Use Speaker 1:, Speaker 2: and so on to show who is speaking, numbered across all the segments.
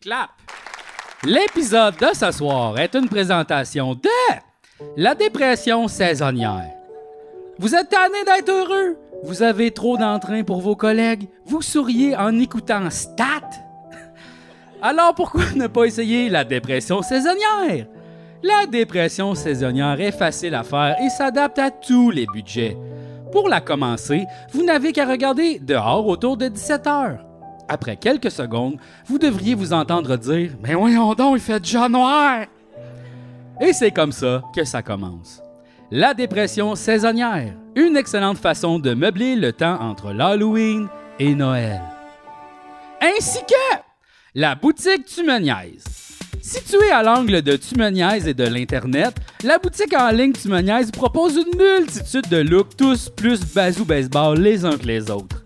Speaker 1: Clap! L'épisode de ce soir est une présentation de la dépression saisonnière. Vous êtes tanné d'être heureux? Vous avez trop d'entrain pour vos collègues? Vous souriez en écoutant Stat? Alors pourquoi ne pas essayer la dépression saisonnière? La dépression saisonnière est facile à faire et s'adapte à tous les budgets. Pour la commencer, vous n'avez qu'à regarder dehors autour de 17 heures. Après quelques secondes, vous devriez vous entendre dire Mais voyons donc, il fait déjà noir! Et c'est comme ça que ça commence. La dépression saisonnière, une excellente façon de meubler le temps entre l'Halloween et Noël. Ainsi que la boutique Tumeniaise. Située à l'angle de Tumeniaise et de l'Internet, la boutique en ligne Tumeniaise propose une multitude de looks tous plus bazou baseball les uns que les autres.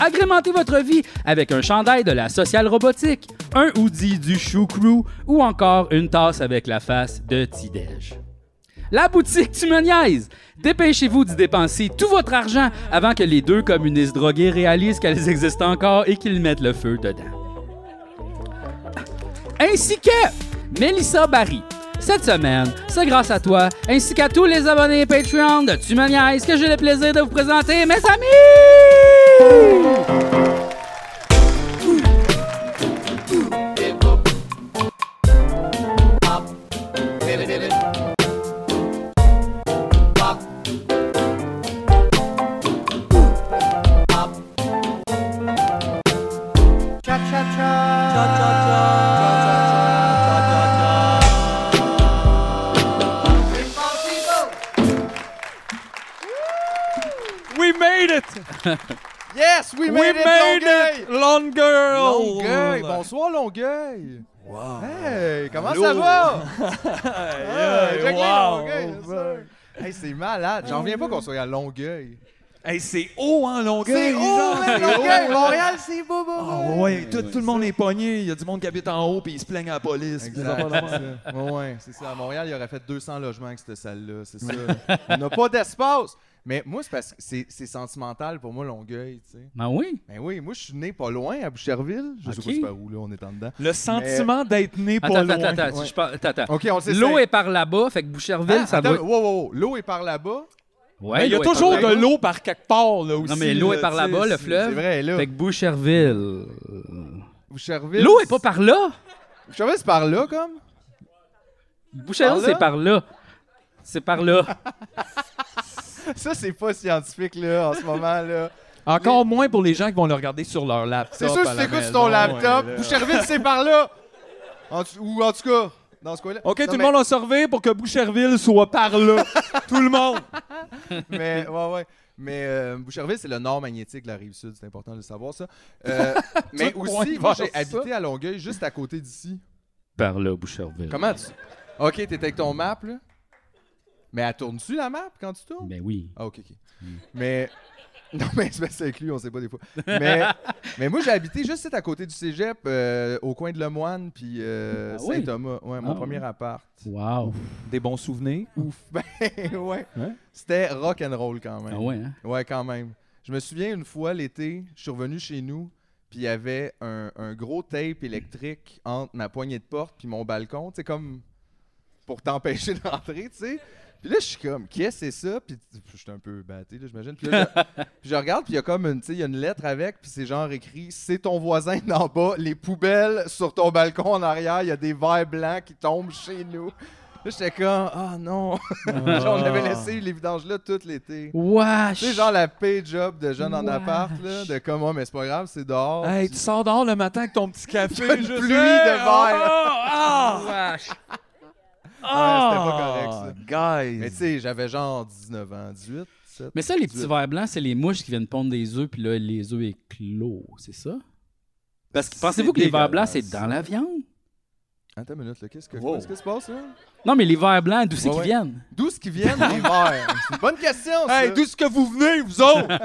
Speaker 1: Agrémentez votre vie avec un chandail de la sociale robotique, un hoodie du Chou Crew ou encore une tasse avec la face de Tidej. La boutique Tumeniaise! Dépêchez-vous d'y dépenser tout votre argent avant que les deux communistes drogués réalisent qu'elles existent encore et qu'ils mettent le feu dedans ainsi que Melissa Barry. Cette semaine, c'est grâce à toi, ainsi qu'à tous les abonnés Patreon de Tu me niaises que j'ai le plaisir de vous présenter mes amis!
Speaker 2: We made it!
Speaker 3: Yes, we made,
Speaker 2: we
Speaker 3: it, Longueuil!
Speaker 2: made it! Longueuil!
Speaker 3: Longueuil! Bonsoir, Longueuil! Wow! Hey, comment ça
Speaker 2: Allô?
Speaker 3: va?
Speaker 2: Yeah,
Speaker 3: Hey, Jack Lee,
Speaker 2: wow.
Speaker 3: Longueuil, yes, sir. Hey, c'est malade. J'en reviens pas qu'on soit à Longueuil.
Speaker 2: Hey, c'est haut, hein, Longueuil!
Speaker 3: C'est haut,
Speaker 2: genre,
Speaker 3: mais
Speaker 2: c'est
Speaker 3: Longueuil!
Speaker 2: haut.
Speaker 3: Montréal, c'est beau, beau!
Speaker 2: Ah
Speaker 3: beau.
Speaker 2: ouais, tout, tout le monde est pogné. Il y a du monde qui habite en haut puis ils se plaignent à la police. puis des
Speaker 3: Exact,
Speaker 2: affaires de même.
Speaker 3: c'est ça. Ouais, ouais, c'est ça. À Montréal, il aurait fait 200 logements avec cette salle-là, c'est ça. On n'a pas d'espace! Mais moi, c'est parce que c'est c'est sentimental pour moi, Longueuil, tu sais.
Speaker 1: Ben oui,
Speaker 3: Ben oui, moi, je suis né pas loin, à Boucherville. Je sais
Speaker 1: Ok.
Speaker 3: pas c'est par où, là, on est en dedans.
Speaker 2: Le sentiment d'être né
Speaker 1: attends,
Speaker 2: pas
Speaker 1: attends,
Speaker 2: loin.
Speaker 1: attends, attends, je parle- attends, attends.
Speaker 3: OK, on Ah, sait
Speaker 1: L'eau est par là-bas, fait que Boucherville, ça doit...
Speaker 3: Wow, wow, wow. L'eau est par là-bas.
Speaker 1: Ouais,
Speaker 2: Mais Ben, il y a
Speaker 1: l'eau est par
Speaker 2: toujours
Speaker 1: là.
Speaker 2: de l'eau par quelque part, là, aussi.
Speaker 1: Non, mais l'eau est
Speaker 2: là,
Speaker 1: par
Speaker 2: tu sais,
Speaker 1: là-bas, le
Speaker 2: c'est-
Speaker 1: fleuve.
Speaker 3: C'est vrai, là.
Speaker 1: Euh, Fait que Boucherville...
Speaker 3: Boucherville.
Speaker 1: L'eau est pas par là!
Speaker 3: Boucherville, c'est par là, comme?
Speaker 1: Boucherville,
Speaker 3: Par là?
Speaker 1: c'est par là. C'est par là.
Speaker 3: Ça, c'est pas scientifique, là, en ce moment, là.
Speaker 2: Encore moins pour les gens qui vont le regarder sur leur laptop.
Speaker 3: C'est sûr que
Speaker 2: à
Speaker 3: tu
Speaker 2: la
Speaker 3: t'écoutes sur
Speaker 2: maison,
Speaker 3: ton
Speaker 2: ouais,
Speaker 3: laptop.
Speaker 2: là.
Speaker 3: Boucherville, c'est par là. En tout- ou en tout cas, dans ce coin-là.
Speaker 2: OK,
Speaker 3: Non,
Speaker 2: tout le
Speaker 3: mais-
Speaker 2: monde a servi pour que Boucherville soit par là. tout le monde.
Speaker 3: Mais, ouais, ouais. Mais euh, Boucherville, c'est le nord magnétique de la rive sud. C'est important de le savoir, ça. Euh, mais
Speaker 2: Tout point
Speaker 3: aussi, moi,
Speaker 2: vers
Speaker 3: j'ai
Speaker 2: ça.
Speaker 3: habité à Longueuil, juste à côté d'ici.
Speaker 1: Par là, Boucherville.
Speaker 3: Comment tu. OK, t'es avec ton map, là. Mais elle tourne-tu la map quand tu tournes?
Speaker 1: Ben oui.
Speaker 3: Ah, OK, OK. Mais. Non, mais c'est parce que c'est avec lui, on sait pas des fois. Mais, mais moi, j'ai habité juste ici, à côté du cégep, euh, au coin de Lemoine, puis euh,
Speaker 1: Ah oui?
Speaker 3: Saint-Thomas. Ouais, mon
Speaker 1: Ah
Speaker 3: premier appart.
Speaker 1: Wow.
Speaker 2: Des bons souvenirs.
Speaker 3: Ouf. Ben, ouais.
Speaker 2: Hein?
Speaker 3: C'était rock'n'roll quand même.
Speaker 1: Ah ouais, hein?
Speaker 3: Ouais, quand même. Je me souviens une fois l'été, je suis revenu chez nous, puis il y avait un, un gros tape électrique entre ma poignée de porte puis mon balcon, tu sais, comme pour t'empêcher d'entrer, tu sais. Puis là, je suis comme, qu'est-ce que c'est ça? Puis je suis un peu batté, là, j'imagine. Puis là, je, puis je regarde, puis il y a comme une, tu sais, il y a une lettre avec, puis c'est genre écrit, c'est ton voisin d'en bas, les poubelles sur ton balcon en arrière, il y a des verres blancs qui tombent chez nous. Là, j'étais comme, ah non! Genre, on avait laissé les vidanges là tout l'été.
Speaker 1: Wesh!
Speaker 3: Tu sais, genre la pay job de jeune en
Speaker 1: Wesh.
Speaker 3: appart, là, de comme, oh, mais c'est pas grave, c'est dehors.
Speaker 2: Hey, tu sors dehors le matin avec ton petit café.
Speaker 3: Une
Speaker 2: juste,
Speaker 3: pluie
Speaker 2: hey,
Speaker 3: de verre.
Speaker 2: Ah! ah,
Speaker 1: Wesh!
Speaker 2: ah.
Speaker 3: Ouais,
Speaker 2: Guys.
Speaker 3: Mais tu sais, j'avais genre 19 ans, 18, 17.
Speaker 1: Mais ça, les petits verres blancs, c'est les mouches qui viennent pondre des œufs, puis là, les œufs éclos, c'est ça? Parce que pensez-vous que les verres blancs, c'est dans la viande?
Speaker 3: Attends une minute, là, qu'est-ce que-
Speaker 2: Wow.
Speaker 3: qu'est-ce qui se passe, là?
Speaker 1: Non, mais les verres blancs, d'où c'est
Speaker 3: Ouais,
Speaker 1: qu'ils
Speaker 3: ouais.
Speaker 1: viennent?
Speaker 3: D'où ce qui viennent les verres? C'est une bonne question, ça.
Speaker 2: Hey, d'où est-ce que vous venez, vous autres?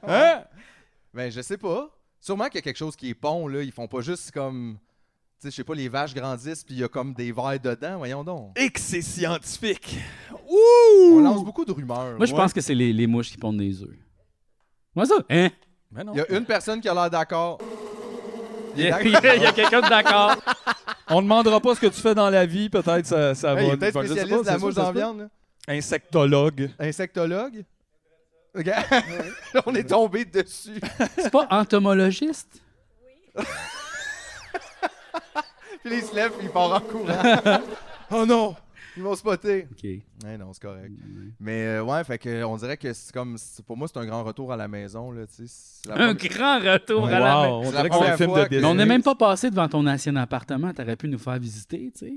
Speaker 2: Hein?
Speaker 3: Ben, je sais pas. Sûrement qu'il y a quelque chose qui est bon, là. Ils font pas juste comme. Tu sais, je sais pas, les vaches grandissent, puis il y a comme des verres dedans, voyons donc.
Speaker 2: Et que c'est scientifique.
Speaker 3: On
Speaker 2: Ouh!
Speaker 3: lance beaucoup de rumeurs.
Speaker 1: Moi, je
Speaker 3: Ouais.
Speaker 1: pense que c'est les, les mouches qui pondent des œufs. Moi, ça? Hein?
Speaker 2: Mais non.
Speaker 3: Il y a une personne qui a l'air d'accord.
Speaker 1: Il y a, il y a- il y a quelqu'un de d'accord.
Speaker 2: On demandera pas ce que tu fais dans la vie, peut-être ça, ça
Speaker 3: Hey, il
Speaker 2: va.
Speaker 3: est peut-être
Speaker 2: je sais pas,
Speaker 3: spécialiste de
Speaker 2: c'est
Speaker 3: la
Speaker 2: sûr,
Speaker 3: mouche
Speaker 2: ça se
Speaker 3: en
Speaker 2: peut.
Speaker 3: viande. là.
Speaker 2: Insectologue.
Speaker 3: Insectologue. Regarde, on est tombé dessus.
Speaker 1: C'est pas entomologiste?
Speaker 3: Puis il se lève, puis il part en courant. oh non! Ils vont spotter.
Speaker 1: OK.
Speaker 3: Ouais, non, c'est correct. Mais euh, ouais, fait que, on dirait que c'est comme. c'est- Pour moi, c'est un grand retour à la maison, là, tu sais. c'est la
Speaker 1: Un
Speaker 3: première-
Speaker 1: grand retour à la maison.
Speaker 2: Wow,
Speaker 3: C'est la
Speaker 2: on dirait que c'est
Speaker 3: première
Speaker 2: un film
Speaker 3: fois
Speaker 2: de
Speaker 3: que-
Speaker 1: Mais on
Speaker 2: Disney.
Speaker 1: n'est même pas passé devant ton ancien appartement. T'aurais pu nous faire visiter, tu sais.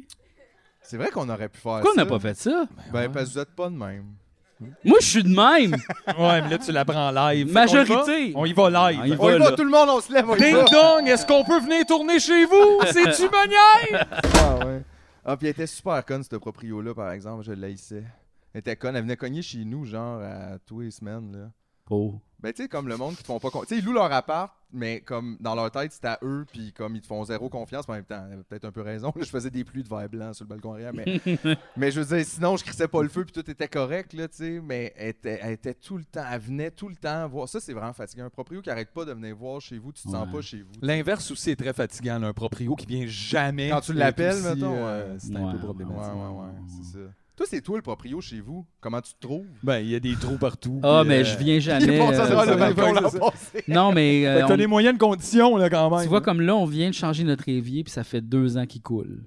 Speaker 3: C'est vrai qu'on aurait pu faire
Speaker 1: Pourquoi on
Speaker 3: ça.
Speaker 1: n'a pas fait ça?
Speaker 3: Ben, parce que vous êtes pas de même.
Speaker 1: Moi, je suis de même.
Speaker 2: Ouais, mais là, tu la prends live. Fait
Speaker 1: Majorité.
Speaker 2: qu'on y va? On y va live.
Speaker 1: On y
Speaker 3: On y
Speaker 1: va,
Speaker 3: va,
Speaker 1: là.
Speaker 3: tout le monde, on se lève, on y va.
Speaker 2: Ding dong, est-ce qu'on peut venir tourner chez vous? C'est-tu manière?
Speaker 3: Ah, ouais. Ah, puis elle était super conne, cette proprio-là, par exemple. Je l'haïssais. Elle était conne. Elle venait cogner chez nous, genre, à tous les semaines, là.
Speaker 1: Oh.
Speaker 3: Ben, tu sais, comme le monde qui te font pas confiance. Tu sais, ils louent leur appart, mais comme dans leur tête, c'est à eux, puis comme ils te font zéro confiance, mais en même temps, elle avait peut-être un peu raison. Je faisais des pluies de verre blanc sur le balcon arrière, mais, mais je veux dire, sinon, je crissais pas le feu, puis tout était correct, là, tu sais. Mais elle était, elle était tout le temps, elle venait tout le temps voir. Ça, c'est vraiment fatigant. Un proprio qui arrête pas de venir voir chez vous, tu te sens
Speaker 1: Ouais.
Speaker 3: pas chez vous.
Speaker 2: L'inverse aussi est très fatigant. là, Un proprio qui vient jamais.
Speaker 3: Quand tu l'appelles,
Speaker 2: est aussi,
Speaker 3: mettons,
Speaker 2: euh,
Speaker 3: ouais.
Speaker 2: C'est un
Speaker 1: Ouais,
Speaker 2: peu
Speaker 3: Ouais,
Speaker 2: problématique.
Speaker 3: ouais, ouais, c'est ça. Toi, c'est toi le proprio chez vous. Comment tu te trouves?
Speaker 2: Ben, il y a des trous partout.
Speaker 1: Ah,
Speaker 2: puis,
Speaker 1: mais
Speaker 2: euh,
Speaker 1: je viens
Speaker 3: Il est
Speaker 1: jamais.
Speaker 3: passé à
Speaker 1: euh,
Speaker 3: travers le
Speaker 2: ça va,
Speaker 3: balcon
Speaker 2: ouais,
Speaker 3: l'an
Speaker 2: c'est ça.
Speaker 3: passé.
Speaker 1: non, mais euh,
Speaker 2: Fait que t'as
Speaker 1: on-
Speaker 2: des moyennes conditions, là, quand même.
Speaker 1: tu vois, comme là, on vient de changer notre évier, puis ça fait deux ans qu'il coule.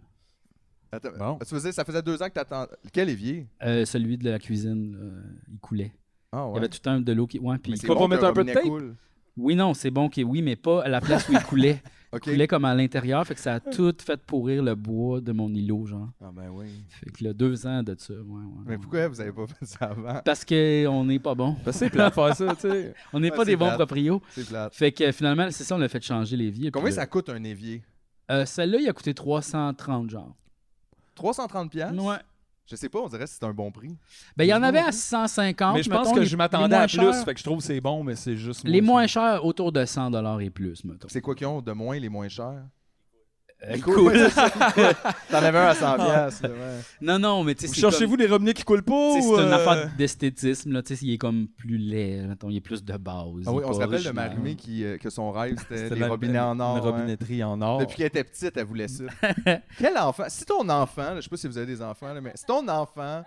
Speaker 3: Attends,
Speaker 2: Bon.
Speaker 3: Tu faisais, ça faisait deux ans que t'attends. Quel évier?
Speaker 1: Euh, celui de la cuisine, euh, il coulait.
Speaker 3: Ah,
Speaker 1: Il y avait tout un de l'eau qui. Ouais, puis-
Speaker 3: Mais c'est
Speaker 2: Quoi, pour
Speaker 3: bon
Speaker 2: mettre
Speaker 3: qu'un
Speaker 2: un peu de
Speaker 3: robinet
Speaker 2: tape?
Speaker 3: coule.
Speaker 1: Oui, non, c'est bon, qu'il- oui, mais pas à la place où il coulait.
Speaker 3: OK.
Speaker 1: Il coulait comme à l'intérieur, fait que ça a tout fait pourrir le bois de mon îlot, genre.
Speaker 3: Ah ben oui.
Speaker 1: Fait que là, deux ans de ça, ouais, ouais,
Speaker 3: Mais
Speaker 1: ouais.
Speaker 3: pourquoi vous avez pas fait ça avant?
Speaker 1: Parce qu'on n'est pas bon.
Speaker 2: Ben, c'est plat de faire ça, tu sais.
Speaker 1: On n'est
Speaker 3: Ah,
Speaker 1: pas
Speaker 3: c'est
Speaker 1: des bons
Speaker 3: plate.
Speaker 1: proprios.
Speaker 3: C'est plate.
Speaker 1: Fait que finalement, c'est ça, on l'a fait changer les vies. euh,
Speaker 3: Combien ça coûte un évier?
Speaker 1: Celle-là, il a coûté 330, genre.
Speaker 3: 330 pièces.
Speaker 1: Ouais.
Speaker 3: Je sais pas, on dirait que c'est un bon prix.
Speaker 1: Ben, il y en
Speaker 3: Ah, Bon,
Speaker 1: avait
Speaker 3: hein.
Speaker 1: à 650.
Speaker 2: Mais je pense
Speaker 1: mettons,
Speaker 2: que
Speaker 1: les-
Speaker 2: je
Speaker 1: les
Speaker 2: m'attendais
Speaker 1: moins
Speaker 2: à plus.
Speaker 1: chers-
Speaker 2: Fait que je trouve que c'est bon, mais c'est juste.
Speaker 1: Les
Speaker 2: moi,
Speaker 1: moins
Speaker 2: ça.
Speaker 1: chers, autour de 100 et plus, mettons.
Speaker 3: C'est quoi qu'ils ont de moins les moins chers?
Speaker 1: Euh,
Speaker 3: cool. T'en avais un à 100 pièces. là, ouais.
Speaker 1: non, non, mais tu sais,
Speaker 2: Vous
Speaker 1: c'est
Speaker 2: Cherchez-vous des robinets qui coulent pas?
Speaker 1: comme- tu sais,
Speaker 2: ou,
Speaker 1: C'est une
Speaker 2: euh,
Speaker 1: affaire d'esthétisme, là. Tu sais, il est comme plus laid, mettons, il est plus de base.
Speaker 3: Ah oui, on se rappelle de
Speaker 1: Marie.
Speaker 3: Marimé qui euh, que son rêve c'était
Speaker 2: C'était
Speaker 3: des
Speaker 2: la-
Speaker 3: robinets en or. hein.
Speaker 2: Une
Speaker 3: ouais.
Speaker 2: robinetterie en or.
Speaker 3: Depuis qu'elle était petite, elle voulait ça. Quel enfant Si ton enfant, là, je sais pas si vous avez des enfants, là, mais si ton enfant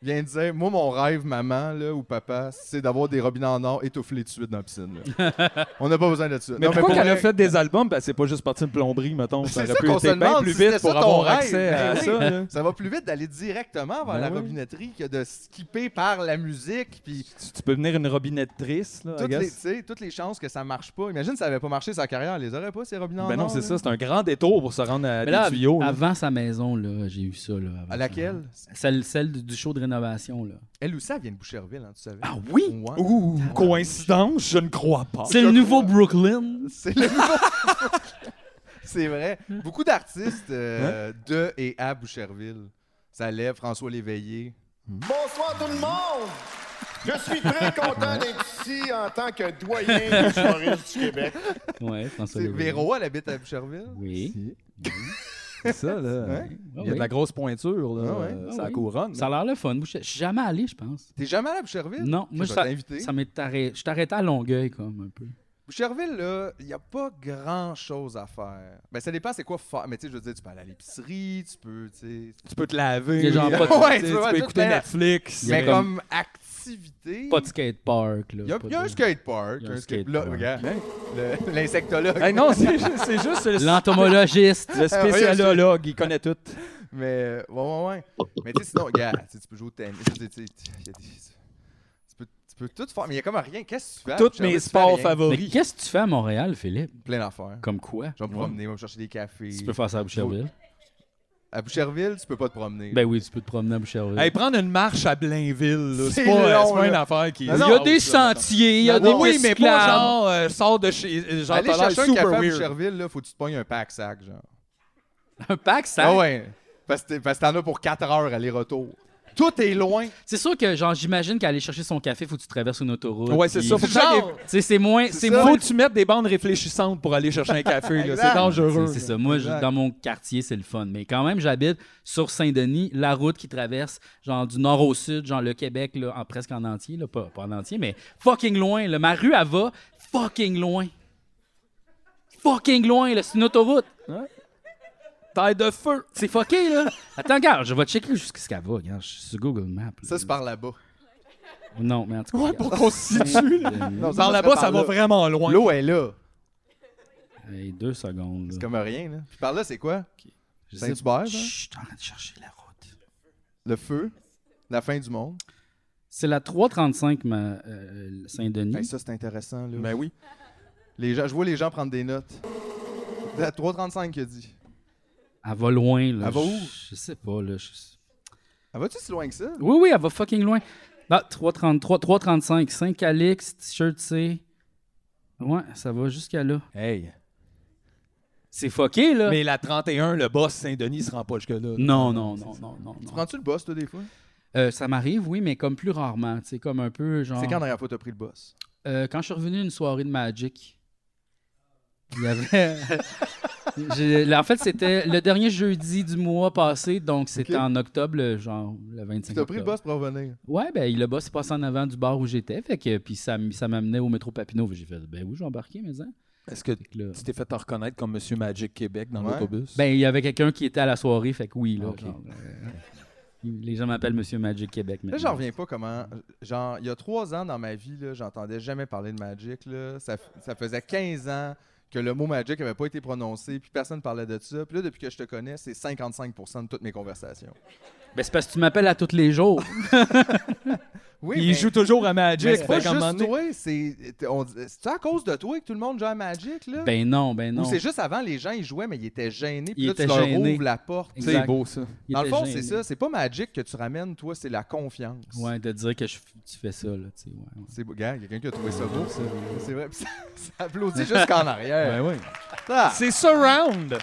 Speaker 3: vient de dire, moi mon rêve, maman là, ou papa, c'est d'avoir des robinets en or étouffés tout de suite dans la piscine. là. on n'a pas besoin de ça.
Speaker 2: Mais
Speaker 3: Non,
Speaker 2: pourquoi
Speaker 3: pour
Speaker 2: qu'elle a
Speaker 3: vrai-
Speaker 2: fait des albums? Ben, c'est pas juste parti de plomberie, mettons. Ça
Speaker 3: C'est
Speaker 2: aurait
Speaker 3: ça
Speaker 2: pu
Speaker 3: qu'on se
Speaker 2: être bien
Speaker 3: demande
Speaker 2: plus
Speaker 3: si
Speaker 2: vite
Speaker 3: c'était
Speaker 2: pour
Speaker 3: ça ton
Speaker 2: avoir
Speaker 3: rêve.
Speaker 2: accès à
Speaker 3: Ben oui.
Speaker 2: ça. là.
Speaker 3: Ça va plus vite d'aller directement vers
Speaker 2: Ben
Speaker 3: la
Speaker 2: oui.
Speaker 3: robinetterie que de skipper par la musique. Puis
Speaker 2: Tu, tu peux venir une robinettrice, là, I
Speaker 3: toutes les, tu
Speaker 2: guess.
Speaker 3: sais, toutes les chances que ça marche pas. Imagine, ça avait pas marché sa carrière. Elle les aurait pas, ces robinets en
Speaker 2: Ben non,
Speaker 3: or,
Speaker 2: c'est
Speaker 3: là.
Speaker 2: ça. C'est un grand détour pour se rendre à
Speaker 1: Mais là,
Speaker 2: des tuyaux. là.
Speaker 1: avant sa maison, là, j'ai eu ça, là. avant
Speaker 3: À laquelle Oh,
Speaker 1: ça. Celle, celle du- du show de rénovation, là.
Speaker 3: Elle aussi, elle vient de Boucherville, hein, tu savais.
Speaker 1: Ah oui?
Speaker 3: Ouais.
Speaker 2: Ouh, coïncidence, je ne crois pas.
Speaker 1: C'est le nouveau Brooklyn.
Speaker 3: C'est le nouveau- C'est vrai. Beaucoup d'artistes euh, de et à Boucherville. Ça lève François Léveillé.
Speaker 4: Bonsoir tout le monde! Je suis très content d'être ici en tant que doyen des humoristes du Québec.
Speaker 1: Ouais, François
Speaker 3: C'est
Speaker 1: Lévy.
Speaker 3: Véro, elle habite à Boucherville.
Speaker 1: Oui.
Speaker 2: C'est ça, là.
Speaker 3: Ouais.
Speaker 2: Il y a de la grosse pointure, là.
Speaker 3: Ah ouais.
Speaker 2: euh,
Speaker 1: Ah
Speaker 2: Ça
Speaker 1: oui.
Speaker 2: couronne.
Speaker 1: Ça a l'air le fun. Moi, Je je suis jamais allé, je pense.
Speaker 3: T'es jamais allé à Boucherville?
Speaker 1: Non, moi,
Speaker 3: je
Speaker 1: je
Speaker 3: vais t'inviter.
Speaker 1: ça m'est arrêté. Je t'arrêtais à Longueuil, comme, un peu.
Speaker 3: Boucherville, là, il n'y a pas grand-chose à faire. Ben, ça dépend c'est quoi faire. Mais tu sais, je veux dire, tu peux aller à l'épicerie, tu peux, tu sais...
Speaker 2: hein. Tu peux te laver.
Speaker 1: Il y a genre pas de-
Speaker 3: Ouais,
Speaker 2: tu
Speaker 3: tu
Speaker 2: sais,
Speaker 3: peux
Speaker 2: tu
Speaker 3: faire
Speaker 2: peux
Speaker 3: tout
Speaker 2: écouter
Speaker 3: plein.
Speaker 2: Netflix.
Speaker 1: Il y a
Speaker 3: Mais comme, activité...
Speaker 1: Pas de skatepark, là.
Speaker 3: Il y a,
Speaker 1: pas
Speaker 3: il y a
Speaker 1: de-
Speaker 3: un skatepark.
Speaker 1: Il y a
Speaker 3: un
Speaker 1: un
Speaker 3: skate-
Speaker 1: skatepark.
Speaker 3: Là, regarde,
Speaker 2: Hein?
Speaker 3: le- l'insectologue.
Speaker 2: Hey, non, c'est ju- c'est juste le,
Speaker 1: L'entomologiste.
Speaker 2: le Ah, spécialologue, il connaît tout.
Speaker 3: Mais, euh, ouais, ouais, ouais. Mais tu sais, sinon, regarde, tu sais, tu peux jouer au tennis. Tu sais, tu sais, il y a des- tu peux- tu peux tout faire, mais il n'y a comme rien. Qu'est-ce que tu fais? à
Speaker 2: Tous
Speaker 3: Boucherville,
Speaker 2: mes
Speaker 3: tu fais
Speaker 2: sports
Speaker 3: rien.
Speaker 1: Mais
Speaker 2: favoris.
Speaker 1: qu'est-ce que tu fais à Montréal, Philippe?
Speaker 3: Plein d'affaires.
Speaker 1: Comme quoi?
Speaker 3: Je vais me promener, je vais me chercher des cafés.
Speaker 1: Tu peux faire ça à Boucherville?
Speaker 3: À Boucherville, tu peux pas te promener.
Speaker 1: Ben oui, tu peux te promener à Boucherville.
Speaker 2: Hey, prendre une marche à Blainville, là, c'est
Speaker 3: C'est
Speaker 2: pas, euh,
Speaker 3: long,
Speaker 2: c'est pas une
Speaker 3: là.
Speaker 2: affaire qui.
Speaker 3: Mais
Speaker 1: il y a
Speaker 3: non,
Speaker 1: des
Speaker 2: ça,
Speaker 1: sentiers, il y a des
Speaker 2: Non, oui, mais pas
Speaker 1: esclaves.
Speaker 2: genre, euh, sors de chez. euh, Genre,
Speaker 3: Aller
Speaker 2: t'as l'air
Speaker 3: chercher un
Speaker 2: super
Speaker 3: café à
Speaker 2: weird.
Speaker 3: Boucherville, là, faut que tu te pognes un pack sac, genre.
Speaker 1: Un pack, ça.
Speaker 3: Ah ouais. Parce que t'es- parce que t'en as pour 4 heures aller-retour. Tout est loin.
Speaker 1: C'est sûr que, genre, j'imagine qu'aller chercher son café, faut que tu traverses une autoroute.
Speaker 2: Ouais, c'est
Speaker 1: puis-
Speaker 2: ça. Faut
Speaker 1: Tu
Speaker 2: que t'ailles-
Speaker 1: sais, c'est moins. C'est
Speaker 3: ça.
Speaker 1: moins.
Speaker 2: faut que tu mettes des bandes réfléchissantes pour aller chercher un café. là.
Speaker 3: Exact.
Speaker 2: C'est dangereux.
Speaker 1: C'est c'est ça. Moi, je-
Speaker 3: Exact.
Speaker 1: dans mon quartier, c'est le fun. Mais quand même, j'habite sur Saint-Denis, la route qui traverse, genre, du nord au sud, genre, le Québec, là, en, presque en entier, là, pas, pas en entier, mais fucking loin. là. Ma rue, elle va fucking loin. fucking loin, là. C'est une autoroute.
Speaker 2: Taille de feu.
Speaker 1: C'est fucké, là. Attends, regarde, je vais checker jusqu'à ce qu'elle va. Regarde, je suis sur Google Maps. là.
Speaker 3: Ça, c'est par là-bas.
Speaker 1: Non, mais en tout cas.
Speaker 2: Ouais,
Speaker 1: regarde. euh,
Speaker 2: pour qu'on se situe. là.
Speaker 3: Non,
Speaker 2: Par là-bas, ça va
Speaker 3: là.
Speaker 2: vraiment loin.
Speaker 3: L'eau est là.
Speaker 1: Hey, deux secondes.
Speaker 3: C'est
Speaker 1: là.
Speaker 3: comme rien, là. Puis par là, c'est quoi?
Speaker 1: Je sais-
Speaker 3: Saint-Hubert,
Speaker 1: Chut,
Speaker 3: genre?
Speaker 1: Je suis en train de chercher la route.
Speaker 3: Le feu? La fin du monde?
Speaker 1: C'est la 335 ma- euh, Saint-Denis.
Speaker 3: Hey, ça, c'est intéressant, là.
Speaker 2: Ben oui.
Speaker 3: Les gens, je vois les gens prendre des notes. C'est à 3.35 qu'il a dit.
Speaker 1: Elle va loin, là.
Speaker 3: Elle va où?
Speaker 1: Je, je sais pas, là. Je-
Speaker 3: Ah, vas-tu si loin que ça?
Speaker 1: Oui, oui, elle va fucking loin. Bah, 333, 335, Saint-Calix, T-shirt C. Ouais, ça va jusqu'à là.
Speaker 2: Hey.
Speaker 1: C'est fucké, là.
Speaker 2: Mais la 31, le boss Saint-Denis se rend pas jusque-là.
Speaker 1: Non, non, non, non, non. non.
Speaker 3: Prends-tu le boss, toi, des fois?
Speaker 1: Euh, ça m'arrive, oui, mais comme plus rarement. C'est comme un peu genre.
Speaker 3: C'est quand la dernière fois t'as pris le boss?
Speaker 1: Euh, quand je suis revenu d'une soirée de Magic, il y avait. J'ai- là, en fait, c'était le dernier jeudi du mois passé, donc c'était
Speaker 3: Ok.
Speaker 1: en octobre, le- genre le 25
Speaker 3: Tu t'as pris le
Speaker 1: octobre.
Speaker 3: boss pour revenir.
Speaker 1: Ouais, ben le boss est passé en avant du bar où j'étais, fait que puis ça, m- ça m'amenait au métro Papineau. J'ai fait ben oui, je vais embarquer, mais hein.
Speaker 2: Est-ce que
Speaker 1: Fait que là-
Speaker 2: tu t'es fait te reconnaître comme Monsieur Magic Québec dans
Speaker 3: Ouais.
Speaker 2: l'autobus?
Speaker 1: ben il y avait quelqu'un qui était à la soirée, fait que oui là.
Speaker 2: Ok.
Speaker 1: genre, euh, les gens m'appellent Monsieur Magic Québec.
Speaker 3: Là,
Speaker 1: maintenant.
Speaker 3: j'en reviens pas comment. Genre, il y a trois ans dans ma vie, là, j'entendais jamais parler de Magic. Là. Ça, f- ça faisait 15 ans que le mot Magic avait pas été prononcé, puis personne parlait de ça. Puis là, depuis que je te connais, c'est 55% de toutes mes conversations.
Speaker 1: Ben c'est parce que tu m'appelles à tous les jours.
Speaker 3: Oui,
Speaker 2: Il
Speaker 3: mais-
Speaker 2: joue toujours à
Speaker 3: mais
Speaker 2: Magic.
Speaker 3: c'est
Speaker 2: fait
Speaker 3: pas
Speaker 2: qu'à un moment
Speaker 3: juste
Speaker 2: donné-
Speaker 3: toi. C'est on- c'est-tu à cause de toi que tout le monde joue à Magic, là?
Speaker 1: ben non, ben non.
Speaker 3: Ou c'est juste avant, les gens, ils jouaient, mais ils étaient gênés. Puis
Speaker 1: Ils
Speaker 3: là, tu
Speaker 1: étaient
Speaker 3: leur
Speaker 1: gênés.
Speaker 3: ouvres la porte.
Speaker 1: Exact.
Speaker 2: C'est beau, ça.
Speaker 1: Il
Speaker 3: Dans le
Speaker 1: était
Speaker 3: fond,
Speaker 1: gêné.
Speaker 3: c'est ça. C'est pas Magic que tu ramènes, toi, c'est la confiance.
Speaker 1: Ouais, de dire que je- tu fais ça là, tu sais. ouais, ouais.
Speaker 3: C'est beau. Gars, il y a quelqu'un qui a trouvé ça beau. C'est vrai. Puis ça, ça applaudit jusqu'en arrière.
Speaker 2: Ben oui.
Speaker 3: Ah!
Speaker 2: C'est surround.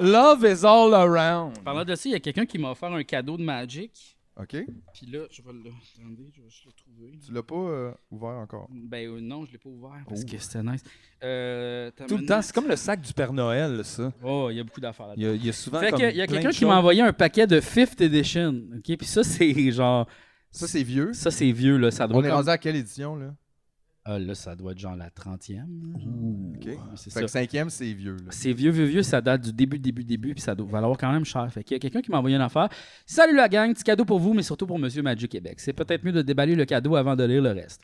Speaker 2: Love is all around.
Speaker 1: Parlant de ça, il y a quelqu'un qui m'a offert un cadeau de Magic.
Speaker 3: OK.
Speaker 1: Puis là, je vais le. Attendez, je vais juste le trouver.
Speaker 3: Tu l'as pas euh, ouvert encore.
Speaker 1: Ben euh, non, je l'ai pas ouvert parce que c'était nice. Euh, t'as
Speaker 2: Oh. Tout le
Speaker 1: une
Speaker 2: temps,
Speaker 1: minute?
Speaker 2: c'est comme le sac du Père Noël, ça.
Speaker 1: Oh, il y a beaucoup d'affaires
Speaker 2: Il
Speaker 1: là-dedans.
Speaker 2: y a, il y a souvent
Speaker 1: Fait
Speaker 2: comme
Speaker 1: que, il y a
Speaker 2: plein de
Speaker 1: quelqu'un qui
Speaker 2: choses.
Speaker 1: m'a envoyé un paquet de 5th Edition. OK, puis ça, c'est genre.
Speaker 3: Ça, c'est vieux.
Speaker 1: Ça, c'est vieux, là. Ça doit
Speaker 3: On est
Speaker 1: comme-
Speaker 3: rendu à quelle édition, là?
Speaker 1: Ah, là, ça doit être genre la 30e. là.
Speaker 3: OK.
Speaker 1: C'est
Speaker 3: Fait
Speaker 1: ça.
Speaker 3: que cinquième, c'est vieux, là.
Speaker 1: C'est vieux, vieux, vieux, ça date du début, début, début, puis ça doit valoir quand même cher. Fait qu'il y a quelqu'un qui m'a envoyé une affaire. Salut la gang, petit cadeau pour vous, mais surtout pour Monsieur Magic Québec. C'est peut-être mieux de déballer le cadeau avant de lire le reste.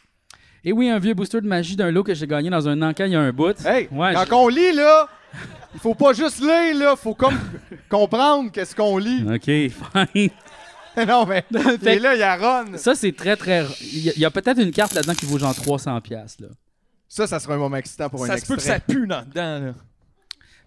Speaker 1: Et oui, un vieux booster de magie d'un lot que j'ai gagné dans un encan il y a un bout.
Speaker 3: Hey!
Speaker 1: Ouais,
Speaker 3: quand
Speaker 1: j'ai-
Speaker 3: on lit, là, il faut pas juste lire, là. Faut comme comprendre qu'est-ce qu'on lit.
Speaker 1: Ok, fine.
Speaker 3: non, mais. il est
Speaker 1: Fait-
Speaker 3: là, il y a Ron.
Speaker 1: Ça, c'est très, très. Il y a- il y a, peut-être une carte là-dedans qui vaut genre 300$. Là.
Speaker 3: Ça, ça sera un moment excitant pour un
Speaker 2: Ça se peut
Speaker 3: extrait.
Speaker 2: que ça pue là, dedans. Là.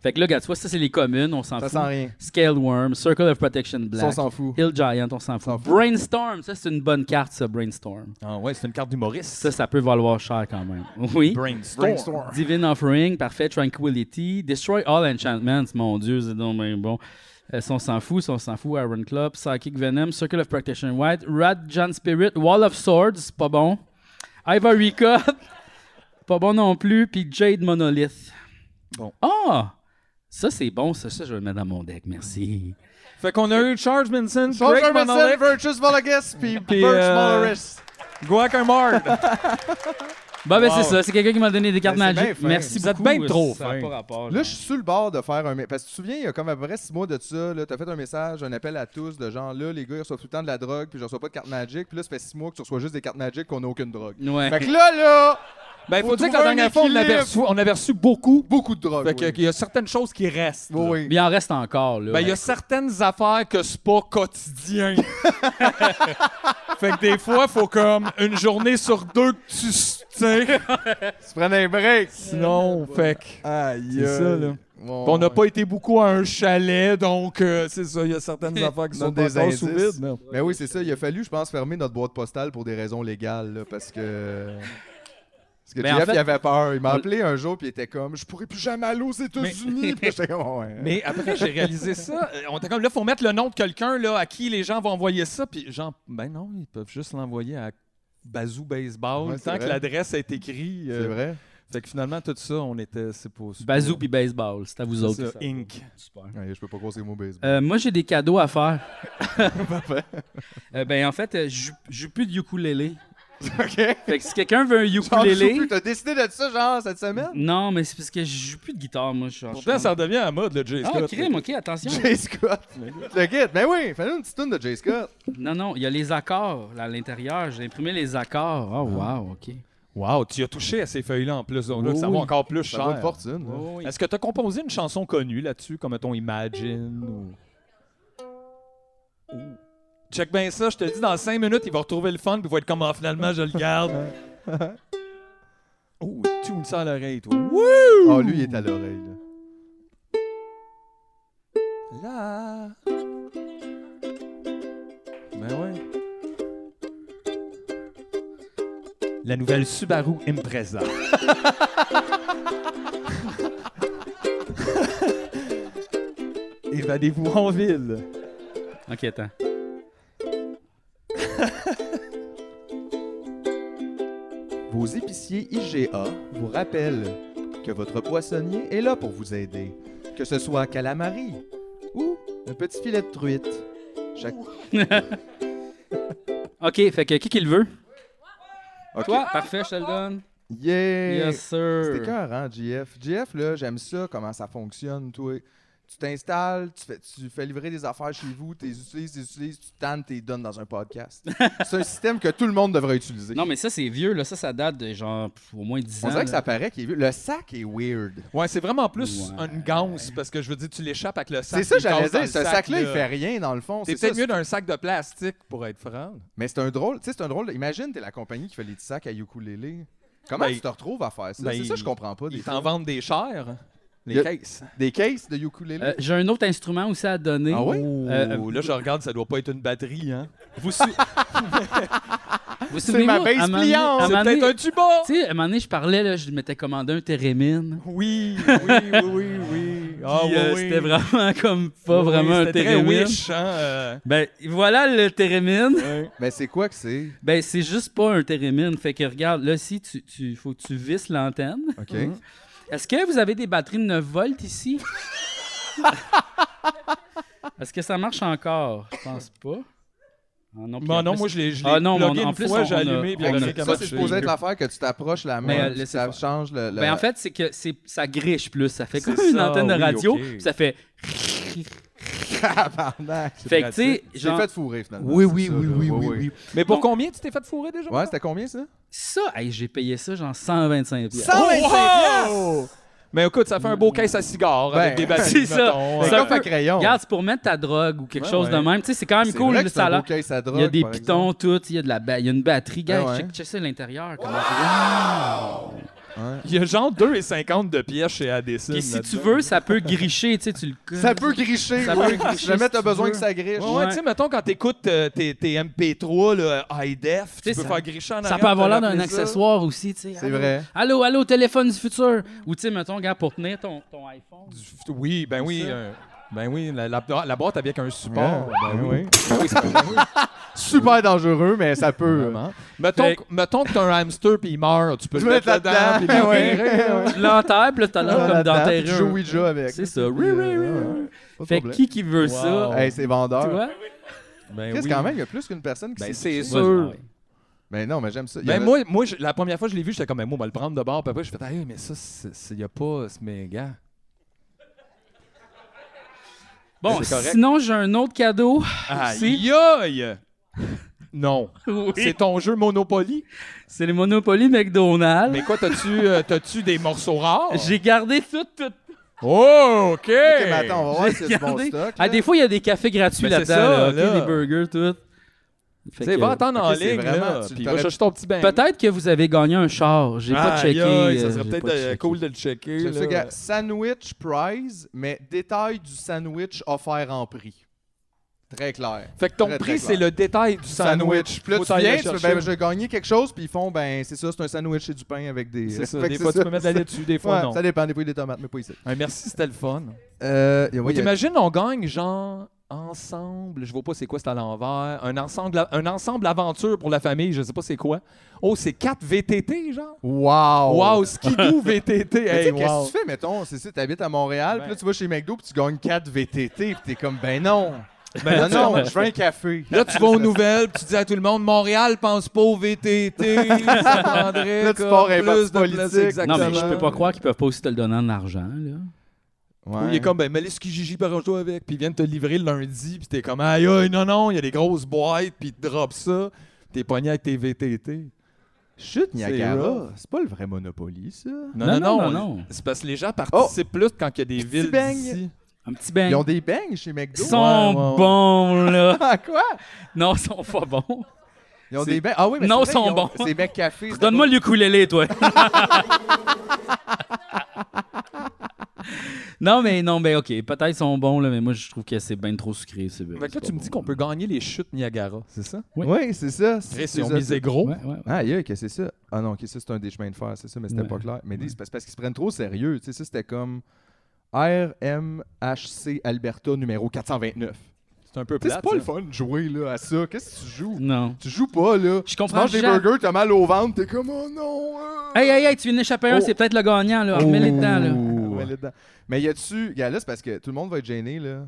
Speaker 1: Fait que là, regarde, tu vois, ça, c'est les communes, on s'en
Speaker 3: Ça
Speaker 1: fout.
Speaker 3: sent rien.
Speaker 1: Scale Worm, Circle of Protection
Speaker 3: Ça, on
Speaker 1: Black,
Speaker 3: s'en fout.
Speaker 1: Hill Giant, on s'en
Speaker 3: S'en
Speaker 1: fout.
Speaker 3: fout.
Speaker 1: Brainstorm, ça, c'est une bonne carte, ça, Brainstorm.
Speaker 2: Ah ouais, c'est une carte d'humoriste.
Speaker 1: Ça, ça peut valoir cher quand même. Oui.
Speaker 2: Brainstorm.
Speaker 3: Brainstorm.
Speaker 1: Divine Offering, parfait. Tranquility, Destroy All Enchantments, mon Dieu, c'est donc bien bon. Euh, si on s'en fout, si on s'en fout, Iron Club, Psychic Venom, Circle of Protection White, Rat John Spirit, Wall of Swords, c'est pas bon. Ivory Cup, pas bon non plus, puis Jade Monolith.
Speaker 2: Bon.
Speaker 1: Ah! Ça, c'est bon, ça, ça, je vais le mettre dans mon deck, merci.
Speaker 2: Fait qu'on a eu Charles Manson,
Speaker 3: Soldier
Speaker 2: Drake
Speaker 3: Benson,
Speaker 2: Monolith,
Speaker 3: Virtus Volagas, puis
Speaker 2: Puis,
Speaker 3: Birch
Speaker 2: euh,
Speaker 3: Molaris.
Speaker 2: Guacamard.
Speaker 1: Bah, ben,
Speaker 2: Wow.
Speaker 1: c'est ça, c'est quelqu'un qui m'a donné des cartes
Speaker 3: Ben, c'est
Speaker 1: magiques.
Speaker 3: bien fin.
Speaker 1: Merci
Speaker 2: Vous êtes
Speaker 1: beaucoup.
Speaker 2: bien trop
Speaker 1: ça a
Speaker 2: fin.
Speaker 1: pas rapport,
Speaker 3: Là,
Speaker 1: genre.
Speaker 3: je suis sur le bord de faire un. mé- Parce que tu te souviens, il y a comme à peu près six mois de ça, là, t'as fait un message, un appel à tous de genre, là, les gars, ils reçoivent tout le temps de la drogue, puis je reçois pas de carte magique, puis là, ça fait six mois que tu reçois juste des cartes magiques qu'on a aucune drogue.
Speaker 1: Ouais.
Speaker 3: Fait que là, là,
Speaker 2: ben, faut
Speaker 3: Faut
Speaker 2: dire que
Speaker 3: trouver
Speaker 2: la dernière
Speaker 3: un
Speaker 2: fois, on avait,
Speaker 3: équilibre.
Speaker 2: reçu, on avait reçu beaucoup.
Speaker 3: beaucoup de drogue.
Speaker 2: Fait que-
Speaker 3: oui.
Speaker 2: qu'il y a certaines choses qui restent. là.
Speaker 3: Oui, oui.
Speaker 1: Mais il en reste encore, là.
Speaker 2: Ben, il y a certaines affaires que c'est pas quotidien. fait que des fois, faut comme une journée sur deux que tu sais.
Speaker 3: Tu prenais un break.
Speaker 2: Sinon, fait que.
Speaker 3: Aïe.
Speaker 2: C'est
Speaker 3: aïe.
Speaker 2: ça, là.
Speaker 3: Bon,
Speaker 2: Puis on n'a
Speaker 3: ouais.
Speaker 2: pas été beaucoup à un chalet, donc euh, c'est ça, il y a certaines affaires qui sont
Speaker 3: Donne
Speaker 2: pas
Speaker 3: des
Speaker 2: encore sous
Speaker 3: indices.
Speaker 2: vide. non.
Speaker 3: Mais oui, c'est ça. Il a fallu, je pense, fermer notre boîte postale pour des raisons légales, là, parce que. Parce que
Speaker 1: Mais en
Speaker 3: Jeff,
Speaker 1: fait-
Speaker 3: il avait peur. Il m'a
Speaker 1: On-
Speaker 3: appelé un jour, puis il était comme, je pourrais plus jamais aller aux États-Unis. Puis j'étais comme, ouais.
Speaker 2: Mais après, j'ai réalisé ça. Euh, On était comme là, faut mettre le nom de quelqu'un là, à qui les gens vont envoyer ça. Puis genre, ben non, ils peuvent juste l'envoyer à Bazou Baseball
Speaker 3: Ouais, c'est
Speaker 2: tant que
Speaker 3: vrai.
Speaker 2: l'adresse a été écrite. euh,
Speaker 3: C'est vrai.
Speaker 2: Fait que finalement, tout ça, on était. C'est pas. c'est pas-
Speaker 1: Bazou puis baseball, c'est à vous
Speaker 2: c'est
Speaker 1: autres.
Speaker 2: ça, Inc.
Speaker 1: Super.
Speaker 3: Ouais, je peux pas croiser mon baseball.
Speaker 1: Euh, moi, j'ai des cadeaux à faire. Euh, ben, en fait, euh, j'ai j'ai plus de ukulélé.
Speaker 3: OK?
Speaker 1: Fait que si quelqu'un veut un
Speaker 3: Genre, je joue
Speaker 1: ukulélé...
Speaker 3: plus. T'as décidé de ça, genre, cette semaine?
Speaker 1: Non, mais c'est parce que je joue plus de guitare, moi. Je suis en-
Speaker 2: Pourtant, ça redevient à mode, le Jay
Speaker 1: Ah,
Speaker 2: Scott.
Speaker 1: crime, OK, attention.
Speaker 3: Jay Scott. Le kid. Ben oui, fais-nous une petite tune de Jay Scott.
Speaker 1: Non, non, il y a les accords là, à l'intérieur. J'ai imprimé les accords. Oh,
Speaker 3: Ah.
Speaker 1: wow, OK.
Speaker 2: Wow, tu as touché à ces feuilles-là en plus. Donc là,
Speaker 1: Oui,
Speaker 2: ça
Speaker 1: oui.
Speaker 2: va encore plus
Speaker 3: Ça vaut une
Speaker 2: cher.
Speaker 3: fortune. là.
Speaker 1: Oh, oui.
Speaker 2: Est-ce que tu as composé une chanson connue là-dessus, comme ton Imagine ou. Check bien ça, je te le dis, dans 5 minutes, il va retrouver le fun, puis il va être comme, ah, finalement, je le garde. oh, tu me sens à l'oreille, toi. Wouh!
Speaker 3: Oh, lui, il est à l'oreille. là.
Speaker 2: Là. Ben ouais. La nouvelle Subaru Impreza. Évadez-vous en ville.
Speaker 1: OK, attends.
Speaker 3: Vos épiciers IGA vous rappellent que votre poissonnier est là pour vous aider, que ce soit calamari ou un petit filet de truite. Chaque...
Speaker 1: OK, fait que qui qui le veut?
Speaker 3: Ok.
Speaker 1: Toi, parfait, je te le donne.
Speaker 3: Yeah!
Speaker 1: Yes, sir.
Speaker 3: C'était cœur, hein, GF. GF, là, j'aime ça, comment ça fonctionne, toi. Tu t'installes, tu fais, tu fais livrer des affaires chez vous, tu les utilises, tu les utilises, tu tannes, tu les donnes dans un podcast. C'est un système que tout le monde devrait utiliser.
Speaker 1: Non, mais ça, c'est vieux, là. Ça, ça date de genre pff, au moins 10 ans.
Speaker 3: On dirait que
Speaker 1: là.
Speaker 3: ça paraît qu'il est vieux. Le sac est weird.
Speaker 2: Ouais, c'est vraiment plus
Speaker 1: Ouais.
Speaker 2: une ganse, parce que je veux dire, tu l'échappes avec le
Speaker 3: C'est
Speaker 2: sac.
Speaker 3: ça,
Speaker 2: puis il
Speaker 3: j'allais
Speaker 2: casse dans
Speaker 3: dire. Ce
Speaker 2: le
Speaker 3: sac-là, il fait rien, dans le fond.
Speaker 2: T'es
Speaker 3: C'est ça,
Speaker 2: peut-être mieux d'un sac de plastique, pour être franc.
Speaker 3: Mais c'est un drôle, tu sais, c'est un drôle. Imagine, t'es la compagnie qui fait les petits sacs à ukulélé. Comment
Speaker 2: Ben,
Speaker 3: tu te retrouves à faire ça?
Speaker 2: ben,
Speaker 3: c'est ça, je comprends pas. Des,
Speaker 2: Ils t'en vendent des chairs, les
Speaker 3: Le-
Speaker 2: caisses.
Speaker 3: des cases de ukulélé.
Speaker 1: Euh, J'ai un autre instrument aussi à donner.
Speaker 3: Ah ouais?
Speaker 1: Euh,
Speaker 2: Ouh, Oh, là, je regarde, ça doit pas être une batterie, hein. Vous sou-
Speaker 1: Vous
Speaker 3: C'est
Speaker 1: souvenez-vous,
Speaker 3: ma
Speaker 2: Ben,
Speaker 3: base
Speaker 1: à un moment donné-
Speaker 3: pliante,
Speaker 1: à un
Speaker 2: C'est
Speaker 1: moment donné-
Speaker 2: peut-être un tuba!
Speaker 1: Tu sais, à un moment donné, je parlais, là, je m'étais commandé un thérémine.
Speaker 2: Oui, oui, oui, oui, oui. Ah,
Speaker 1: Puis,
Speaker 2: oui,
Speaker 1: euh,
Speaker 2: oui.
Speaker 1: C'était vraiment comme pas
Speaker 2: Oui,
Speaker 1: vraiment un
Speaker 2: c'était très
Speaker 1: thérémine.
Speaker 2: wish, hein. euh,
Speaker 1: Ben, voilà le thérémine.
Speaker 2: ouais.
Speaker 3: Mais c'est quoi que c'est?
Speaker 1: Ben, c'est juste pas un thérémine. Fait que regarde, là, si tu, tu faut que tu visses l'antenne.
Speaker 3: OK.
Speaker 1: Est-ce que vous avez des batteries de 9 volts ici? Est-ce que ça marche encore? Je pense pas. Ah non, puis
Speaker 2: Bon,
Speaker 1: en
Speaker 2: Ben, non,
Speaker 1: plus-
Speaker 2: moi, je l'ai je
Speaker 1: Ah,
Speaker 2: l'ai
Speaker 1: non,
Speaker 2: plugué
Speaker 1: on- en
Speaker 2: une
Speaker 1: plus,
Speaker 2: fois,
Speaker 1: on-
Speaker 2: j'ai
Speaker 1: on a-
Speaker 2: allumé,
Speaker 1: on
Speaker 2: puis il a
Speaker 1: a-
Speaker 2: arrêté
Speaker 3: ça,
Speaker 2: comme
Speaker 3: c'est
Speaker 2: ça.
Speaker 3: supposé être l'affaire que tu t'approches la
Speaker 1: Mais, euh,
Speaker 3: main, puis
Speaker 1: laissez
Speaker 3: ça
Speaker 1: faire.
Speaker 3: change le... le-
Speaker 1: Ben, en fait, c'est que c'est ça griche plus. Ça fait comme
Speaker 2: C'est
Speaker 1: une
Speaker 2: ça,
Speaker 1: antenne de
Speaker 2: oui,
Speaker 1: radio.
Speaker 2: ok.
Speaker 1: puis Ça fait.
Speaker 3: Tabarnak.
Speaker 1: Fait que, tu sais,
Speaker 3: J'ai
Speaker 1: genre.
Speaker 3: fait fourrer, finalement.
Speaker 1: Oui,
Speaker 3: c'est
Speaker 1: oui,
Speaker 3: ça,
Speaker 1: oui,
Speaker 3: là.
Speaker 1: oui,
Speaker 3: Ouais,
Speaker 1: oui,
Speaker 3: ouais.
Speaker 1: oui.
Speaker 2: Mais pour
Speaker 1: Donc-
Speaker 2: combien tu t'es fait fourrer déjà?
Speaker 3: Ouais, c'était combien, ça?
Speaker 1: Ça, hey, j'ai payé ça genre 125 pièces.
Speaker 3: 125
Speaker 1: Oh.
Speaker 2: Wow! Mais écoute, ça fait un beau caisse à cigares
Speaker 3: Ben,
Speaker 2: avec des batteries,
Speaker 1: c'est ça.
Speaker 2: mettons,
Speaker 3: C'est
Speaker 1: Ça
Speaker 2: euh,
Speaker 3: comme un crayon.
Speaker 1: Regarde, c'est pour mettre ta drogue ou quelque
Speaker 2: Ouais,
Speaker 1: chose de
Speaker 2: ouais.
Speaker 1: même. Tu sais, c'est quand même
Speaker 3: Oh. C'est
Speaker 1: cool.
Speaker 3: vrai
Speaker 1: le
Speaker 3: que c'est un
Speaker 1: salaire.
Speaker 3: beau caisse à drogue,
Speaker 1: Il y a des
Speaker 3: par
Speaker 1: pitons, tout. Il y a, de la ba- il y a une batterie. Gars,
Speaker 3: Ah ouais.
Speaker 1: check, check ça à l'intérieur. comment-
Speaker 2: Il y a genre 2,50 de pièces chez ADC.
Speaker 1: Puis si tu veux, ça peut gricher. Tu sais, tu le
Speaker 3: exemple. Ça peut gricher,
Speaker 1: Ça peut
Speaker 3: oui.
Speaker 1: gricher
Speaker 3: Si Jamais
Speaker 1: si
Speaker 3: t'as
Speaker 1: tu
Speaker 3: besoin
Speaker 1: veux.
Speaker 3: que ça griche.
Speaker 2: Ouais, ouais, tu sais, mettons, quand t'écoutes euh, tes, tes MP3, là, euh, high def, tu
Speaker 1: T'sais,
Speaker 2: peux
Speaker 1: ça-
Speaker 2: faire gricher en
Speaker 1: Ça
Speaker 2: arrière,
Speaker 1: peut avoir
Speaker 2: te
Speaker 1: l'air d'un
Speaker 2: rappeler ça.
Speaker 1: accessoire aussi, tu sais.
Speaker 3: C'est
Speaker 1: Allô?
Speaker 3: vrai.
Speaker 1: Allô, allô, téléphone du futur. Ou tu sais, mettons, gars, pour tenir ton, ton iPhone.
Speaker 2: Du- Oui, ben oui.
Speaker 1: C'est ça.
Speaker 2: euh, ben oui, la, la, la boîte avec un support.
Speaker 3: Ouais,
Speaker 2: ben
Speaker 3: ben
Speaker 2: oui.
Speaker 3: oui. Super dangereux, mais ça peut... euh,
Speaker 2: Vraiment. Mettons,
Speaker 1: Fait-
Speaker 2: que- mettons que t'as un hamster puis il meurt, tu peux
Speaker 3: Je
Speaker 2: le mettre dedans puis le
Speaker 3: Ouais,
Speaker 2: virer.
Speaker 3: ouais, ouais.
Speaker 1: Tu l'enterres, puis là, t'as l'air comme
Speaker 3: ben Là-dedans, puis
Speaker 1: d'enterrer.
Speaker 3: Tu
Speaker 1: un-
Speaker 3: joues Ouija avec.
Speaker 1: C'est ça.
Speaker 3: Puis,
Speaker 1: Oui,
Speaker 3: euh,
Speaker 1: oui, oui,
Speaker 3: ouais,
Speaker 1: oui.
Speaker 3: ouais. Pas de
Speaker 1: Fait que
Speaker 3: problème.
Speaker 1: qui qui veut
Speaker 2: Wow.
Speaker 1: ça?
Speaker 3: Hey, c'est vendeur.
Speaker 1: Tu vois?
Speaker 2: Ben
Speaker 3: Qu'est-ce
Speaker 2: oui.
Speaker 3: quand même, il y a plus qu'une personne qui
Speaker 2: Ben,
Speaker 3: s'y
Speaker 2: c'est
Speaker 3: touche.
Speaker 2: sûr.
Speaker 1: Vas-y, ouais.
Speaker 3: Ben non, mais j'aime ça. Il y
Speaker 2: Ben
Speaker 3: avait-
Speaker 2: moi, moi je- la première fois que je l'ai vu, j'étais comme, ben moi, on va le prendre de bord. Puis après, je fais, ah, mais ça, il n'y a pas, c'est- mais gars.
Speaker 1: Bon,
Speaker 2: C'est correct.
Speaker 1: sinon, j'ai un autre cadeau.
Speaker 2: Aïe aïe! Non. C'est ton jeu Monopoly.
Speaker 1: C'est les Monopoly McDonald's.
Speaker 2: Mais quoi, t'as-tu euh, t'as-tu des morceaux rares?
Speaker 1: J'ai gardé tout, tout.
Speaker 2: Oh, OK!
Speaker 3: Ok, mais attends, on va voir si c'est du bon
Speaker 1: gardé.
Speaker 3: stock.
Speaker 1: Ah,
Speaker 3: là.
Speaker 1: des fois, il y a des cafés gratuits
Speaker 2: Ben,
Speaker 1: là-dedans.
Speaker 2: c'est ça,
Speaker 1: là, OK,
Speaker 2: là.
Speaker 1: Des burgers, tout. Fait
Speaker 2: Tu sais,
Speaker 1: que-
Speaker 2: va attendre en
Speaker 3: Ok, c'est
Speaker 2: ligne,
Speaker 3: vraiment-
Speaker 2: là.
Speaker 3: tu
Speaker 2: Puis
Speaker 3: t'aurais-
Speaker 2: va chercher ton petit bain.
Speaker 1: Peut-être que vous avez gagné un char. J'ai pas
Speaker 2: Aïe,
Speaker 1: checké.
Speaker 2: aïe, Ça
Speaker 1: euh,
Speaker 2: serait
Speaker 1: j'ai
Speaker 2: peut-être
Speaker 1: pas
Speaker 2: euh,
Speaker 1: checké.
Speaker 2: cool de le checker.
Speaker 3: J'aime ça,
Speaker 2: là.
Speaker 3: gars. Sandwich prize, mais détail du sandwich offert en prix. Très clair.
Speaker 2: Fait que ton
Speaker 3: Très, très
Speaker 2: prix,
Speaker 3: clair.
Speaker 2: c'est le détail du sandwich.
Speaker 3: Puis là,
Speaker 2: Faut
Speaker 3: tu
Speaker 2: t'aller
Speaker 3: viens,
Speaker 2: le
Speaker 3: tu fais,
Speaker 2: chercher.
Speaker 3: ben, j'ai gagné quelque chose, puis ils font, ben, c'est ça, c'est un sandwich et du pain avec des.
Speaker 2: C'est ça.
Speaker 3: Fait que
Speaker 2: Des
Speaker 3: c'est
Speaker 2: fois, tu
Speaker 3: ça.
Speaker 2: peux mettre de la lait dessus, des fois,
Speaker 3: Ouais,
Speaker 2: non.
Speaker 3: Ça dépend, des fois, il y a des tomates, mais pas ici.
Speaker 2: Un merci, c'était le fun.
Speaker 3: Euh,
Speaker 2: Mais T'imagines, on gagne genre ensemble, je vois pas c'est quoi, c'est à l'envers, un ensemble, un ensemble aventure pour la famille, je sais pas c'est quoi. Oh, c'est 4 VTT, genre?
Speaker 3: Wow!
Speaker 2: Wow, skidoo VTT,
Speaker 3: Oh. Mais tu
Speaker 2: hey,
Speaker 3: sais, qu'est-ce
Speaker 2: wow.
Speaker 3: que tu fais, mettons, c'est ça, t'habites à Montréal,
Speaker 2: Ben.
Speaker 3: puis là, tu vas chez McDo, puis tu gagnes 4 VTT, puis t'es comme, ben non! Non, non, je veux un café.
Speaker 2: Là, tu vas aux nouvelles, puis tu dis à tout le monde Montréal pense pas au VTT. Ça prendrait
Speaker 3: Là, tu
Speaker 2: comme
Speaker 3: pars à un
Speaker 2: plus
Speaker 3: parti
Speaker 2: de place,
Speaker 3: politique.
Speaker 1: Non,
Speaker 2: exactement.
Speaker 1: mais je peux pas croire qu'ils peuvent pas aussi te le donner en argent, là.
Speaker 3: Ouais.
Speaker 2: Il est comme, ben, mais laisse qui Gigi par toi avec. Puis ils viennent te livrer le lundi. Puis t'es comme, aïe, aïe, non, non, il y a des grosses boîtes. Puis ils te drop ça. T'es pogné avec tes VTT.
Speaker 3: Chut,
Speaker 2: rough.
Speaker 3: Niagara, c'est pas le vrai Monopoly, ça.
Speaker 1: Non,
Speaker 2: Non,
Speaker 1: non,
Speaker 2: non, non.
Speaker 1: non, non.
Speaker 2: C'est parce que les
Speaker 3: Oh!
Speaker 2: gens participent plus quand il y a des
Speaker 3: Petit
Speaker 2: villes.
Speaker 3: bang.
Speaker 2: d'ici.
Speaker 1: Un petit bain.
Speaker 3: Ils ont des beignes chez McDo.
Speaker 1: Ils sont
Speaker 2: Ouais, ouais, ouais.
Speaker 1: bons, là.
Speaker 3: Ah, quoi?
Speaker 1: Non, ils sont pas bons.
Speaker 3: Ils ont
Speaker 1: C'est-
Speaker 3: des beignes. Ah oui, mais
Speaker 1: Non,
Speaker 3: c'est vrai,
Speaker 1: ils sont
Speaker 3: ils ont-
Speaker 1: bons.
Speaker 3: C'est McCafé. c'est
Speaker 1: Donne-moi le ukulélé, toi. non, mais non, mais OK. Peut-être ils sont bons, là, mais moi, je trouve que c'est bien trop sucré. c'est-
Speaker 2: Fait
Speaker 1: c'est
Speaker 2: que là,
Speaker 1: pas
Speaker 2: tu me
Speaker 1: bon.
Speaker 2: dis qu'on peut gagner les chutes Niagara, c'est ça?
Speaker 1: Oui.
Speaker 3: Oui, c'est ça.
Speaker 2: Chris,
Speaker 3: C'est
Speaker 2: ils ont
Speaker 3: ça.
Speaker 2: misé gros.
Speaker 1: Ouais, ouais, ouais.
Speaker 3: Ah, yeah, que c'est ça. Ah non, ok, ça c'est un des chemins de fer, c'est ça, mais c'était
Speaker 1: Ouais.
Speaker 3: pas clair. Mais
Speaker 1: Ouais.
Speaker 3: c'est parce, parce qu'ils se prennent trop au sérieux. Tu sais, ça c'était comme RMHC Alberta numéro 429.
Speaker 2: C'est un peu
Speaker 3: Tu sais,
Speaker 2: plate.
Speaker 3: c'est pas le
Speaker 2: ça.
Speaker 3: fun de jouer là, à ça. Qu'est-ce que tu joues?
Speaker 1: Non.
Speaker 3: Tu joues pas, là.
Speaker 1: Je
Speaker 3: Tu
Speaker 1: comprends
Speaker 3: manges des
Speaker 1: jamais.
Speaker 3: burgers, t'as mal au ventre, t'es comme, oh non! euh.
Speaker 1: Hey, hey, hey, tu viens d'échapper un,
Speaker 3: Oh.
Speaker 1: c'est peut-être le gagnant, là. Remets-les dedans, là.
Speaker 3: Ah, mets-les dedans. Mais y a-tu. Gars, là, c'est parce que tout le monde va être gêné, là.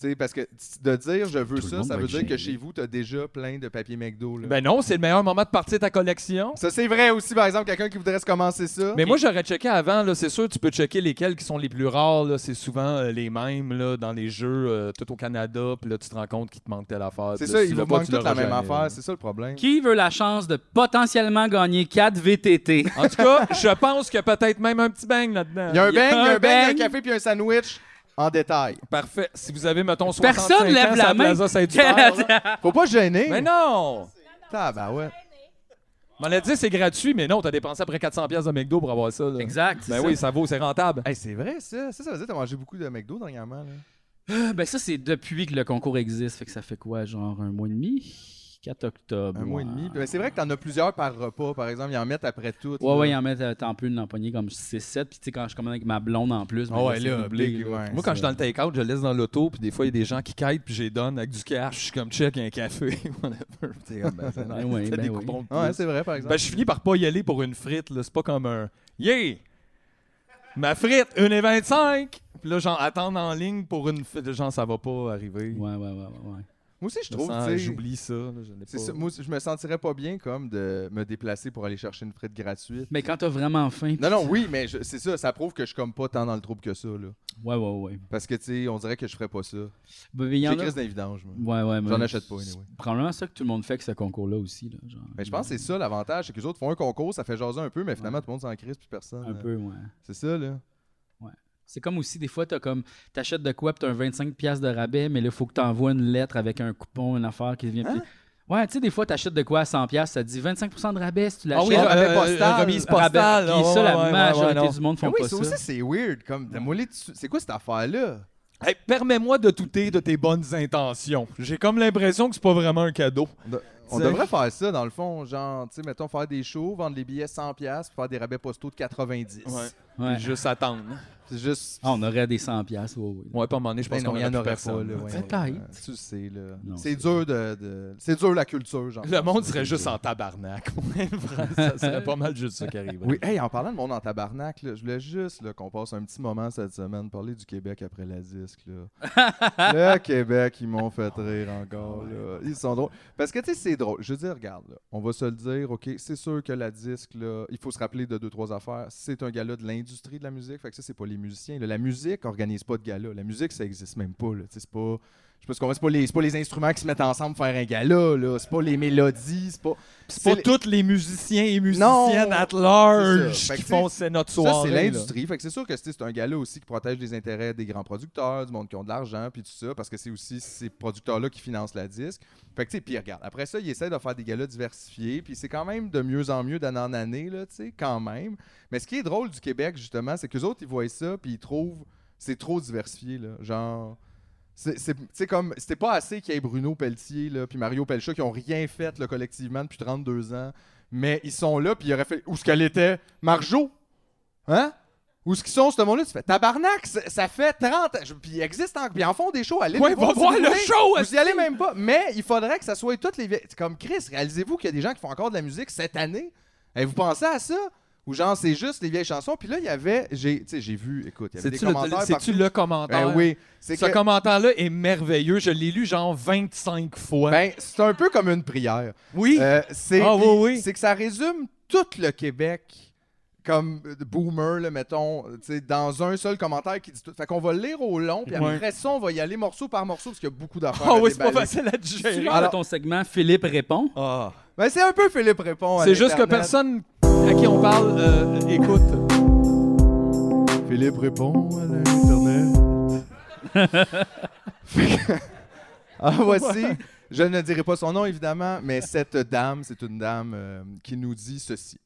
Speaker 3: Tu sais, parce que de dire je
Speaker 1: Tout
Speaker 3: veux
Speaker 1: le
Speaker 3: ça,
Speaker 1: monde
Speaker 3: ça
Speaker 1: va
Speaker 3: veut
Speaker 1: être
Speaker 3: dire que
Speaker 1: gêné.
Speaker 3: chez vous, t'as déjà plein de papier McDo, là.
Speaker 2: Ben non, c'est le meilleur moment de partir ta collection.
Speaker 3: Ça, c'est vrai aussi, par exemple, quelqu'un qui voudrait se commencer ça.
Speaker 2: Mais moi, j'aurais checké avant. là, C'est sûr, tu peux checker lesquels qui sont les plus rares. là, C'est souvent euh, les mêmes là, dans les jeux euh, tout au Canada. Puis là, tu te rends compte qu'il te manque telle affaire.
Speaker 1: Ah,
Speaker 3: C'est
Speaker 2: puis
Speaker 3: ça,
Speaker 2: là,
Speaker 3: ils
Speaker 2: si tu
Speaker 3: vous
Speaker 2: l'as pas,
Speaker 3: manquent
Speaker 2: tu
Speaker 3: toute la
Speaker 2: l'auras
Speaker 3: même
Speaker 2: jamais, là.
Speaker 1: hein.
Speaker 3: affaire, c'est ça le problème.
Speaker 1: Qui veut la chance de potentiellement gagner 4 VTT?
Speaker 2: En tout cas, je pense qu'il y a peut-être même un petit bang là-dedans.
Speaker 3: Il y a un
Speaker 1: Il y a
Speaker 3: bang, il y a
Speaker 1: un
Speaker 3: un bang, il
Speaker 1: bang.
Speaker 3: y a un café puis un sandwich en détail.
Speaker 2: Parfait. Si vous avez, mettons, 65
Speaker 1: Personne lève
Speaker 2: ans,
Speaker 1: la
Speaker 2: sur
Speaker 1: main.
Speaker 2: Plaza Saint-Hubert, là.
Speaker 1: Ah.
Speaker 3: Faut pas se gêner.
Speaker 1: Ben
Speaker 2: Mais non!
Speaker 3: Tabarouette.
Speaker 2: On l'a dit, c'est gratuit, mais non, t'as dépensé après 400$ piastres de McDo pour avoir ça. là.
Speaker 1: Exact. c'est
Speaker 2: Ben
Speaker 1: ça.
Speaker 2: oui, ça vaut, c'est rentable.
Speaker 3: Hey, c'est vrai ça. Ça, ça veut dire que t'as mangé beaucoup de McDo dernièrement. Là.
Speaker 1: Ah, Ben ça, c'est depuis que le concours existe. Fait que ça fait quoi, genre un mois et demi? 4 octobre.
Speaker 3: Un mois et
Speaker 1: ouais.
Speaker 3: demi. Mais c'est vrai que t'en as plusieurs par repas, par exemple. Ils en mettent après tout.
Speaker 1: Ouais,
Speaker 3: là.
Speaker 1: ouais, ils en mettent, euh, t'en peux une empoignée comme 6-7. Puis tu sais, quand je commande avec ma blonde en plus. ben
Speaker 3: Ah ouais,
Speaker 1: c'est
Speaker 3: là,
Speaker 1: doublé,
Speaker 3: big,
Speaker 1: là.
Speaker 3: ouais.
Speaker 2: Moi, quand je suis dans le take-out, je le laisse dans l'auto, puis des fois, il y a des gens qui quittent, puis je les donne avec du cash. Je suis comme check, un café, whatever. Puis t'es comme, ben, ça,
Speaker 1: Ben oui,
Speaker 2: fait
Speaker 1: ben
Speaker 2: des
Speaker 1: oui.
Speaker 2: coupons de
Speaker 3: Ah Ouais,
Speaker 2: plus.
Speaker 3: c'est vrai, par exemple.
Speaker 2: Ben, je finis par pas y aller pour une frite, là. C'est pas comme un Yeah! Ma frite, 1,25! Puis là, genre, attendre en ligne pour une frite. Genre, ça va pas arriver.
Speaker 1: Ouais, ouais, ouais, ouais. ouais.
Speaker 3: moi aussi, je
Speaker 2: Je
Speaker 3: trouve.
Speaker 2: sens-
Speaker 3: tu sais,
Speaker 2: J'oublie ça. là, je l'ai
Speaker 3: c'est
Speaker 2: pas.
Speaker 3: ça, moi, aussi, je me sentirais pas bien comme de me déplacer pour aller chercher une frite gratuite.
Speaker 1: Mais quand t'as vraiment faim.
Speaker 3: Non, non, oui, mais je- c'est ça. Ça prouve que je suis comme pas tant dans le trouble que ça. Là.
Speaker 1: Ouais, ouais, ouais.
Speaker 3: Parce que, tu sais, on dirait que je ferais pas ça.
Speaker 1: Ben, il y
Speaker 3: J'ai
Speaker 1: en a-
Speaker 3: crise d'invidence, moi.
Speaker 1: Ouais, ouais, mais-
Speaker 3: J'en achète pas, anyway.
Speaker 1: C'est Probablement ça que tout le monde fait avec ce concours-là aussi. Là, genre,
Speaker 3: Mais je pense que c'est ça l'avantage, c'est que les autres font un concours, ça fait jaser un peu, mais finalement tout le monde s'en crise, puis personne.
Speaker 1: Un
Speaker 3: euh,
Speaker 1: peu, ouais.
Speaker 3: C'est ça, là.
Speaker 1: C'est comme aussi, des fois, t'as comme, t'achètes de quoi, pis t'as un 25$ piastres de rabais, mais là, faut que t'envoies une lettre avec un coupon, une affaire qui vient.
Speaker 2: Hein?
Speaker 1: puis- Ouais, tu sais, des fois, t'achètes de quoi à 100$, piastres, ça te dit 25% de rabais si tu
Speaker 2: Ah
Speaker 1: l'achètes.
Speaker 2: oui,
Speaker 3: Ah,
Speaker 2: euh,
Speaker 3: rabais
Speaker 2: euh,
Speaker 3: postal.
Speaker 2: remise
Speaker 1: Rabais.
Speaker 2: postale.
Speaker 1: Puis ça,
Speaker 2: ouais,
Speaker 1: la
Speaker 2: ouais, ouais,
Speaker 1: majorité
Speaker 2: ouais, non.
Speaker 1: du monde font
Speaker 3: Mais
Speaker 1: pas
Speaker 3: oui, ça aussi, c'est weird. Comme, de moller dessus. c'est quoi cette affaire-là?
Speaker 2: Hey, Permets-moi de douter de tes bonnes intentions. J'ai comme l'impression que c'est pas vraiment un cadeau.
Speaker 3: De- On
Speaker 2: C'est-
Speaker 3: devrait faire ça, dans le fond. Genre, tu sais, mettons, faire des shows, vendre les billets 100$, puis faire des rabais postaux de 90$.
Speaker 1: Ouais.
Speaker 2: Puis Juste attendre.
Speaker 3: C'est juste.
Speaker 1: Ah, on aurait des 100$, piastres, ouais, ouais.
Speaker 2: Ouais, pas à un moment donné, je pense
Speaker 3: Ben non,
Speaker 2: qu'on
Speaker 3: il y en
Speaker 2: en
Speaker 3: aurait
Speaker 2: aurait
Speaker 3: pas,
Speaker 2: personne.
Speaker 3: là. ouais,
Speaker 1: Peut-être.
Speaker 3: ouais, ouais. Tu sais, là.
Speaker 1: Non,
Speaker 3: C'est dur de, de- C'est dur, la culture, genre.
Speaker 2: Le monde serait juste en tabarnak. ça serait pas mal juste ça qui arriverait.
Speaker 3: Oui, hey, en parlant de monde en tabarnak, là, je voulais juste là, qu'on passe un petit moment cette semaine, parler du Québec après la disque. Là. le Québec, ils m'ont fait
Speaker 2: Oh
Speaker 3: rire encore. Là. Ils sont drôles. Parce que, tu sais, c'est drôle. Je veux dire, regarde, là, on va se le dire, OK, c'est sûr que la disque, là, il faut se rappeler de deux, trois affaires. C'est un gala de l'industrie de la musique, fait que ça, c'est pas les musiciens. là. La musique organise pas de gala. La musique, ça existe même pas. là. Tu sais, C'est pas. Je sais pas ce qu'on va- c'est pas les, c'est pas les instruments qui se mettent ensemble pour faire un gala, là. C'est pas les mélodies, c'est pas.
Speaker 2: C'est
Speaker 3: C'est
Speaker 2: pas
Speaker 3: le-
Speaker 2: tous les musiciens et
Speaker 3: Non.
Speaker 2: musiciennes at
Speaker 3: C'est ça.
Speaker 2: large
Speaker 3: Fait
Speaker 2: qui
Speaker 3: que
Speaker 2: font c'est notre
Speaker 3: Ça,
Speaker 2: soirée.
Speaker 3: c'est
Speaker 2: là.
Speaker 3: l'industrie. Fait que c'est sûr que c'est c'est un gala aussi qui protège les intérêts des grands producteurs, du monde qui ont de l'argent, puis tout ça, parce que c'est aussi ces producteurs-là qui financent la disque. Fait que, tu sais, puis regarde, après ça, ils essaient de faire des galas diversifiés, puis c'est quand même de mieux en mieux d'année en année, là, tu sais, quand même. Mais ce qui est drôle du Québec, justement, c'est qu'eux autres, ils voient ça, puis ils trouvent c'est trop diversifié, là. Genre. C'est c'est- tu sais, comme, c'était pas assez qu'il y ait Bruno Pelletier, là, puis Mario Pelcha qui ont rien fait, là, collectivement, depuis 32 ans. Mais ils sont là, puis ils auraient fait. Où ce qu'elle était Marjo Hein Où ce qu'ils sont, ce monde-là Tu fais tabarnak, ça, ça fait 30 ans. Je- Puis ils existent encore. Puis ils en font des shows. Allez
Speaker 2: Ouais,
Speaker 3: les
Speaker 2: va
Speaker 3: si
Speaker 2: voir
Speaker 3: vous
Speaker 2: le
Speaker 3: voulez.
Speaker 2: show,
Speaker 3: Vous y allez même pas. Mais il faudrait que ça soit toutes les. vieilles- C'est Comme Chris, réalisez-vous qu'il y a des gens qui font encore de la musique cette année. Et vous pensez à ça Ou genre, c'est juste les vieilles chansons. Puis là, il y avait. j'ai- Tu sais, j'ai vu, écoute, il y avait des
Speaker 2: C'est-tu le,
Speaker 3: commentaires.
Speaker 2: c'est-tu
Speaker 3: partout.
Speaker 2: le commentaire?
Speaker 3: Ben oui. C'est
Speaker 2: Ce
Speaker 3: que-
Speaker 2: commentaire-là est merveilleux. Je l'ai lu genre 25 fois.
Speaker 3: ben, c'est un peu comme une prière.
Speaker 2: oui.
Speaker 3: Euh, c'est
Speaker 2: Ah, oui,
Speaker 3: puis
Speaker 2: oui.
Speaker 3: c'est que ça résume tout le Québec comme euh, boomer, là, mettons, euh, tu sais, dans un seul commentaire qui dit tout. Fait qu'on va le lire au long, puis
Speaker 2: Ouais.
Speaker 3: après ça, on va y aller morceau par morceau, parce qu'il y a beaucoup d'affaires.
Speaker 2: Ah
Speaker 3: à
Speaker 2: oui, c'est pas
Speaker 3: déballer.
Speaker 2: facile à
Speaker 1: Tu
Speaker 2: digérer.
Speaker 1: l'as dans ton segment Philippe répond.
Speaker 2: Ah.
Speaker 3: Ben, c'est un peu Philippe répond. à
Speaker 2: C'est juste que
Speaker 3: l'Internet.
Speaker 2: personne à qui on parle euh, écoute.
Speaker 3: Philippe répond à l'Internet. ah, voici. Je ne dirai pas son nom, évidemment, mais cette dame, c'est une dame euh, qui nous dit ceci.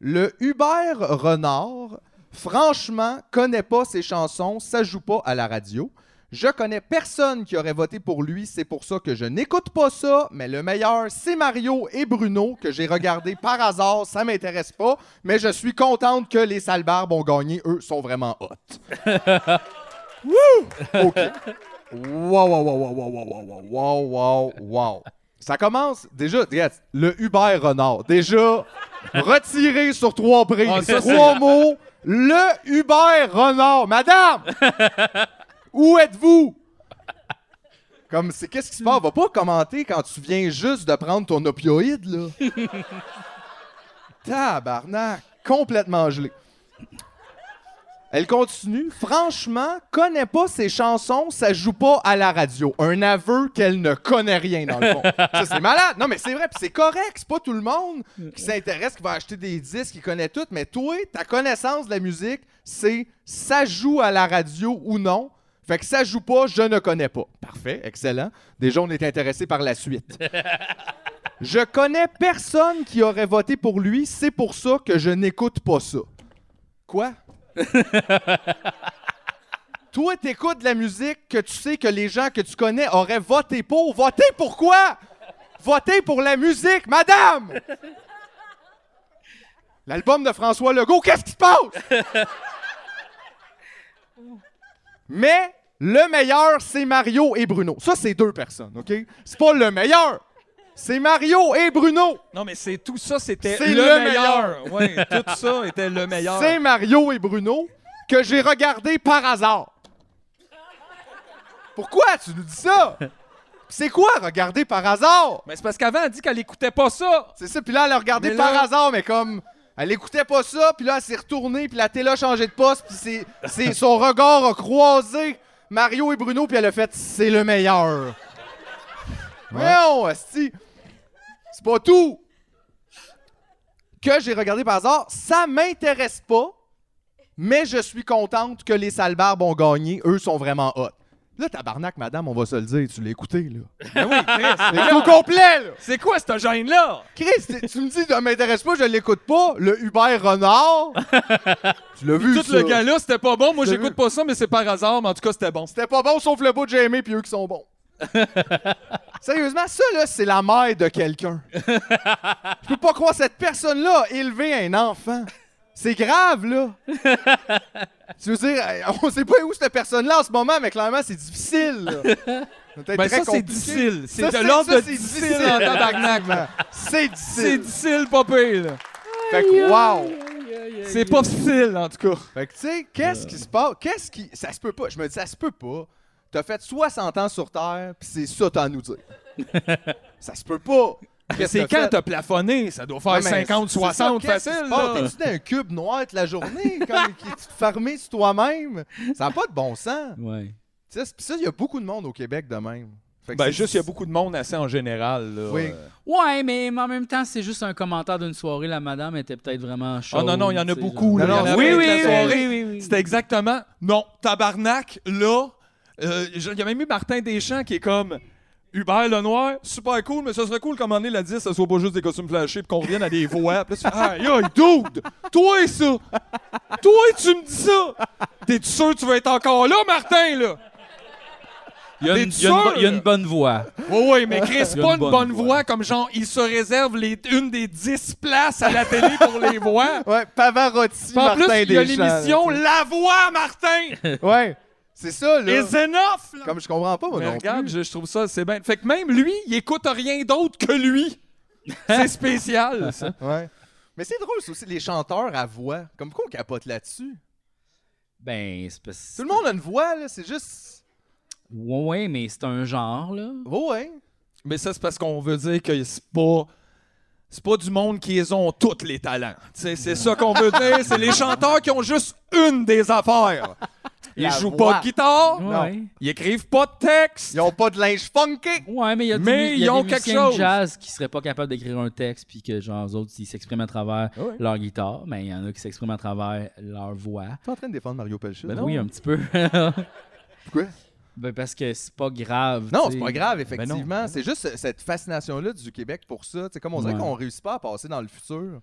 Speaker 3: Le Hubert Renard, franchement, connaît pas ses chansons, ça joue pas à la radio. Je connais personne qui aurait voté pour lui, c'est pour ça que je n'écoute pas ça, mais le meilleur, c'est Mario et Bruno, que j'ai regardé par hasard, ça m'intéresse pas, mais je suis contente que les sales barbes ont gagné, eux sont vraiment hot. Wouh! OK. Wow, wow, wow, wow, wow, wow, wow, wow, wow, wow. Ça commence déjà, regarde, le Hubert Renard. Déjà, retiré sur trois prises,
Speaker 2: Ah, ça, c'est-
Speaker 3: trois mots, le Hubert Renard. Madame! Où êtes-vous? Comme, c'est qu'est-ce qui se passe? Va pas commenter quand tu viens juste de prendre ton opioïde, là. Tabarnak! Complètement gelé. Elle continue. Franchement, connaît pas ses chansons, ça joue pas à la radio. Un aveu qu'elle ne connaît rien, dans le fond. ça, c'est malade. Non, mais c'est vrai, puis c'est correct. C'est pas tout le monde qui s'intéresse, qui va acheter des disques, qui connaît tout. Mais toi, ta connaissance de la musique, c'est ça joue à la radio ou non. Fait que ça joue pas, je ne connais pas. Parfait, excellent. Déjà, on est intéressé par la suite. Je connais personne qui aurait voté pour lui, c'est pour ça que je n'écoute pas ça. Quoi? Toi, t'écoutes de la musique que tu sais que les gens que tu connais auraient voté pour. Voter pour quoi? Voter pour la musique, madame! L'album de François Legault, qu'est-ce qui se passe? Mais le meilleur, c'est Mario et Bruno. Ça, c'est deux personnes, OK? C'est pas le meilleur! C'est Mario et Bruno!
Speaker 2: Non, mais c'est tout ça, c'était
Speaker 3: C'est
Speaker 2: le,
Speaker 3: le
Speaker 2: meilleur. Ouais, tout ça était le meilleur.
Speaker 3: C'est Mario et Bruno que j'ai regardé par hasard. Pourquoi tu nous dis ça? Puis C'est quoi regarder par hasard?
Speaker 2: Mais Ben, c'est parce qu'avant, elle dit qu'elle écoutait pas ça.
Speaker 3: C'est ça, puis là, elle a regardé
Speaker 2: Mais
Speaker 3: par
Speaker 2: là-
Speaker 3: hasard, mais comme. Elle écoutait pas ça, puis là, elle s'est retournée, puis la télé a changé de poste, puis c'est, c'est- son regard a croisé Mario et Bruno, puis elle a fait C'est le meilleur. Voyons, asti. C'est pas tout. Que j'ai regardé par hasard, ça m'intéresse pas, mais je suis contente que les sales barbes ont gagné. Eux sont vraiment hot. Là, tabarnak, madame, on va se le dire, tu l'as écouté, là.
Speaker 2: Ben oui, Chris.
Speaker 3: C'est au complet, là.
Speaker 2: C'est quoi cette gêne-là?
Speaker 3: Chris, tu- tu me dis, ça m'intéresse pas, je l'écoute pas. Le Hubert Renard. tu l'as vu,
Speaker 2: Tout
Speaker 3: ça.
Speaker 2: le gars-là, c'était pas bon. Moi,
Speaker 3: T'as
Speaker 2: j'écoute
Speaker 3: vu?
Speaker 2: pas ça, mais c'est par hasard. Mais en tout cas, c'était bon.
Speaker 3: C'était pas bon, sauf le bout de Jamie, puis eux qui sont bons. Sérieusement, ça, là, c'est la mère de quelqu'un. Je peux pas croire cette personne-là a élevé un enfant. C'est grave, là. tu veux dire, on sait pas où cette personne-là en ce moment, mais clairement, c'est difficile. là. Ça doit être
Speaker 2: Ben
Speaker 3: très
Speaker 2: ça, c'est
Speaker 3: compliqué.
Speaker 2: difficile.
Speaker 3: Ça,
Speaker 2: C'est de l'ordre
Speaker 3: ça,
Speaker 2: de
Speaker 3: c'est
Speaker 2: difficile en tabarnak.
Speaker 3: effectivement. C'est
Speaker 2: C'est
Speaker 3: difficile.
Speaker 2: difficile, pas pire. là.
Speaker 3: Fait que, wow.
Speaker 2: C'est pas facile, en tout cas.
Speaker 3: Fait que, tu sais, qu'est-ce qui se passe? Qu'est-ce qui. Ça se peut pas. Je me dis, ça se peut pas. T'as fait 60 ans sur Terre, puis c'est ça, t'as à nous dire. ça se peut pas. Qu'est-ce
Speaker 2: C'est
Speaker 3: que t'as
Speaker 2: quand
Speaker 3: fait?
Speaker 2: t'as plafonné? Ça doit faire
Speaker 3: Non, mais
Speaker 2: 50,
Speaker 3: c'est
Speaker 2: 60
Speaker 3: ça, qu'est-ce qui se
Speaker 2: facile.
Speaker 3: passe?
Speaker 2: là.
Speaker 3: T'es-tu dans un cube noir toute la journée, comme qui tu te fermais sur toi-même? Ça n'a pas de bon sens.
Speaker 1: Ouais.
Speaker 3: Tu sais, c'est- pis ça, il y a beaucoup de monde au Québec de même. Fait que
Speaker 2: Ben
Speaker 3: c'est-
Speaker 2: juste, il y a beaucoup de monde assez en général. Là.
Speaker 3: Oui.
Speaker 2: Euh,
Speaker 1: Ouais, mais en même temps, c'est juste un commentaire d'une soirée. La madame était peut-être vraiment chaude.
Speaker 2: Oh non, non, il y en a
Speaker 1: tu sais,
Speaker 2: beaucoup.
Speaker 1: genre.
Speaker 3: Non,
Speaker 2: là.
Speaker 3: non,
Speaker 2: Il y en
Speaker 3: oui,
Speaker 2: avait avec la
Speaker 3: oui,
Speaker 2: soirée.
Speaker 1: oui, oui, oui.
Speaker 2: C'était exactement. Non, tabarnak, là. euh, je- Il y a même eu Martin Deschamps qui est comme. Hubert Lenoir, super cool, mais ce serait cool comme on est la 10, ce soit pas juste des costumes flashés puis qu'on revienne à des voix. Puis là, tu fais, aïe, aïe, dude! Toi, ça! Toi, tu me dis ça! T'es-tu sûr que tu vas être encore là, Martin, là?
Speaker 1: Il y a une-
Speaker 2: T'es
Speaker 1: il y a une bo-
Speaker 2: sûr?
Speaker 1: il y a une bonne voix.
Speaker 2: Oui, oui, mais Chris,
Speaker 1: Il y a
Speaker 2: pas une bonne, voix. comme genre, il se réserve les, une des dix places à la télé pour les voix.
Speaker 3: Ouais, Pavarotti,
Speaker 2: Puis en
Speaker 3: Martin
Speaker 2: plus, il y a
Speaker 3: Deschamps, là,
Speaker 2: l'émission
Speaker 3: tu sais.
Speaker 2: La Voix, Martin!
Speaker 3: Ouais, c'est ça, là.
Speaker 2: Is enough! là.
Speaker 3: Comme je comprends pas, moi,
Speaker 2: Mais
Speaker 3: non
Speaker 2: regarde,
Speaker 3: plus.
Speaker 2: je, je trouve ça, c'est bien. Fait que même lui, il écoute rien d'autre que lui. C'est spécial, ça.
Speaker 3: Ouais. Mais c'est drôle, c'est aussi les chanteurs à voix. Comme quoi on capote là-dessus.
Speaker 1: Ben, c'est parce
Speaker 3: Tout le monde a une voix, là. C'est juste.
Speaker 1: Ouais, mais c'est un genre, là.
Speaker 3: Oh, hein?
Speaker 2: Mais ça, c'est parce qu'on veut dire que c'est pas. C'est pas du monde qui ils ont tous les talents. Tu sais, C'est ça qu'on veut dire. C'est les chanteurs qui ont juste une des affaires. Ils
Speaker 3: La
Speaker 2: jouent
Speaker 3: voix.
Speaker 2: pas de guitare.
Speaker 1: Ouais.
Speaker 2: Ils écrivent pas de texte.
Speaker 3: Ils ont pas de linge funky!
Speaker 1: Ouais, mais il y a, du-
Speaker 2: Mais
Speaker 1: il y a
Speaker 2: ils ont
Speaker 1: des
Speaker 2: quelque
Speaker 1: musiciens de
Speaker 2: chose.
Speaker 1: jazz qui seraient pas capables d'écrire un texte puis que genre eux autres ils s'expriment à travers leur guitare, mais il y en a qui s'expriment à travers leur voix.
Speaker 3: T'es en train de défendre Mario
Speaker 2: Ben
Speaker 3: Pelchut?
Speaker 1: oui, un petit peu.
Speaker 3: Pourquoi?
Speaker 1: ben parce que c'est pas grave.
Speaker 3: Non,
Speaker 1: tu
Speaker 3: c'est
Speaker 1: sais.
Speaker 3: pas grave,
Speaker 2: ben non.
Speaker 3: effectivement. c'est juste ce- cette fascination-là du Québec pour ça. C'est comme on dirait
Speaker 1: Ouais.
Speaker 3: qu'on réussit pas à passer dans le futur.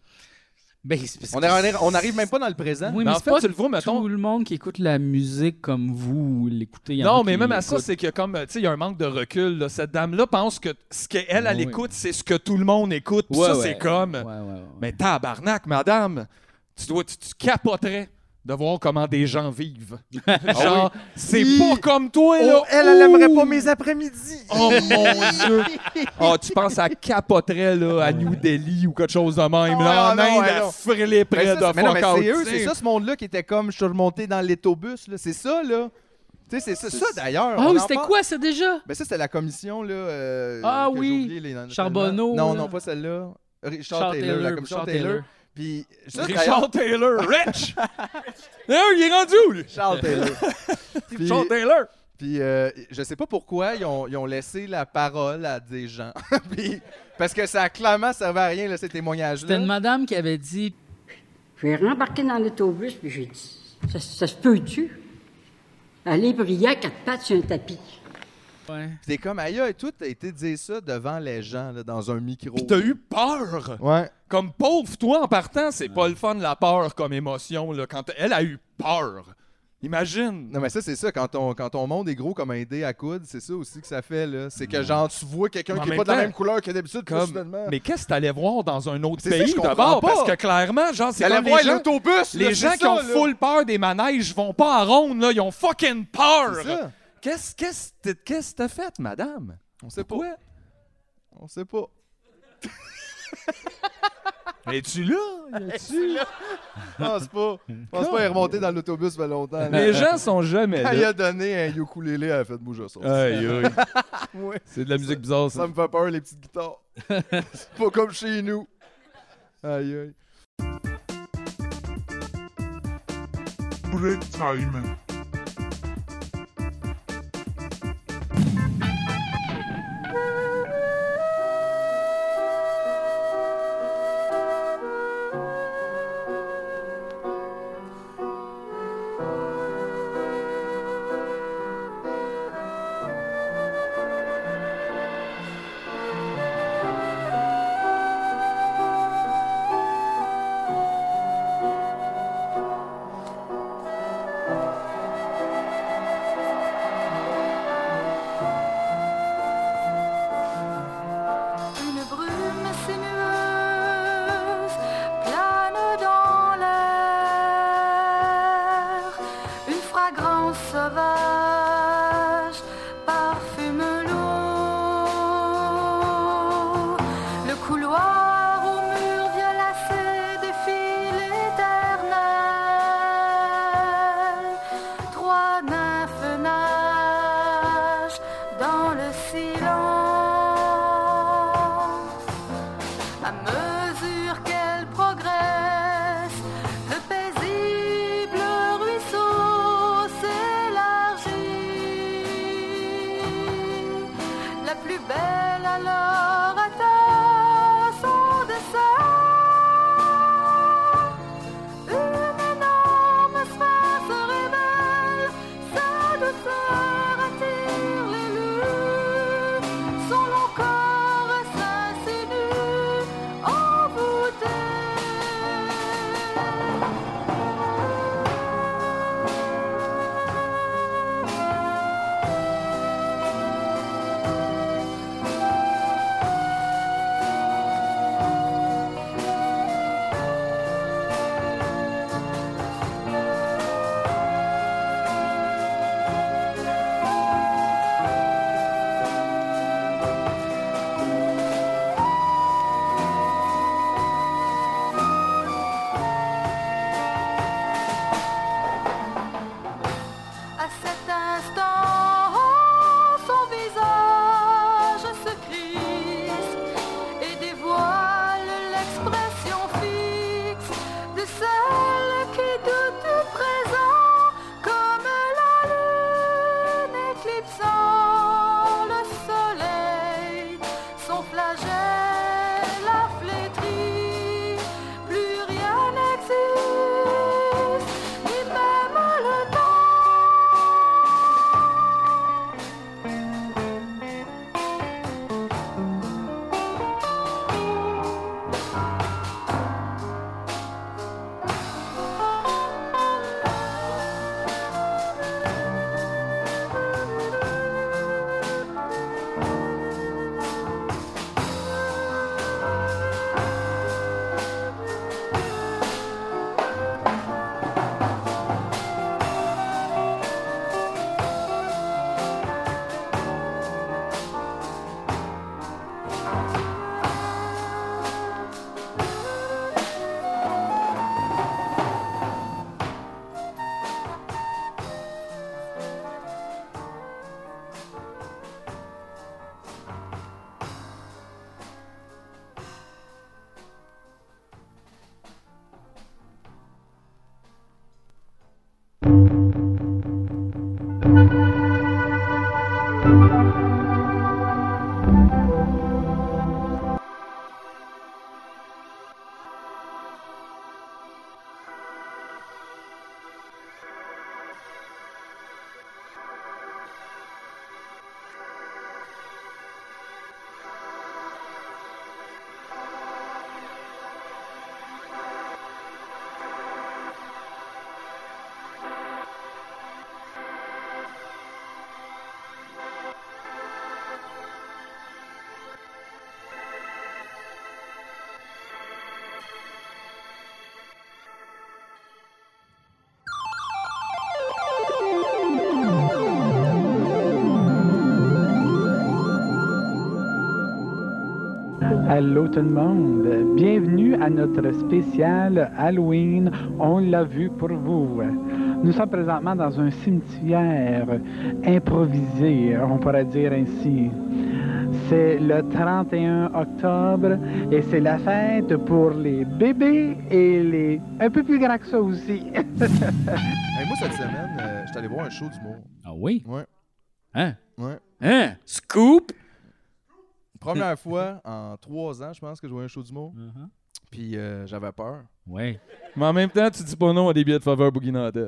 Speaker 1: Ben, c'est parce
Speaker 3: On
Speaker 1: que
Speaker 3: n'arrive on arrive même pas dans le présent.
Speaker 1: Oui,
Speaker 2: Mais
Speaker 1: mais,
Speaker 2: en
Speaker 1: c'est
Speaker 2: fait,
Speaker 1: pas
Speaker 2: tu le vois, mettons-
Speaker 1: tout le monde qui écoute la musique comme vous l'écoutez.
Speaker 2: Non, mais même à ça, c'est que comme, euh, tu sais, il y a un manque de recul. là. Cette dame-là pense que ce qu'elle,
Speaker 3: Ah
Speaker 2: elle,
Speaker 1: Ouais.
Speaker 2: écoute, c'est ce que tout le monde écoute. Puis
Speaker 1: Ouais,
Speaker 2: ça,
Speaker 1: ouais.
Speaker 2: c'est comme.
Speaker 1: Ouais, ouais, ouais.
Speaker 2: Mais tabarnak, madame, tu, dois, tu, tu capoterais de voir comment des gens vivent.
Speaker 3: Ah
Speaker 2: Genre, c'est
Speaker 3: Hi.
Speaker 2: pas comme
Speaker 3: Oh,
Speaker 2: toi, là. Ouh.
Speaker 3: après-midi.
Speaker 2: Oh mon Dieu! Ah, tu penses à capoterait, là, à New Delhi ou quelque chose de même, là,
Speaker 3: Ah,
Speaker 2: en
Speaker 3: non,
Speaker 2: Inde,
Speaker 3: ouais,
Speaker 2: à
Speaker 3: non.
Speaker 2: friler
Speaker 3: Mais,
Speaker 2: près de
Speaker 3: Ben, ça, c'est- mais non, mais
Speaker 2: fuck
Speaker 3: c'est
Speaker 2: out,
Speaker 3: eux,
Speaker 2: tu
Speaker 3: c'est
Speaker 2: sais.
Speaker 3: ça ce monde-là qui était comme je suis remonté dans l'autobus. là. C'est ça, là. Tu sais, c'est ça, ça, d'ailleurs.
Speaker 1: Ah
Speaker 3: on
Speaker 1: oui,
Speaker 3: en
Speaker 1: c'était
Speaker 3: parle.
Speaker 1: quoi ça déjà?
Speaker 3: Ben ça, c'était la commission, là. euh,
Speaker 1: Ah
Speaker 3: que
Speaker 1: oui,
Speaker 3: j'ai oublié les noms,
Speaker 1: Charbonneau,
Speaker 3: Non,
Speaker 1: là.
Speaker 3: non, pas celle-là. Richard, Taylor, la commission
Speaker 1: Richard
Speaker 3: Taylor. Puis, ça, d'ailleurs,
Speaker 2: Richard Taylor, Rich! Hein, il est rendu où, lui?
Speaker 3: Charles Taylor. Puis-
Speaker 2: Richard Taylor!
Speaker 3: Puis euh, je sais pas pourquoi ils ont, ils ont laissé la parole à des gens. Puis- parce que ça a clairement servi à rien, là, ces témoignages-là.
Speaker 1: C'était une madame qui avait dit
Speaker 5: J'ai rembarqué dans l'autobus, puis j'ai dit Ça, ça se peut-tu Aller briller à quatre pattes sur un tapis.
Speaker 1: Ouais.
Speaker 3: Puis T'es comme aïe, et tout, t'as été dire ça devant les gens, là, dans un micro.
Speaker 2: Puis t'as eu peur!
Speaker 3: Ouais.
Speaker 2: Comme pauvre, toi, en partant, c'est pas le fun, la peur comme émotion, là, quand elle a eu peur. Imagine!
Speaker 3: Non, mais ça, c'est ça. Quand ton, quand ton monde est gros comme un dé à coude, c'est ça aussi que ça fait, là. C'est que, genre, tu vois quelqu'un
Speaker 2: Mais en
Speaker 3: qui est
Speaker 2: même
Speaker 3: pas de la
Speaker 2: temps,
Speaker 3: même couleur que d'habitude, puis là, soudainement.
Speaker 2: Comme, mais qu'est-ce que t'allais voir dans un autre
Speaker 3: C'est ça,
Speaker 2: pays
Speaker 3: je comprends
Speaker 2: d'abord?
Speaker 3: pas.
Speaker 2: Parce que clairement, genre, c'est
Speaker 3: T'allais
Speaker 2: comme
Speaker 3: voir
Speaker 2: les gens,
Speaker 3: l'autobus, là,
Speaker 2: les gens
Speaker 3: c'est
Speaker 2: qui ont
Speaker 3: ça, là.
Speaker 2: full peur des manèges vont pas en ronde, là, ils ont fucking
Speaker 3: C'est ça.
Speaker 2: peur! Qu'est-ce qu'est-ce que t'as- qu'est-ce que t'as fait, madame?
Speaker 3: On sait pas.
Speaker 2: Pourquoi?
Speaker 3: On sait pas.
Speaker 2: Es-tu là? Es-tu...
Speaker 3: Je pense pas. Je pense pas, il est remonté dans l'autobus pas longtemps. là.
Speaker 2: les gens sont jamais
Speaker 3: Quand il
Speaker 2: là.
Speaker 3: a donné un ukulélé, elle a fait bouger ça.
Speaker 2: Aïe, aïe.
Speaker 3: Ouais.
Speaker 2: C'est de la musique bizarre,
Speaker 3: Ça
Speaker 2: ça.
Speaker 3: me fait peur, les petites guitares. c'est pas comme chez nous. Aïe, aïe.
Speaker 6: Break time.
Speaker 7: Une brume sinueuse plane dans l'air. Une fragrance sauvage parfume l'eau. Le couloir au mur violacé défile éternel. Trois nymphes nagent dans le silence. À mesure qu'elle progresse, le paisible ruisseau s'élargit. La plus belle alors atteint son dessin. Une énorme sphère se révèle, sa douceur attire les lunes.
Speaker 6: Allô tout le monde, bienvenue à notre spécial Halloween, on l'a vu pour vous. Nous sommes présentement dans un cimetière improvisé, on pourrait dire ainsi. C'est le 31 octobre et c'est la fête pour les bébés et les un peu plus grands que ça aussi.
Speaker 3: Hey, moi, cette semaine, euh, j'étais allé voir un show d'humour.
Speaker 1: Ah oui?
Speaker 3: Ouais.
Speaker 1: Hein?
Speaker 3: Ouais.
Speaker 1: Hein? Scoop?
Speaker 3: Première fois en trois ans, je pense, que je voyais un show d'humour.
Speaker 2: Uh-huh.
Speaker 3: Puis euh, j'avais peur.
Speaker 1: Oui.
Speaker 2: Mais en même temps, tu dis pas non à des billets de faveur Boogie Nantel.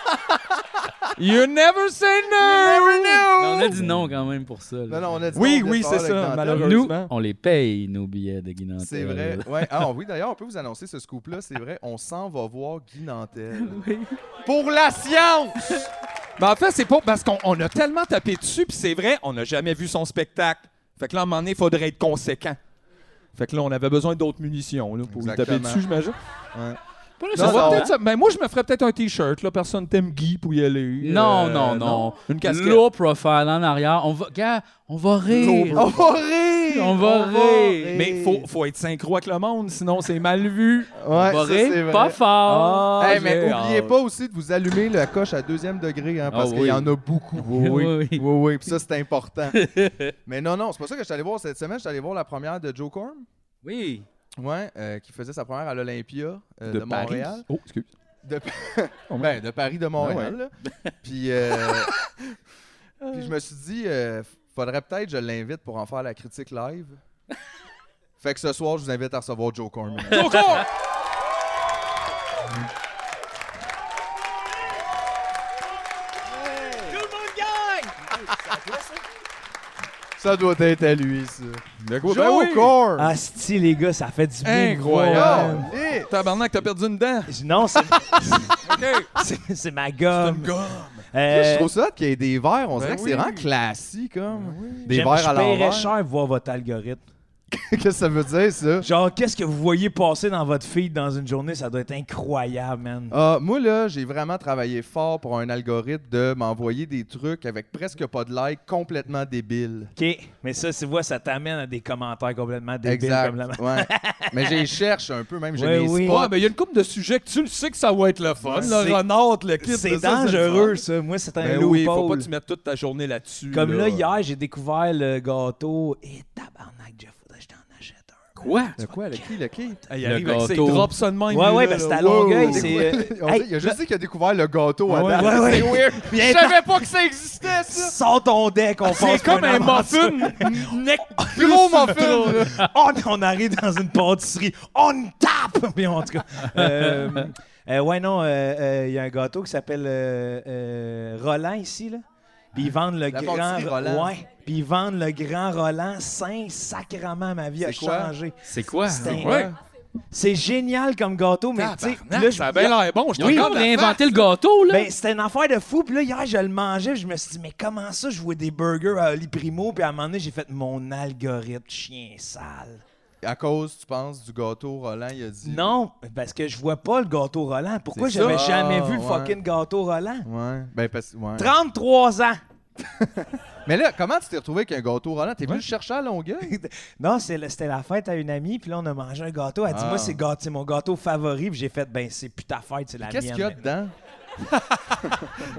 Speaker 2: you never say no!
Speaker 1: Mais on a dit non quand même pour ça. là.
Speaker 3: Non, non, on a dit
Speaker 2: Oui,
Speaker 3: non, on
Speaker 2: oui,
Speaker 3: était
Speaker 2: c'est
Speaker 3: pas
Speaker 2: ça,
Speaker 3: avec Nantel.
Speaker 2: malheureusement.
Speaker 1: Nous, on les paye, nos billets de Guinantel.
Speaker 3: C'est vrai.
Speaker 2: Euh.
Speaker 3: Ouais. Ah oui, d'ailleurs, on peut vous annoncer ce scoop-là, c'est vrai. On s'en va voir Guy Nantel.
Speaker 2: Pour la science! Mais en fait, c'est pas parce qu'on on a tellement tapé dessus, puis c'est vrai, on n'a jamais vu son spectacle. Fait que là, à un moment donné, il faudrait être conséquent. Fait que là, on avait besoin d'autres munitions là, pour lui taper
Speaker 3: Exactement.
Speaker 2: dessus, j'imagine.
Speaker 1: Pas le
Speaker 2: Ça
Speaker 1: seul,
Speaker 2: va
Speaker 1: hein?
Speaker 2: peut-être ça- ben, moi, je me ferais peut-être un T-shirt. Là. Personne t'aime Guy pour y aller.
Speaker 1: Non,
Speaker 2: Euh,
Speaker 1: non, non.
Speaker 2: Une casquette.
Speaker 1: Low profile en arrière. On va, gars, on va rire.
Speaker 3: On va rire!
Speaker 1: On va rire.
Speaker 2: Mais faut, faut être synchro avec le monde, sinon c'est mal vu.
Speaker 1: On
Speaker 3: Ouais,
Speaker 1: va
Speaker 3: ça, c'est
Speaker 1: rire
Speaker 3: vrai.
Speaker 1: pas fort.
Speaker 2: Ah,
Speaker 3: Hey, mais
Speaker 2: j'ai
Speaker 3: oubliez
Speaker 2: hâte.
Speaker 3: pas aussi de vous allumer la coche à deuxième degré, hein, parce
Speaker 1: Ah
Speaker 3: qu'il y
Speaker 1: oui.
Speaker 3: en a beaucoup.
Speaker 1: Oui,
Speaker 3: oui,
Speaker 1: oui.
Speaker 3: oui. puis ça, c'est important. mais non, non, c'est pas ça que je suis allé voir cette semaine. Je suis allé voir la première de Joe Corm,
Speaker 1: Oui.
Speaker 3: ouais, euh, qui faisait sa première à l'Olympia euh, de,
Speaker 2: De, Paris.
Speaker 3: Montréal.
Speaker 2: Oh, excuse. Oh, Ah
Speaker 3: De... ben, de Paris, de Montréal. là. Puis, euh, puis je me suis dit, euh, faudrait peut-être que je l'invite pour en faire la critique live. fait que ce soir, je vous invite à recevoir Joe Corm. ça doit être à lui, ça. Ben, Joe Corm!
Speaker 8: Ah, si les gars, ça fait du bien. de vous voir.
Speaker 2: Incroyable.
Speaker 3: Oh, yeah.
Speaker 2: Tabarnak, t'as perdu une dent.
Speaker 8: Non, c'est. C'est- C'est ma gomme. Euh,
Speaker 3: Je trouve ça hot qu'il y ait des verres.
Speaker 8: Ben
Speaker 3: On dirait que c'est
Speaker 2: Ben oui.
Speaker 3: vraiment classique, comme. Des
Speaker 8: j'aime-
Speaker 3: verres à
Speaker 8: Je paierais
Speaker 3: l'envers.
Speaker 8: cher voir votre algorithme.
Speaker 3: Qu'est-ce que ça veut dire, ça?
Speaker 8: Genre, qu'est-ce que vous voyez passer dans votre feed dans une journée? Ça doit être incroyable, man.
Speaker 3: Ah, moi, là, j'ai vraiment travaillé fort pour un algorithme de m'envoyer des trucs avec presque pas de like, complètement débiles.
Speaker 8: OK. Mais ça, tu vois, ça t'amène à des commentaires complètement débiles.
Speaker 3: exact.
Speaker 8: Comme la...
Speaker 3: ouais. Mais j'ai cherche un peu, même. J'ai
Speaker 8: Ouais, ben,
Speaker 3: mes
Speaker 8: oui.
Speaker 3: spots.
Speaker 2: Ouais, mais Ah, ben, il y a une couple de sujets que tu le sais que ça va être le fun.
Speaker 8: Ouais,
Speaker 2: le
Speaker 8: c'est-
Speaker 2: renard, le kit.
Speaker 8: C'est
Speaker 2: ça, c'est le
Speaker 8: dangereux,
Speaker 2: fun.
Speaker 8: ça. Moi, c'est un
Speaker 2: Ben
Speaker 8: loophole.
Speaker 2: oui, faut pas que tu mettes toute ta journée là-dessus.
Speaker 8: Comme là, hier, j'ai découvert le gâteau. Et tabarnak, Jeff, faudrait que je t'en achète un.
Speaker 1: Quoi?
Speaker 3: Le quoi, le qui, le qui?
Speaker 2: Hey, il
Speaker 1: Le
Speaker 2: arrive avec ses
Speaker 1: gâteau.
Speaker 2: drops ça de même.
Speaker 8: Ouais,
Speaker 2: lui,
Speaker 8: ouais,
Speaker 2: là, là.
Speaker 8: parce que c'est à
Speaker 2: Wow.
Speaker 8: Longueuil,
Speaker 3: C'est
Speaker 8: c'est.
Speaker 3: quoi?
Speaker 8: euh,
Speaker 3: On
Speaker 8: Hey,
Speaker 3: dit- il a juste dit qu'il a découvert le gâteau à
Speaker 8: Ouais,
Speaker 3: date.
Speaker 8: ouais, ouais.
Speaker 3: C'est weird.
Speaker 8: Viens,
Speaker 3: Je savais pas que ça existait, ça.
Speaker 8: Sors ton deck, on
Speaker 2: C'est
Speaker 8: passe pour
Speaker 2: comme un
Speaker 8: avancé.
Speaker 2: muffin.
Speaker 8: Nec-
Speaker 3: Gros muffin. là.
Speaker 8: on, Oh, on arrive dans une pâtisserie, on tape! Mais en tout cas. euh, euh, ouais, non, euh, euh, il y a un gâteau qui s'appelle euh, euh, Roland ici, là. Puis ils vendent le
Speaker 3: La
Speaker 8: grand.
Speaker 3: pâtisserie Roland.
Speaker 8: Ouais. Puis ils vendent le grand Roland. Saint sacrement, ma vie a
Speaker 3: C'est quoi?
Speaker 8: changé.
Speaker 1: C'est quoi?
Speaker 8: C'est un-
Speaker 2: Ouais. Ah,
Speaker 8: C'est génial comme gâteau, mais tu sais.
Speaker 2: Tabarnak,
Speaker 8: là, je-
Speaker 2: ça a bien l'air bon. Je
Speaker 1: Ils ont comme réinventé le gâteau, là.
Speaker 8: Ben, c'était une affaire de fou. Puis là, hier, je le mangeais. puis Je me suis dit, mais comment ça, je vois des burgers à Oli Primo. Puis à un moment donné, j'ai fait mon algorithme chien sale.
Speaker 3: À cause, tu penses, du gâteau, Roland, il a dit.
Speaker 8: Non, parce que je vois pas le gâteau Roland. Pourquoi
Speaker 3: C'est
Speaker 8: j'avais
Speaker 3: ça.
Speaker 8: jamais
Speaker 3: Ah,
Speaker 8: vu le
Speaker 3: ouais.
Speaker 8: fucking gâteau Roland?
Speaker 3: Ouais. Ben, parce ouais.
Speaker 8: 33 ans!
Speaker 3: Mais là, comment tu t'es retrouvé avec un gâteau Roland? T'es venu le chercher à Longueuil?
Speaker 8: Non, c'est le- c'était la fête à une amie, puis là, on a mangé un gâteau. Elle dit,
Speaker 3: Ah.
Speaker 8: moi, c'est gâ- c'est mon gâteau favori, puis j'ai fait, ben, c'est plus ta fête, c'est la
Speaker 3: Qu'est-ce
Speaker 8: mienne.
Speaker 3: qu'il y a dedans?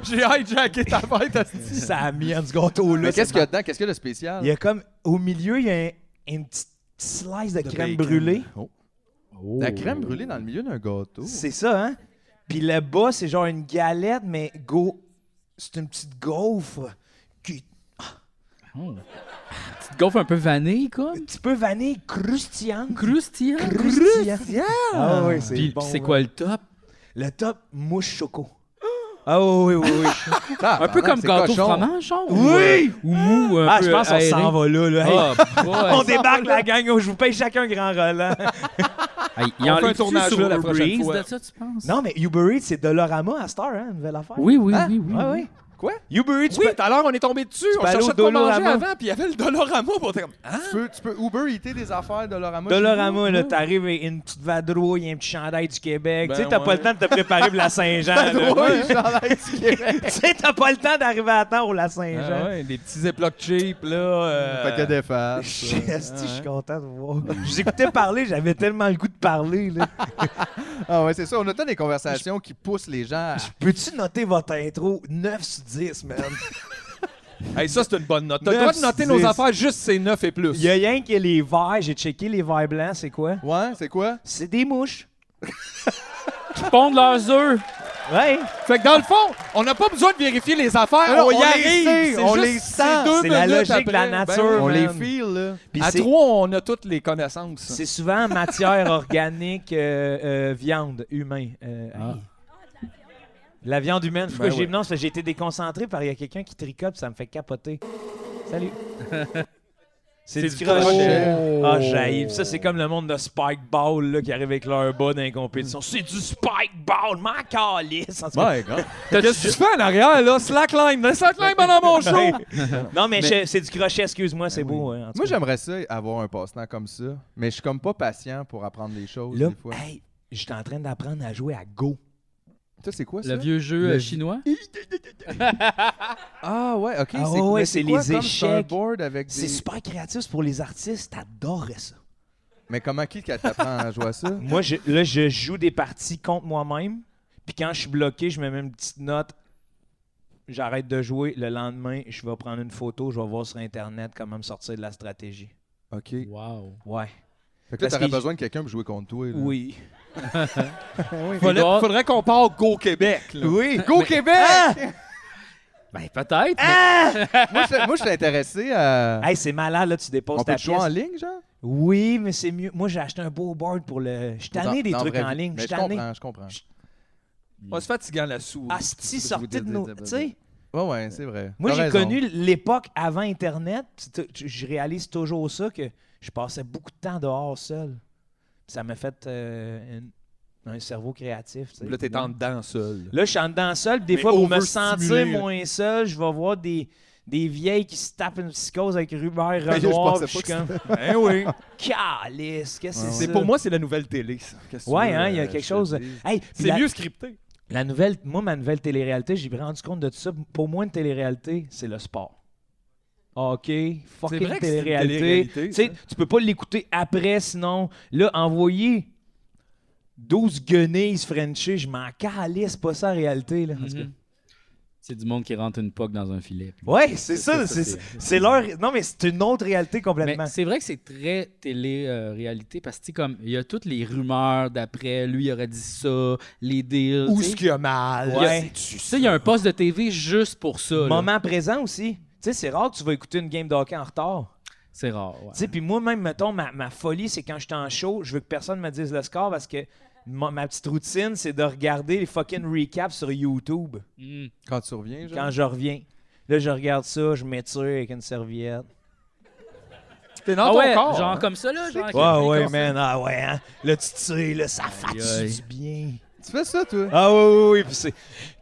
Speaker 2: J'ai hijacké ta fête. asti.
Speaker 8: C'est la mienne, ce gâteau-là.
Speaker 3: Mais
Speaker 8: c'est
Speaker 3: qu'est-ce qu'il y a dedans? Qu'est-ce qu'il y a de spécial?
Speaker 8: Il y a comme, au milieu, il y a un- une petite slice de, crème brûlée.
Speaker 3: Oh. La crème brûlée dans le milieu d'un gâteau.
Speaker 8: C'est ça, hein? Puis le bas, c'est genre une galette, mais go... c'est une petite gaufre qui est
Speaker 1: Oh. Petite gaufre un peu vanille, comme.
Speaker 8: Un petit peu vanille croustillante.
Speaker 1: Croustillant.
Speaker 8: Croustillante. Ah oui, c'est
Speaker 1: Puis
Speaker 8: bon.
Speaker 1: c'est
Speaker 8: là.
Speaker 1: quoi le top?
Speaker 8: Le top mouche choco. Ah oui, oui, oui. oui.
Speaker 1: Un peu comme gâteau au fromage, genre? ou, euh, Ou mou, un
Speaker 8: ah,
Speaker 1: peu
Speaker 8: je pense qu'on
Speaker 1: aéré.
Speaker 8: s'en va là. là. Hey,
Speaker 1: Ah,
Speaker 8: on
Speaker 1: boy.
Speaker 8: débarque la gang, je vous paye chacun un grand hein. Roland.
Speaker 1: Hey,
Speaker 2: fait
Speaker 1: Il
Speaker 2: un
Speaker 1: enlève
Speaker 2: tournage,
Speaker 1: sur
Speaker 2: là, la
Speaker 1: Uber
Speaker 2: prochaine
Speaker 1: Eats
Speaker 2: fois.
Speaker 1: de ça, tu penses?
Speaker 8: non, mais Uber Eats, c'est Dolorama à Star, hein, une nouvelle affaire.
Speaker 1: Oui, oui,
Speaker 8: Hein?
Speaker 1: oui, oui.
Speaker 8: Ah,
Speaker 1: oui.
Speaker 2: Quoi?
Speaker 8: Uber
Speaker 2: Oui,
Speaker 8: Eats,
Speaker 2: tout ben, à l'heure, on est tombé dessus. On
Speaker 8: peux aller
Speaker 2: cherchait
Speaker 8: au
Speaker 2: de quoi manger
Speaker 8: Dolorama.
Speaker 2: avant, puis il y avait le Dolorama pour dire « Ah,
Speaker 3: Tu peux, tu peux Uber eater des affaires de Dolorama. chez
Speaker 8: Dolorama, là, t'arrives et une petite vadrouille, un petit chandail du Québec.
Speaker 2: Ben
Speaker 8: tu sais, t'as pas
Speaker 2: ouais.
Speaker 8: le temps de te préparer pour la Saint-Jean.
Speaker 3: nous.
Speaker 8: là.
Speaker 3: Ouais, le chandail du Québec.
Speaker 8: tu sais, t'as pas le temps d'arriver à temps pour la
Speaker 2: Ah
Speaker 8: Saint-Jean.
Speaker 2: ouais, des petits éplocs cheap, là. euh,
Speaker 3: Paquet de
Speaker 8: Ah,
Speaker 3: faces.
Speaker 8: Esti, Je suis content de vous voir. Je vous écoutais parler, j'avais tellement le goût de parler. Là.
Speaker 3: Ah ouais, c'est ça. On a tant des conversations qui poussent les gens à...
Speaker 8: Peux-tu noter votre intro 9 sur 10, man?
Speaker 2: Hey, ça, c'est une bonne note. T'as le
Speaker 8: Neuf,
Speaker 2: droit de noter nos
Speaker 8: dix.
Speaker 2: affaires juste ces 9 et plus.
Speaker 8: Il y a rien que les verts, j'ai checké les verts blancs, c'est quoi?
Speaker 3: Ouais, c'est quoi?
Speaker 8: C'est des mouches.
Speaker 1: Ils pondent leurs œufs.
Speaker 8: Ouais.
Speaker 2: Fait que dans le fond, on n'a pas besoin de vérifier les affaires.
Speaker 3: Alors,
Speaker 2: on y
Speaker 3: on les
Speaker 2: arrive.
Speaker 3: sait,
Speaker 2: C'est
Speaker 3: on
Speaker 2: juste
Speaker 3: les
Speaker 2: ces
Speaker 3: sent.
Speaker 2: deux
Speaker 8: C'est la
Speaker 2: minutes
Speaker 8: logique de
Speaker 2: après. Ben
Speaker 8: la nature.
Speaker 2: oui.
Speaker 3: On les
Speaker 8: man.
Speaker 3: file, là.
Speaker 8: Puis
Speaker 2: à
Speaker 8: c'est-
Speaker 2: trois, on a toutes les connaissances.
Speaker 8: C'est souvent matière organique, euh, euh, viande, humain. euh,
Speaker 1: Ah.
Speaker 8: hey. La viande humaine. Pourquoi
Speaker 2: Ben
Speaker 8: j'ai...
Speaker 2: ouais.
Speaker 8: Non, c'est parce que j'ai été déconcentré par il y a quelqu'un qui tricote, ça me fait capoter. Salut. c'est,
Speaker 1: du
Speaker 8: du crochet.
Speaker 3: crochet.
Speaker 8: Ah, j'haïs. Ça, c'est comme le monde de Spike Ball là, qui arrive avec leur bas dans les compétitions. C'est du Spike Ball, ma calisse. En tout cas,
Speaker 2: Qu'est-ce que tu fais en arrière, là? Slackline. Laisse Slackline pendant mon show.
Speaker 8: Non, mais, je- c'est du crochet, excuse-moi, c'est beau. hein, en tout
Speaker 3: Moi,
Speaker 8: cas.
Speaker 3: j'aimerais ça, avoir un passe-temps comme ça. Mais je suis comme pas patient pour apprendre des choses,
Speaker 8: Là,
Speaker 3: des fois.
Speaker 8: hey, j'étais en train d'apprendre à jouer à Go.
Speaker 3: Toi, c'est quoi, ça?
Speaker 1: Le vieux jeu
Speaker 3: Le-
Speaker 1: euh, chinois.
Speaker 3: Ah ouais, OK.
Speaker 8: Ah
Speaker 3: c'est
Speaker 8: ouais,
Speaker 3: mais
Speaker 8: c'est
Speaker 3: quoi,
Speaker 8: les
Speaker 3: comme, C'est un
Speaker 8: échecs.
Speaker 3: board avec des...
Speaker 8: C'est super créatif pour les artistes, t'adorais ça.
Speaker 3: Mais comment qui qui t'apprend à jouer à ça?
Speaker 8: Moi, je- là, je joue des parties contre moi-même. Puis quand je suis bloqué, je mets même une petite note. J'arrête de jouer. Le lendemain, je vais prendre une photo. Je vais voir sur Internet comment me sortir de la stratégie.
Speaker 3: OK. Fait
Speaker 1: Wow.
Speaker 8: Ouais.
Speaker 3: que là,
Speaker 8: Parce
Speaker 3: t'aurais
Speaker 8: que-
Speaker 3: besoin de quelqu'un pour jouer contre toi. là.
Speaker 8: Oui.
Speaker 2: Faudrait,
Speaker 1: Édouard-
Speaker 2: faudrait qu'on part Go Québec, là.
Speaker 8: Oui.
Speaker 3: Go Québec!
Speaker 8: Ah!
Speaker 1: Ben, peut-être.
Speaker 3: moi, je, moi, je suis intéressé à...
Speaker 8: Hey, c'est malade, là, tu déposes
Speaker 3: On
Speaker 8: ta
Speaker 3: peut
Speaker 8: pièce.
Speaker 3: jouer en ligne, genre?
Speaker 8: Oui, mais c'est mieux. Moi, j'ai acheté un beau board pour le. Je suis tanné
Speaker 3: Dans-
Speaker 8: des
Speaker 3: dans
Speaker 8: trucs
Speaker 3: vraie
Speaker 8: en
Speaker 3: vie.
Speaker 8: ligne. Je
Speaker 3: Mais je
Speaker 8: suis tanné.
Speaker 3: comprends, je comprends.
Speaker 2: On se fatigant la sourde.
Speaker 8: Asti,
Speaker 3: Je vous
Speaker 8: sortez de
Speaker 3: dis-
Speaker 8: nos.
Speaker 3: dis- dis-
Speaker 8: Tu sais,
Speaker 3: Ouais, ouais, c'est vrai.
Speaker 8: Moi,
Speaker 3: T'as
Speaker 8: j'ai
Speaker 3: raison.
Speaker 8: connu l'époque avant Internet. pis tu- tu- Je réalise toujours ça, que je passais beaucoup de temps dehors seul. Pis Ça m'a fait euh, une- un cerveau créatif. tu sais.
Speaker 2: Là, t'es en dedans seul.
Speaker 8: Là, je suis en dedans seul. pis Des
Speaker 2: Mais
Speaker 8: fois, pour me
Speaker 2: overstimulé,
Speaker 8: sentir
Speaker 2: là.
Speaker 8: moins seul, je vais voir des, des vieilles qui se tapent une psychose avec Rubert
Speaker 3: je
Speaker 8: Renoir.
Speaker 3: pensais
Speaker 8: pis Je suis
Speaker 3: pas
Speaker 8: comme, ben
Speaker 2: Hein, oui.
Speaker 8: calice, qu'est-ce que c'est
Speaker 2: C'est
Speaker 8: ça?
Speaker 2: pour moi, c'est la nouvelle télé, ça. Qu'est-ce que tu
Speaker 8: Ah Ouais,
Speaker 2: veux,
Speaker 8: hein, il y a
Speaker 2: euh,
Speaker 8: quelque
Speaker 2: je te
Speaker 8: chose.
Speaker 2: dis.
Speaker 8: Hey, pis
Speaker 2: C'est
Speaker 8: la-
Speaker 2: mieux scripté.
Speaker 8: La nouvelle, moi, ma nouvelle télé-réalité, j'ai rendu compte de tout ça. Pour moi, une télé-réalité, c'est le sport. OK,
Speaker 2: C'est vrai
Speaker 8: fucking
Speaker 2: que c'est une
Speaker 8: télé-réalité.
Speaker 2: télé-réalité,
Speaker 8: Tu sais,
Speaker 2: ça.
Speaker 8: tu peux pas l'écouter après, sinon, là, envoyer 12 guenilles Frenchie, je m'en calisse, c'est pas ça la réalité. Là, en tout cas.
Speaker 1: Mhm. C'est du monde qui rentre une poque dans un filet.
Speaker 8: Ouais, c'est ça,
Speaker 1: ça,
Speaker 8: c'est-
Speaker 1: c'est-
Speaker 8: c'est leur. Non, mais c'est une autre réalité
Speaker 1: Mais
Speaker 8: complètement.
Speaker 1: c'est vrai que c'est très télé-réalité parce que, tu sais, comme, il y a toutes les rumeurs d'après, lui, il aurait dit ça, les deals.
Speaker 2: Où
Speaker 1: tu sais.
Speaker 2: est-ce qu'il y a mal?
Speaker 8: Ouais.
Speaker 2: C'est-tu
Speaker 1: Tu sais, il y a un poste de TV juste pour ça. là.
Speaker 8: Moment présent aussi. Tu sais, c'est rare que tu vas écouter une game de hockey en retard.
Speaker 1: C'est rare. ouais.
Speaker 8: Tu sais, puis moi-même, mettons, ma, ma folie, c'est quand je suis en show, je veux que personne me dise le score parce que ma, ma petite routine, c'est de regarder les fucking recaps sur YouTube
Speaker 1: Mm.
Speaker 3: Quand tu reviens, genre?
Speaker 8: quand je reviens. Là, je regarde ça, je m'étire avec une serviette.
Speaker 2: T'es dans
Speaker 1: Ah
Speaker 2: ton
Speaker 1: ouais,
Speaker 2: corps.
Speaker 1: genre
Speaker 2: hein?
Speaker 1: comme ça, là. Genre,
Speaker 8: Ouais,
Speaker 1: comme-
Speaker 8: ouais,
Speaker 1: comme ça.
Speaker 8: man, ah ouais, hein. Là, tu tires, là, ça fatigue
Speaker 1: aïe.
Speaker 8: du bien.
Speaker 3: Tu fais ça, toi?
Speaker 8: Ah oui, oui, oui. puis c'est-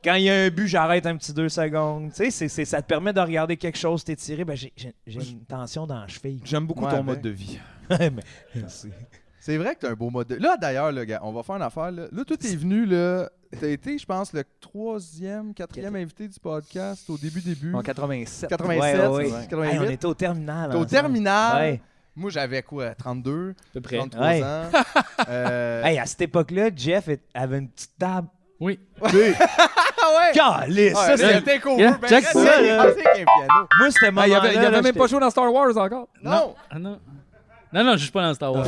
Speaker 8: quand il y a un but, j'arrête un petit deux secondes. Tu sais, c'est- c'est- ça te permet de regarder quelque chose, t'étirer. Ben, j'ai j'ai- j'ai une tension dans la cheville.
Speaker 2: J'aime beaucoup
Speaker 3: Ouais,
Speaker 2: ton
Speaker 3: ben.
Speaker 2: mode de vie.
Speaker 8: Ouais, mais- c'est-
Speaker 3: C'est vrai que t'as un beau mode de... Là, d'ailleurs, le gars, on va faire une affaire, là. Là, toi, t'es venu, là... T'as été, je pense, le troisième, quatrième invité du podcast au début-début.
Speaker 2: En 87.
Speaker 3: 87,
Speaker 8: Ouais, ouais, ouais.
Speaker 3: 88.
Speaker 8: Hey, on était au terminal.
Speaker 3: T'es au
Speaker 8: ensemble.
Speaker 3: terminal.
Speaker 8: Ouais.
Speaker 3: Moi, j'avais quoi? 32,
Speaker 1: À peu près.
Speaker 3: 33
Speaker 8: Ouais.
Speaker 3: ans. Euh,
Speaker 8: Hey, à cette époque-là, Jeff est- avait une petite table.
Speaker 1: Oui.
Speaker 8: Calisse, ça,
Speaker 3: Ah ouais,
Speaker 8: c'est-
Speaker 3: c'était cool.
Speaker 1: Yeah, check
Speaker 3: reste
Speaker 8: ça,
Speaker 3: avec-
Speaker 8: là.
Speaker 3: reste avec un piano.
Speaker 8: Moi, c'était
Speaker 2: Ah,
Speaker 8: moment
Speaker 2: il y avait, il y avait
Speaker 8: là,
Speaker 2: même
Speaker 8: j'étais-
Speaker 2: pas joué dans Star Wars encore.
Speaker 3: Non!
Speaker 1: Ah, non. non, non, je ne suis pas dans Star Wars.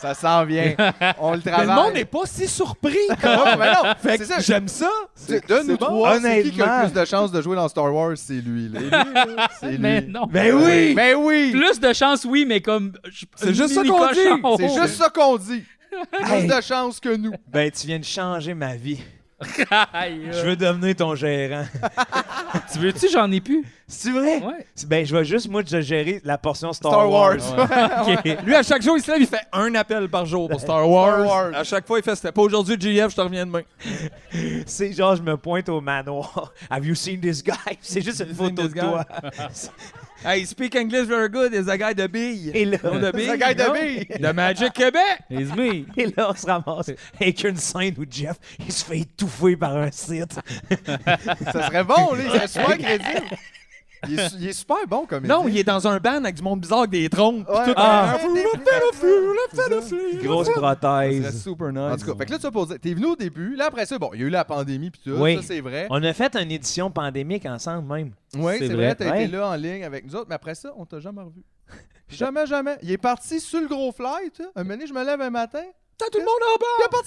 Speaker 3: Ça s'en vient. On le
Speaker 2: Mais
Speaker 3: travaille.
Speaker 2: le monde n'est pas si surpris.
Speaker 3: Ah, mais non,
Speaker 2: Fait
Speaker 3: c'est
Speaker 2: que
Speaker 3: ça.
Speaker 2: j'aime ça.
Speaker 3: C'est- Deux
Speaker 2: c'est
Speaker 3: ou
Speaker 2: bon.
Speaker 3: trois, c'est qui qui a
Speaker 8: Honnêtement.
Speaker 3: le plus de chances de jouer dans Star Wars? C'est lui, là. C'est lui.
Speaker 1: Mais non.
Speaker 2: Mais Ben oui!
Speaker 3: Mais oui!
Speaker 1: Plus de chance, oui, mais comme. je-
Speaker 2: C'est juste ça
Speaker 1: mini
Speaker 2: qu'on dit.
Speaker 1: cochon.
Speaker 3: C'est juste ça qu'on dit. Plus
Speaker 8: Hey.
Speaker 3: de chances que nous.
Speaker 8: Ben, tu viens de changer ma vie.
Speaker 1: Aïe, euh.
Speaker 8: Je veux devenir ton gérant.
Speaker 1: Tu veux-tu, j'en ai plus?
Speaker 8: C'est vrai?
Speaker 1: Ouais.
Speaker 8: Ben, je vais juste, moi, je gérer la portion Star,
Speaker 3: Star Wars.
Speaker 1: Ok.
Speaker 2: Lui, à chaque jour, il se lève, il fait un appel par jour pour Star Wars.
Speaker 3: Star Wars.
Speaker 2: À chaque fois, il fait C'était pas aujourd'hui, GF, je te reviens demain.
Speaker 8: C'est genre, je me pointe au manoir. Have you seen this guy? C'est juste une
Speaker 2: Have you seen
Speaker 8: photo de
Speaker 2: this guy?
Speaker 8: toi.
Speaker 2: Hey, speak English very good, is a guy de bille.
Speaker 8: Et là,
Speaker 2: Non, de bille.
Speaker 3: Ça gagne
Speaker 2: non?
Speaker 3: de bille.
Speaker 2: De Magic Québec.
Speaker 1: It's me.
Speaker 8: et là, on se ramasse avec une scène où Jeff, il se fait étouffer par un site.
Speaker 3: Ça serait bon, là. Il serait super crédible. Il est, su- il est super bon comme
Speaker 2: Non, il est dans un ban avec du monde bizarre avec des trompes. pis
Speaker 3: Ouais,
Speaker 2: tout.
Speaker 3: ouais,
Speaker 2: Ah.
Speaker 3: ouais,
Speaker 8: Grosse
Speaker 2: Ça serait
Speaker 8: prothèse.
Speaker 2: super nice.
Speaker 3: En tout cas, fait que là, tu as posé. T'es venu au début. Là, après ça, bon, il y a eu la pandémie, puis tout.
Speaker 8: Oui.
Speaker 3: Ça, c'est vrai.
Speaker 8: On a fait une édition pandémique ensemble, même.
Speaker 3: Oui,
Speaker 1: C'est
Speaker 3: c'est
Speaker 1: vrai.
Speaker 3: vrai. T'as
Speaker 8: Ouais.
Speaker 3: été là en ligne avec nous autres, mais après ça, on t'a jamais revu. Jamais, jamais. Il est parti sur le gros flight. hein. Un moment donné, je me lève un matin.
Speaker 2: T'as tout le monde en bas.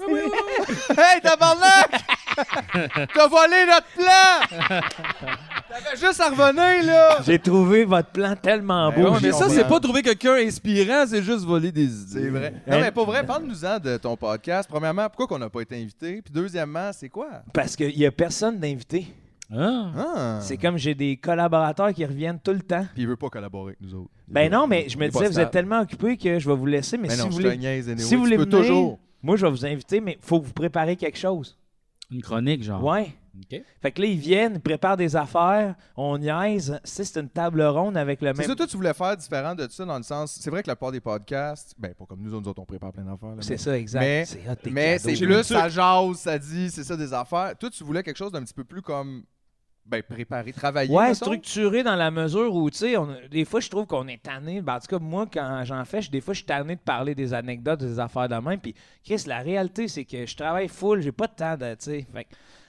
Speaker 3: Il a parti un podcast! hey, tabarnak! T'as volé notre plan! T'avais juste à revenir, là!
Speaker 8: J'ai trouvé votre plan tellement
Speaker 3: Ben
Speaker 8: beau.
Speaker 3: ouais,
Speaker 8: J'ai-
Speaker 2: Mais ça, c'est
Speaker 3: comprends.
Speaker 2: pas trouver quelqu'un inspirant, c'est juste voler des idées.
Speaker 3: C'est vrai. Non, mais pour vrai, parle-nous-en de ton podcast. Premièrement, pourquoi qu'on n'a pas été invité? Puis deuxièmement, c'est quoi?
Speaker 8: Parce qu'il n'y a personne d'invité.
Speaker 1: Ah.
Speaker 3: Ah!
Speaker 8: C'est comme j'ai des collaborateurs qui reviennent tout le temps.
Speaker 3: Puis il veut pas collaborer avec nous autres.
Speaker 8: Ben non, mais je me
Speaker 3: Il est pas
Speaker 8: disais, vous
Speaker 3: stable.
Speaker 8: êtes tellement occupés que je vais vous laisser, mais
Speaker 3: Mais
Speaker 8: si
Speaker 3: Ben non,
Speaker 8: vous
Speaker 3: je te
Speaker 8: voulez.
Speaker 3: niaise, anyway.
Speaker 8: Si vous voulez
Speaker 3: Tu peux
Speaker 8: venir,
Speaker 3: toujours.
Speaker 8: moi je vais vous inviter, mais faut que vous préparez quelque chose.
Speaker 1: Une chronique,
Speaker 3: Ah.
Speaker 1: genre.
Speaker 8: Ouais.
Speaker 1: Ok.
Speaker 8: Fait que là, ils viennent, ils préparent des affaires, on niaise. Si c'est une table ronde avec le
Speaker 3: C'est
Speaker 8: même.
Speaker 3: ça, toi, tu voulais faire différent de ça dans le sens. C'est vrai que la part des podcasts, ben, pas comme nous, nous autres, on prépare plein d'affaires. là,
Speaker 8: C'est
Speaker 3: mais-
Speaker 8: ça, exact.
Speaker 3: Mais-
Speaker 8: c'est hot, tes
Speaker 3: Mais
Speaker 8: cadeaux.
Speaker 3: c'est plus, ça jase, ça dit, c'est ça des affaires. Toi, tu voulais quelque chose d'un petit peu plus comme. Ben, préparer, travailler.
Speaker 8: Ouais,
Speaker 3: mettons.
Speaker 8: structuré dans la mesure où, tu sais, on a- des fois, je trouve qu'on est tanné. Ben, en tout cas, moi, quand j'en fais, je- des fois, je suis tanné de parler des anecdotes, des affaires de même. Puis, Chris, la réalité, c'est que je travaille full, j'ai pas de temps de, tu sais. Fait que,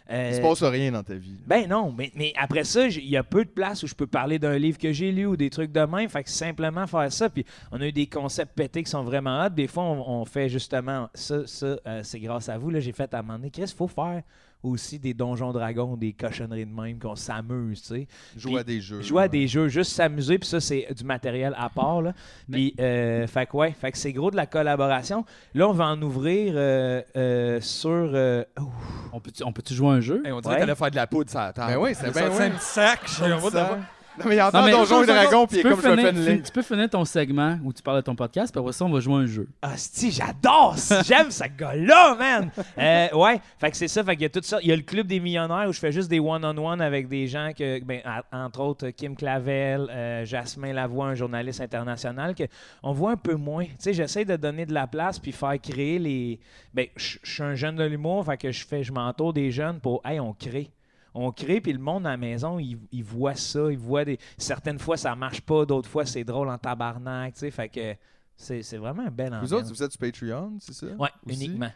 Speaker 8: euh,
Speaker 3: Il se passe rien dans ta vie.
Speaker 8: Ben non, mais, mais après ça, j'ai- il y a peu de place où je peux parler d'un livre que j'ai lu ou des trucs de même. Fait que simplement faire ça. Puis on a eu des concepts pétés qui sont vraiment hot. Des fois, on, on fait justement ça, ça euh, c'est grâce à vous. Là, j'ai fait à un moment donné, Chris, faut faire aussi des donjons dragons, des cochonneries de même, qu'on s'amuse, tu sais.
Speaker 3: Jouer à des jeux.
Speaker 8: Jouer à des jeux, juste s'amuser, puis ça, c'est du matériel à part. Là. Puis, euh, fait que ouais, fait que c'est gros de la collaboration. Là, on va en ouvrir euh, euh, sur. euh, oh,
Speaker 1: On peut-tu on peut jouer à un jeu?
Speaker 2: Hey, on dirait
Speaker 8: Ouais.
Speaker 2: qu'elle allait faire de la poudre sur la table.
Speaker 3: Ben oui, c'est
Speaker 2: Elle
Speaker 3: bien
Speaker 2: sortit
Speaker 3: oui.
Speaker 2: un petit sac. je sais pas,
Speaker 3: Ça.
Speaker 2: d'avoir-
Speaker 3: Non, mais il entend
Speaker 1: Non, mais-
Speaker 3: Donjon et Dragon, puis il est
Speaker 1: peux
Speaker 3: comme je vais
Speaker 1: finir-
Speaker 3: faire une ligne.
Speaker 1: fin- Tu peux finir ton segment où tu parles de ton podcast, puis après ça, on va jouer à un jeu.
Speaker 8: Asti, j'adore! ça. J'aime ce gars-là, man! Euh, ouais, fait que c'est ça, fait qu'il y a tout ça. Il y a le club des millionnaires où je fais juste des one-on-one avec des gens que, ben, à- entre autres, Kim Clavel, euh, Jasmin Lavoie, un journaliste international, que on voit un peu moins. Tu sais, j'essaie de donner de la place puis faire créer les. Ben, je je suis un jeune de l'humour, fait que je fais, je m'entoure des jeunes pour, hey, on crée. On crée, puis le monde à la maison, il, il voit ça, il voit des. Certaines fois, ça marche pas, d'autres fois, c'est drôle en tabarnak, tu sais, fait que. C'est c'est vraiment un bel ambiance.
Speaker 3: Vous autres, vous êtes sur Patreon, c'est ça?
Speaker 8: Ouais,
Speaker 3: aussi?
Speaker 8: uniquement.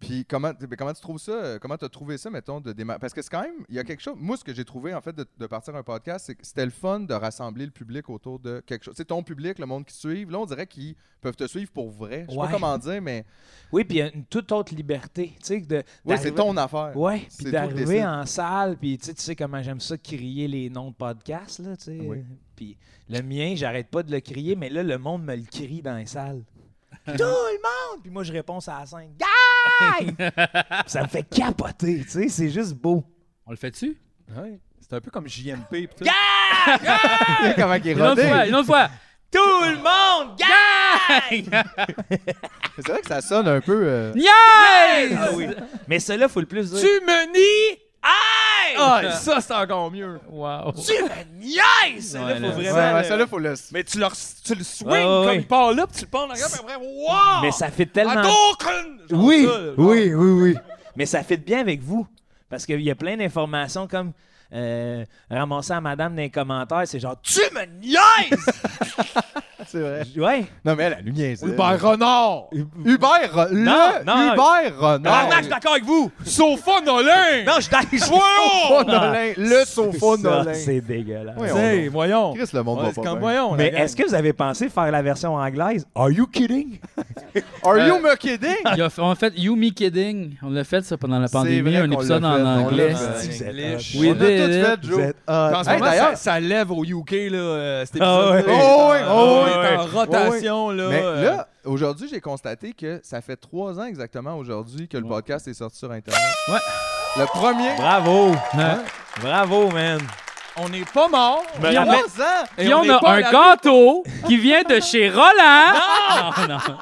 Speaker 3: Puis comment, ben, comment tu trouves ça? euh, Comment tu as trouvé ça, mettons, de démarrer? Parce que c'est quand même, il y a quelque chose. Moi, ce que j'ai trouvé, en fait, de, de partir un podcast, c'est que c'était le fun de rassembler le public autour de quelque chose. C'est ton public, le monde qui te suit. Là, on dirait qu'ils peuvent te suivre pour vrai. Je sais
Speaker 8: Ouais.
Speaker 3: pas comment dire, mais
Speaker 8: Oui, puis il y a une toute autre liberté, tu sais, de
Speaker 3: oui,
Speaker 8: d'arriver-
Speaker 3: c'est ton affaire.
Speaker 8: Ouais,
Speaker 3: C'est
Speaker 8: puis
Speaker 3: toi qui
Speaker 8: d'arriver
Speaker 3: décides.
Speaker 8: en salle, puis tu sais, tu sais comment j'aime ça crier les noms de podcasts, là, tu sais.
Speaker 3: Oui.
Speaker 8: Puis le mien, j'arrête pas de le crier, mais là, le monde me le crie dans les salles. Tout le monde! Puis moi, je réponds à la scène. Guy! ça me fait capoter, tu sais, c'est juste beau.
Speaker 1: On le fait-tu?
Speaker 2: Ouais. C'est un peu comme JMP. pis tout.
Speaker 3: comment il est
Speaker 1: Une autre
Speaker 3: rodé.
Speaker 1: fois, une autre fois.
Speaker 8: Tout le monde! Guy!
Speaker 3: Mais C'est vrai que ça sonne un peu. euh,
Speaker 1: Niaise!
Speaker 8: Ah oui. Mais cela, faut le plus dire.
Speaker 2: Tu me nies!
Speaker 8: Hey!
Speaker 2: Ah, ça, c'est encore mieux.
Speaker 1: Wow.
Speaker 8: Tu me niaises! Celle-là,
Speaker 1: Ouais, là,
Speaker 8: faut
Speaker 3: ouais,
Speaker 8: vraiment...
Speaker 3: ouais, ça, là, faut le.
Speaker 2: Mais tu le, tu le swings
Speaker 8: Ouais, ouais,
Speaker 2: comme
Speaker 8: ouais.
Speaker 2: il part là, puis tu le pars en arrière, puis après, wow!
Speaker 8: Mais ça fait tellement...
Speaker 2: Oui!
Speaker 3: oui, oui.
Speaker 8: Mais ça fit bien avec vous. Parce qu'il y a plein d'informations comme euh, ramasser à madame dans les commentaires, c'est genre Tu me niaises!
Speaker 3: c'est vrai.
Speaker 8: Ouais.
Speaker 3: Non, mais elle, elle lui niaise.
Speaker 2: Hubert Renard!
Speaker 3: Hubert, Ro- le
Speaker 8: Non, non,
Speaker 3: Hubert Renard.
Speaker 8: Tabarnak, Ah, je suis d'accord avec vous.
Speaker 2: Sofa Nolin!
Speaker 8: Non, je suis d'accord.
Speaker 2: Voyons!
Speaker 3: Sophonolin, le Sophonolin.
Speaker 8: Ça, C'est dégueulasse.
Speaker 3: Oui,
Speaker 2: T'sais, voyons!
Speaker 3: Chris, le monde
Speaker 2: Ouais,
Speaker 3: va pas
Speaker 2: c'est comme
Speaker 3: bien.
Speaker 2: voyons,
Speaker 8: Mais
Speaker 2: la
Speaker 8: est-ce que vous avez pensé faire la version anglaise? Are you kidding?
Speaker 3: Are you me kidding?
Speaker 1: Il a fait- on a fait You Me Kidding. On l'a fait ça pendant la
Speaker 3: C'est
Speaker 1: pandémie,
Speaker 3: vrai
Speaker 1: un
Speaker 3: qu'on
Speaker 1: épisode
Speaker 3: l'a
Speaker 1: en
Speaker 3: fait, on
Speaker 1: anglais.
Speaker 3: l'a fait.
Speaker 2: gang.
Speaker 1: hot.
Speaker 2: English.
Speaker 8: Vous êtes
Speaker 1: Oui,
Speaker 3: On a tout
Speaker 1: did it.
Speaker 3: fait,
Speaker 8: Vous
Speaker 3: Joe.
Speaker 8: êtes hot.
Speaker 2: En ce
Speaker 3: Hey,
Speaker 2: moment, ça,
Speaker 3: d'ailleurs,
Speaker 2: ça lève au UK, là, euh, cet
Speaker 8: Ah
Speaker 2: épisode-là.
Speaker 8: ouais.
Speaker 3: Oh ouais, oh
Speaker 2: Il est
Speaker 8: Ah ouais.
Speaker 2: en rotation, là.
Speaker 3: Mais
Speaker 2: euh,
Speaker 3: là, aujourd'hui, j'ai constaté que ça fait trois ans exactement aujourd'hui que le podcast est sorti sur Internet.
Speaker 1: Ouais.
Speaker 3: Le premier.
Speaker 8: Bravo!
Speaker 1: Ouais.
Speaker 8: Bravo, man!
Speaker 2: on n'est pas mort.
Speaker 1: Puis on a-
Speaker 3: Trois ans!
Speaker 1: puis on a un gâteau qui vient de chez Roland. Non, non.
Speaker 8: Hein?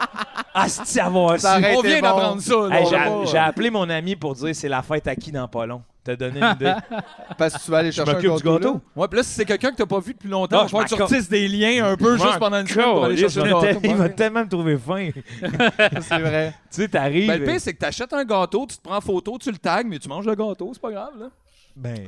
Speaker 8: Ah, Asti avoir su!
Speaker 3: Ça aurait
Speaker 2: On
Speaker 3: été
Speaker 2: vient
Speaker 3: bon.
Speaker 2: d'apprendre ça. là,
Speaker 8: Hey,
Speaker 2: on
Speaker 8: j'ai,
Speaker 2: l'a pas,
Speaker 8: j'ai
Speaker 2: euh,
Speaker 8: appelé mon ami pour dire c'est la fête à qui dans pas long. T'as donné une idée.
Speaker 3: euh, Parce que tu vas aller
Speaker 8: Je
Speaker 3: chercher un
Speaker 8: m'occupe du
Speaker 3: gâteau.
Speaker 8: gâteau.
Speaker 2: Ouais, puis là, si c'est quelqu'un que t'as pas vu depuis longtemps,
Speaker 8: Non,
Speaker 2: je vois que
Speaker 8: je
Speaker 2: tu
Speaker 8: m'en
Speaker 2: retisses des liens un peu juste pendant une semaine pour aller chercher un gâteau.
Speaker 8: Il m'a
Speaker 2: Ouais.
Speaker 8: tellement me trouvé fin. tu
Speaker 3: là. C'est vrai.
Speaker 8: sais, t'arrives.
Speaker 2: Ben, le pire, c'est que t'achètes un gâteau, tu te prends photo, tu le tags, mais tu manges le gâteau, c'est pas grave, là.
Speaker 8: Ben,